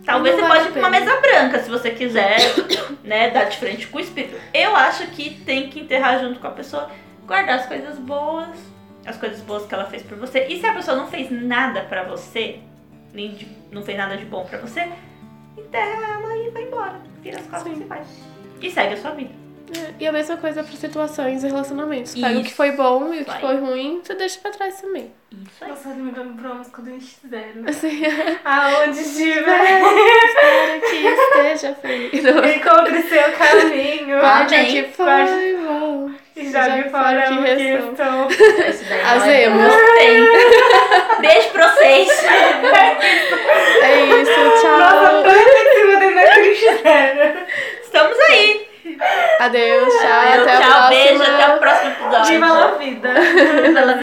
Speaker 1: Talvez
Speaker 3: Não
Speaker 1: você
Speaker 3: vale
Speaker 1: pode ir
Speaker 3: a
Speaker 1: pra uma
Speaker 3: pena.
Speaker 1: mesa branca, se você quiser, né, dar de frente com o espírito. Eu acho que tem que enterrar junto com a pessoa, guardar as coisas boas, as coisas boas que ela fez por você. E se a pessoa não fez nada pra você, nem de- não fez nada de bom pra você, enterra ela e vai embora. Vira as costas
Speaker 3: Sim.
Speaker 1: e vai. E segue a sua vida.
Speaker 3: É, E a mesma coisa para situações e relacionamentos. Pega o que
Speaker 1: Isso.
Speaker 3: foi bom e o
Speaker 1: Vai.
Speaker 3: que foi ruim, você deixa pra trás também.
Speaker 1: Isso aí.
Speaker 4: Nossa, me lembrou a música do NX0.
Speaker 3: Assim,
Speaker 4: Aonde estiver,
Speaker 3: espero que esteja feliz.
Speaker 4: encontre seu caminho.
Speaker 3: Guarde o
Speaker 1: Amém.
Speaker 3: que foi bom.
Speaker 4: E jogue fora o que restou.
Speaker 1: Isso daí
Speaker 3: As
Speaker 1: não é-
Speaker 3: emos.
Speaker 1: Tem. Beijo pra vocês.
Speaker 3: É isso,
Speaker 4: Nossa,
Speaker 3: tchau.
Speaker 4: tanto em cima dele, mas NX0.
Speaker 1: Estamos aí.
Speaker 5: Adeus,
Speaker 3: Adeus.
Speaker 5: tchau,
Speaker 3: Valeu,
Speaker 5: até a
Speaker 3: tchau,
Speaker 5: próxima.
Speaker 3: beijo, até o próximo episódio.
Speaker 1: Tá, Viva a vida!
Speaker 3: Viva la vida.